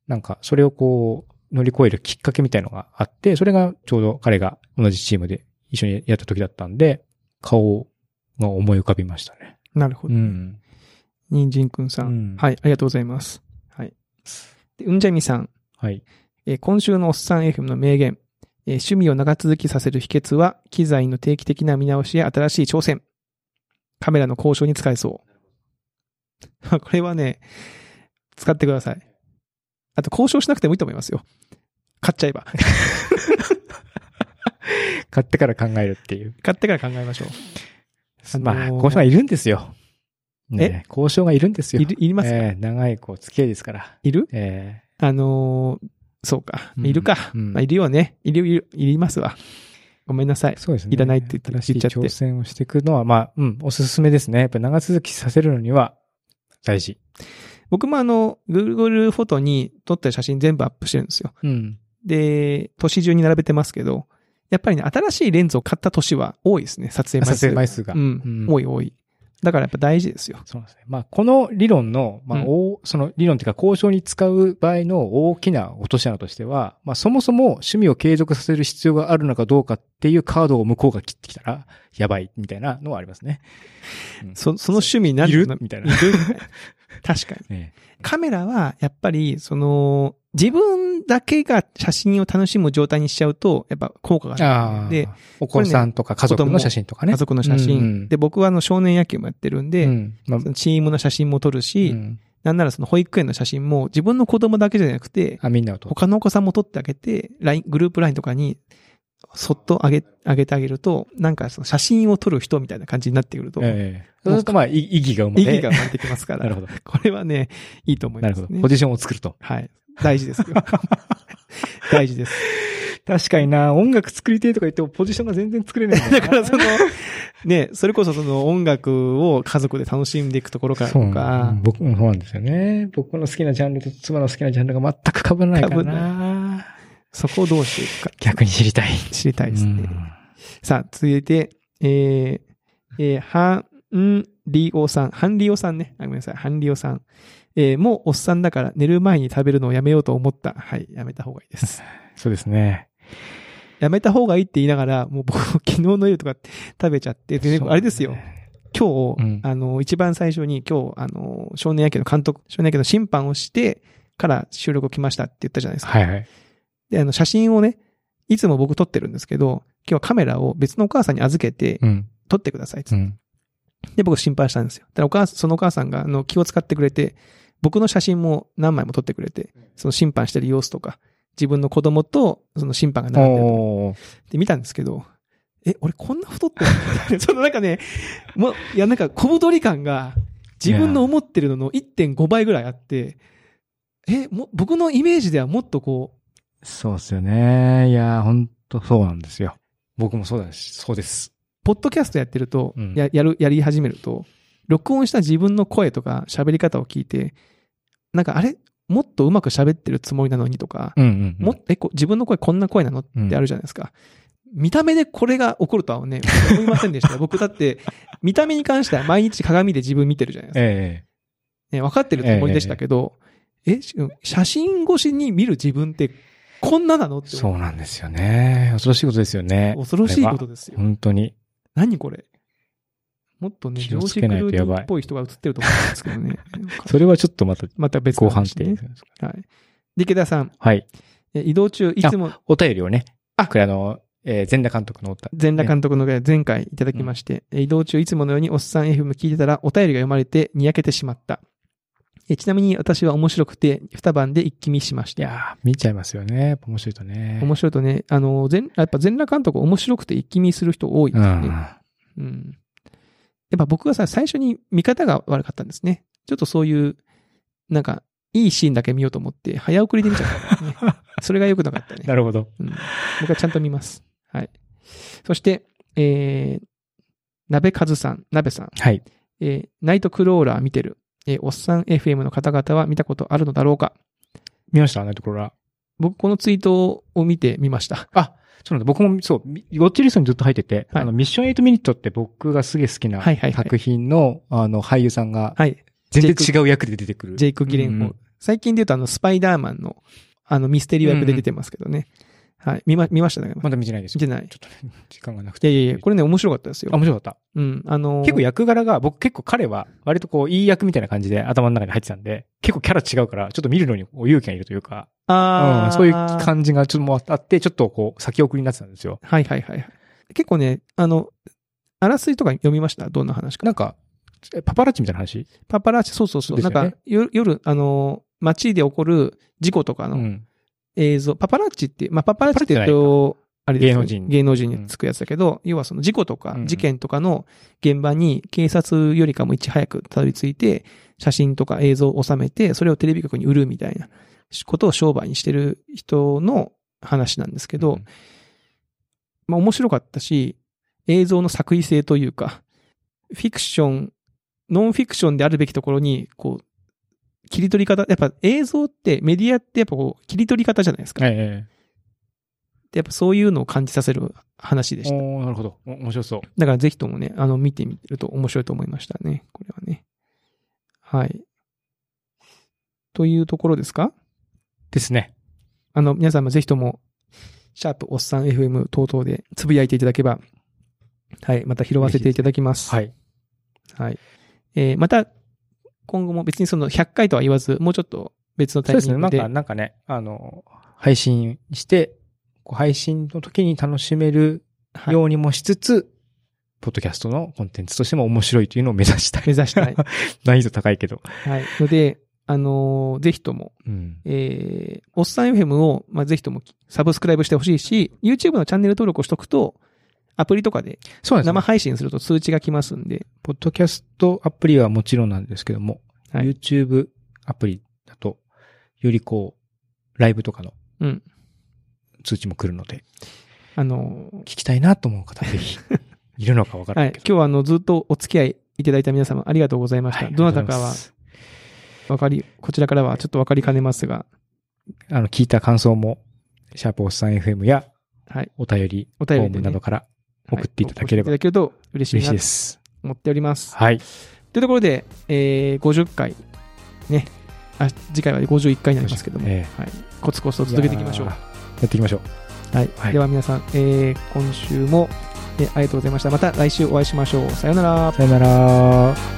[SPEAKER 2] なんかそれをこう乗り越えるきっかけみたいのがあって、それがちょうど彼が同じチームで一緒にやった時だったんで、顔が思い浮かびましたね。
[SPEAKER 1] なるほど。
[SPEAKER 2] ん。
[SPEAKER 1] 人参くんさん,、
[SPEAKER 2] うん
[SPEAKER 1] はい、ありがとうございます。はい。で、うんじゃみさん。
[SPEAKER 2] はい。
[SPEAKER 1] えー今週のおっさん FM の名言。えー趣味を長続きさせる秘訣は、機材の定期的な見直しや新しい挑戦。カメラの交渉に使えそう。 <laughs> これはね、使ってください。あと、交渉しなくてもいいと思いますよ。買っちゃえば。 <laughs>
[SPEAKER 2] 買ってから考えるっていう。
[SPEAKER 1] 買ってから考えましょう。あのー
[SPEAKER 2] まあ、交渉がいるんですよ。ね、交渉がいるんですよ。
[SPEAKER 1] いるいりますか
[SPEAKER 2] えー長いこう付き合いですから。
[SPEAKER 1] いる
[SPEAKER 2] え
[SPEAKER 1] あのーそうか。
[SPEAKER 2] うん
[SPEAKER 1] いるか。
[SPEAKER 2] うん
[SPEAKER 1] まあ、いるよね。いる、いる、いりますわ。ごめんなさい
[SPEAKER 2] ー。そうですね。
[SPEAKER 1] いらないって言って
[SPEAKER 2] 新しい
[SPEAKER 1] 言っちゃって
[SPEAKER 2] 挑戦をしていくのは、まあ、うん、おすすめですね。やっぱ長続きさせるのには大事。
[SPEAKER 1] 僕もあの、Google フォトに撮った写真全部アップしてるんですよ。
[SPEAKER 2] うん。
[SPEAKER 1] で、年中に並べてますけど、やっぱりね、新しいレンズを買った年は多いですね、撮影枚数。
[SPEAKER 2] 撮影枚数が。
[SPEAKER 1] うん、多い多い。だからやっぱ大事ですよ。
[SPEAKER 2] そうですね。まあ、この理論の、まあ、
[SPEAKER 1] うん
[SPEAKER 2] おその理論というか、交渉に使う場合の大きな落とし穴としては、まあ、そもそも趣味を継続させる必要があるのかどうかっていうカードを向こうが切ってきたら、やばい、みたいなのはありますね。うん
[SPEAKER 1] そその趣味なん
[SPEAKER 2] いる
[SPEAKER 1] な
[SPEAKER 2] みたいな。
[SPEAKER 1] 確かに。
[SPEAKER 2] <laughs> え
[SPEAKER 1] カメラは、やっぱり、その、自分だけが写真を楽しむ状態にしちゃうと、やっぱ効果が
[SPEAKER 2] えあ
[SPEAKER 1] ない。
[SPEAKER 2] あ。
[SPEAKER 1] で
[SPEAKER 2] で、、お子さんとか家族の写真とかね。
[SPEAKER 1] 家族の写
[SPEAKER 2] うんう
[SPEAKER 1] 真。
[SPEAKER 2] ん
[SPEAKER 1] で、僕はあの少年野球もやってるんで、
[SPEAKER 2] うん。まあ
[SPEAKER 1] そのチームの写真も撮るし、
[SPEAKER 2] うん
[SPEAKER 1] なんならその保育園の写真も自分の子供だけじゃなくて、
[SPEAKER 2] あ、みんなをと。
[SPEAKER 1] 他のお子さんも撮ってあげて、ライン、グループラインとかに、そっとあげ、あげてあげると、なんかその写真を撮る人みたいな感じになってくると、
[SPEAKER 2] ええそうすると、まあ、い意義が生まれ
[SPEAKER 1] 意義が。生まれてきますから、
[SPEAKER 2] <laughs> なるほど。
[SPEAKER 1] これはね、いいと思い
[SPEAKER 2] な
[SPEAKER 1] ま
[SPEAKER 2] る
[SPEAKER 1] す
[SPEAKER 2] ほど。
[SPEAKER 1] ね
[SPEAKER 2] ポ。ジションを作ると。
[SPEAKER 1] はい。大事
[SPEAKER 2] <laughs>
[SPEAKER 1] ですよ。大事です。
[SPEAKER 2] 確かにな、音楽作りてえとか言ってもポジションが全然作れないんよ
[SPEAKER 1] <laughs>
[SPEAKER 2] な。
[SPEAKER 1] だからその、ね、それこそその音楽を家族で楽しんでいくところから
[SPEAKER 2] そう
[SPEAKER 1] と
[SPEAKER 2] な
[SPEAKER 1] か
[SPEAKER 2] ん、僕もそうなんですよね。僕の好きなジャンルと妻の好きなジャンルが全く被らないから
[SPEAKER 1] 被ら
[SPEAKER 2] な。
[SPEAKER 1] そこをどうしていくか
[SPEAKER 2] 逆に知りたい。
[SPEAKER 1] 知りたいですね
[SPEAKER 2] う。ん
[SPEAKER 1] さあ、続いて、えー、えー、ハンリオさん。ハンリオさんね。あごめんなさい。ハンリオさん。えー、もうおっさんだ
[SPEAKER 2] <laughs>
[SPEAKER 1] から寝る前に食べるのをやめようと思った。はい、やめた方がいいです。
[SPEAKER 2] そうですね。
[SPEAKER 1] やめた方がいいって言いながら、もう僕、 <laughs> 昨日の夜とか食べちゃって、でねあれですよ。今日、
[SPEAKER 2] うん
[SPEAKER 1] あの、一番最初に今日、あの、少年野球の監督、少年野球の審判をしてから収録来ましたって言ったじゃないですか。
[SPEAKER 2] はいはい。
[SPEAKER 1] で、あの、写真をね、いつも僕撮ってるんですけど、今日はカメラを別のお母さんに預けて、
[SPEAKER 2] うん。
[SPEAKER 1] 撮ってくださいっつって
[SPEAKER 2] うん。
[SPEAKER 1] で、僕心配したんですよ。ただお母さん、そのお母さんが、あの、気を使ってくれて、僕の写真も何枚も撮ってくれて、その審判してる様子とか、自分の子供と、その審判が並んでるとこ
[SPEAKER 2] おー
[SPEAKER 1] で見たんですけど、え、俺こんな太ってるみたいなその <laughs> なんかね、もう、いやなんか小太り感が、自分の思ってるのの1.5倍ぐらいあって、え、もう、僕のイメージではもっとこう、
[SPEAKER 2] そうっすよね。いやー、ほんとそうなんですよ。僕もそうだし、そうです。
[SPEAKER 1] ポッドキャストやってると、
[SPEAKER 2] うん
[SPEAKER 1] ややる、やり始めると、録音した自分の声とか喋り方を聞いて、なんかあれもっとうまく喋ってるつもりなのにとか、
[SPEAKER 2] うんうん、うん。
[SPEAKER 1] もっと、え、こ自分の声こんな声なのってあるじゃないですか。見た目でこれが起こるとはね、思いませんで
[SPEAKER 2] <laughs>
[SPEAKER 1] した。僕だって、見た目に関しては毎日鏡で自分見てるじゃないですか。
[SPEAKER 2] え
[SPEAKER 1] ね、分かってるつもりでしたけど、えし写真越しに見る自分ってこんななのっ
[SPEAKER 2] え
[SPEAKER 1] て
[SPEAKER 2] そうなんですよね。恐ろしいことですよね。
[SPEAKER 1] 恐ろしいことですよ。
[SPEAKER 2] 本当に。
[SPEAKER 1] 何これもっとね、
[SPEAKER 2] 気
[SPEAKER 1] 常
[SPEAKER 2] を
[SPEAKER 1] ョ
[SPEAKER 2] つ
[SPEAKER 1] ージ・
[SPEAKER 2] け
[SPEAKER 1] ク
[SPEAKER 2] ない
[SPEAKER 1] ル
[SPEAKER 2] と
[SPEAKER 1] ー
[SPEAKER 2] や
[SPEAKER 1] デ
[SPEAKER 2] ばい
[SPEAKER 1] ィっぽい人が映ってると思うんですけどね。
[SPEAKER 2] それはちょっとまた
[SPEAKER 1] <laughs> また別の
[SPEAKER 2] 後半
[SPEAKER 1] 話
[SPEAKER 2] って
[SPEAKER 1] ね。はい。で、池田さん、
[SPEAKER 2] はい。
[SPEAKER 1] え移動中、いつも
[SPEAKER 2] お便りをね。
[SPEAKER 1] あ
[SPEAKER 2] これあの、えー、前田監督のお便り。
[SPEAKER 1] 全裸監督のが前回いただきまして、え移動中いつものようにおっさん FM 聞いてたらお便りが読まれてにやけてしまった。えちなみに私は面白くて二晩で一気見しまし
[SPEAKER 2] い
[SPEAKER 1] た。
[SPEAKER 2] やー、見ちゃいますよね。やっぱ面白いとね。
[SPEAKER 1] 面白いとね、あの、全、やっぱ全裸監督面白くて一気見する人多いですよ
[SPEAKER 2] う
[SPEAKER 1] ね。
[SPEAKER 2] ん。
[SPEAKER 1] うん。やっぱ僕がさ、最初に見方が悪かったんですね。ちょっとそういう、なんか、いいシーンだけ見ようと思って、早送りで見ちゃった、ね。それが良くなかったね。
[SPEAKER 2] なるほど。
[SPEAKER 1] うん。僕はちゃんと見ます。はい。そして、えー、鍋和さん、鍋さん、
[SPEAKER 2] はい。
[SPEAKER 1] えー、ナイトクローラー見てる、えー、おっさん FM の方々は見たことあるのだろうか
[SPEAKER 2] 見ましたあのところは。
[SPEAKER 1] 僕、このツイートを見てみました。
[SPEAKER 2] あ、そうなんだ。僕も、そう、みウォッチリストにずっと入ってて、
[SPEAKER 1] はい
[SPEAKER 2] あの、ミッション8ミニットって僕がすげえ好きな
[SPEAKER 1] はいはいはい
[SPEAKER 2] 作品の、あの、俳優さんが、
[SPEAKER 1] はい。
[SPEAKER 2] 全然違う役で出てくる。
[SPEAKER 1] ジェイク・ギレンホール。
[SPEAKER 2] うん
[SPEAKER 1] 最近で言うと、あの、スパイダーマンの、あの、ミステリー役で出てますけどね。はい。見ま、見ましたね。
[SPEAKER 2] まだ見てないです
[SPEAKER 1] 見
[SPEAKER 2] よ。
[SPEAKER 1] てない
[SPEAKER 2] ち。ょっとね、時間がなく
[SPEAKER 1] い
[SPEAKER 2] て。
[SPEAKER 1] やいやいや、これね、面白かったです
[SPEAKER 2] あ、
[SPEAKER 1] よ。
[SPEAKER 2] 面白かった。
[SPEAKER 1] うん。あのー
[SPEAKER 2] 結構役柄が、僕結構彼は、割とこう、いい役みたいな感じで頭の中に入ってたんで、結構キャラ違うから、ちょっと見るのにこう勇気がいるというか、
[SPEAKER 1] あー
[SPEAKER 2] うん、そういう感じがちょっともうあって、ちょっとこう、先送りになってたんですよ。
[SPEAKER 1] はいはいはいはい。結構ね、あの、あらすいとか読みましたどんな話か。
[SPEAKER 2] なんか、えパパラッチみたいな話
[SPEAKER 1] パパラッチ、そうそうそう。
[SPEAKER 2] です
[SPEAKER 1] な
[SPEAKER 2] よ
[SPEAKER 1] ん
[SPEAKER 2] ね
[SPEAKER 1] か、夜、夜、あの、街で起こる事故とか
[SPEAKER 2] う
[SPEAKER 1] の
[SPEAKER 2] ん。
[SPEAKER 1] 映像、パパラッチって、まあ、パパラッチって言う
[SPEAKER 2] パ
[SPEAKER 1] と、あれですよね
[SPEAKER 2] 芸能人
[SPEAKER 1] 芸能人につくやつだけど、要はその事故とか
[SPEAKER 2] うんうん
[SPEAKER 1] 事件とかの現場に警察よりかもいち早くたどり着いて、写真とか映像を収めて、それをテレビ局に売るみたいなことを商売にしてる人の話なんですけど、まあ面白かったし、映像の作為性というか、フィクション、ノンフィクションであるべきところに、こう、切り取り方、やっぱ映像って、メディアってやっぱこう、切り取り方じゃないです
[SPEAKER 2] うん、
[SPEAKER 1] か。
[SPEAKER 2] ええ
[SPEAKER 1] でやっぱそういうのを感じさせる話でした。
[SPEAKER 2] おーなるほど。お面白そう。
[SPEAKER 1] だからぜひともね、あの、見てみると面白いと思いましたね。これはね。はい。というところですか
[SPEAKER 2] ですね。
[SPEAKER 1] あの、皆さんもぜひとも、シャープおっさん FM 等々でつぶやいていただけば、はい、また拾わせていただきます。
[SPEAKER 2] はい。
[SPEAKER 1] はい。えーまた、今後も別にその100回とは言わず、もうちょっと別の
[SPEAKER 2] そ
[SPEAKER 1] タ
[SPEAKER 2] う
[SPEAKER 1] イ
[SPEAKER 2] で
[SPEAKER 1] ミ
[SPEAKER 2] すね。
[SPEAKER 1] ン
[SPEAKER 2] な
[SPEAKER 1] グ
[SPEAKER 2] ん
[SPEAKER 1] で。
[SPEAKER 2] か、なんかね、あの、配信して、こう配信の時に楽しめる
[SPEAKER 1] はい
[SPEAKER 2] ようにもしつつ、ポッドキャストのコンテンツとしても面白いというのを目指した
[SPEAKER 1] 目
[SPEAKER 2] い。
[SPEAKER 1] 指したい。
[SPEAKER 2] <laughs> 難易度高いけど。
[SPEAKER 1] はい。ので、あのーぜひとも、
[SPEAKER 2] うん。
[SPEAKER 1] えー、おっさん FM を、まあ、ぜひともサブスクライブしてほしいし、YouTube のチャンネル登録をしとくと、アプリとかで
[SPEAKER 2] そうなんですね
[SPEAKER 1] 生配信すると通知が来ますんで、
[SPEAKER 2] ポッドキャストアプリはもちろんなんですけども、
[SPEAKER 1] はい
[SPEAKER 2] YouTube アプリだと、よりこう、ライブとかの
[SPEAKER 1] うん。
[SPEAKER 2] 通知も来るので、
[SPEAKER 1] あのー
[SPEAKER 2] 聞きたいなと思う方、
[SPEAKER 1] <laughs>
[SPEAKER 2] ぜひ、いるのかわから
[SPEAKER 1] は
[SPEAKER 2] ない
[SPEAKER 1] い
[SPEAKER 2] け。ど。
[SPEAKER 1] 今日はあの、ずっとお付き合いいただいた皆様ありがとうございました。
[SPEAKER 2] はい
[SPEAKER 1] どなたかは
[SPEAKER 2] ありがとうございます
[SPEAKER 1] わかり、こちらからはちょっとわかりかねますが、
[SPEAKER 2] あの、聞いた感想も、シャープおっさん FM や、
[SPEAKER 1] はい
[SPEAKER 2] お便り、
[SPEAKER 1] お
[SPEAKER 2] フ
[SPEAKER 1] 便
[SPEAKER 2] ォ
[SPEAKER 1] り
[SPEAKER 2] ー
[SPEAKER 1] で、
[SPEAKER 2] ムなど
[SPEAKER 1] ね、
[SPEAKER 2] から送っていただければ
[SPEAKER 1] はい送っていただけると嬉しい
[SPEAKER 2] 嬉し
[SPEAKER 1] ない
[SPEAKER 2] で
[SPEAKER 1] と
[SPEAKER 2] す。
[SPEAKER 1] 思っております。
[SPEAKER 2] はい。
[SPEAKER 1] というところで、えー、50回、ね、あ次回は51回になりますけども、
[SPEAKER 2] え
[SPEAKER 1] はい、コツコツと続けていきましょう。
[SPEAKER 2] やっていきましょう。
[SPEAKER 1] はい。
[SPEAKER 2] はい
[SPEAKER 1] では皆さん、えー今週も、えーありがとうございました。また来週お会いしましょう。さようなら。
[SPEAKER 2] さよなら。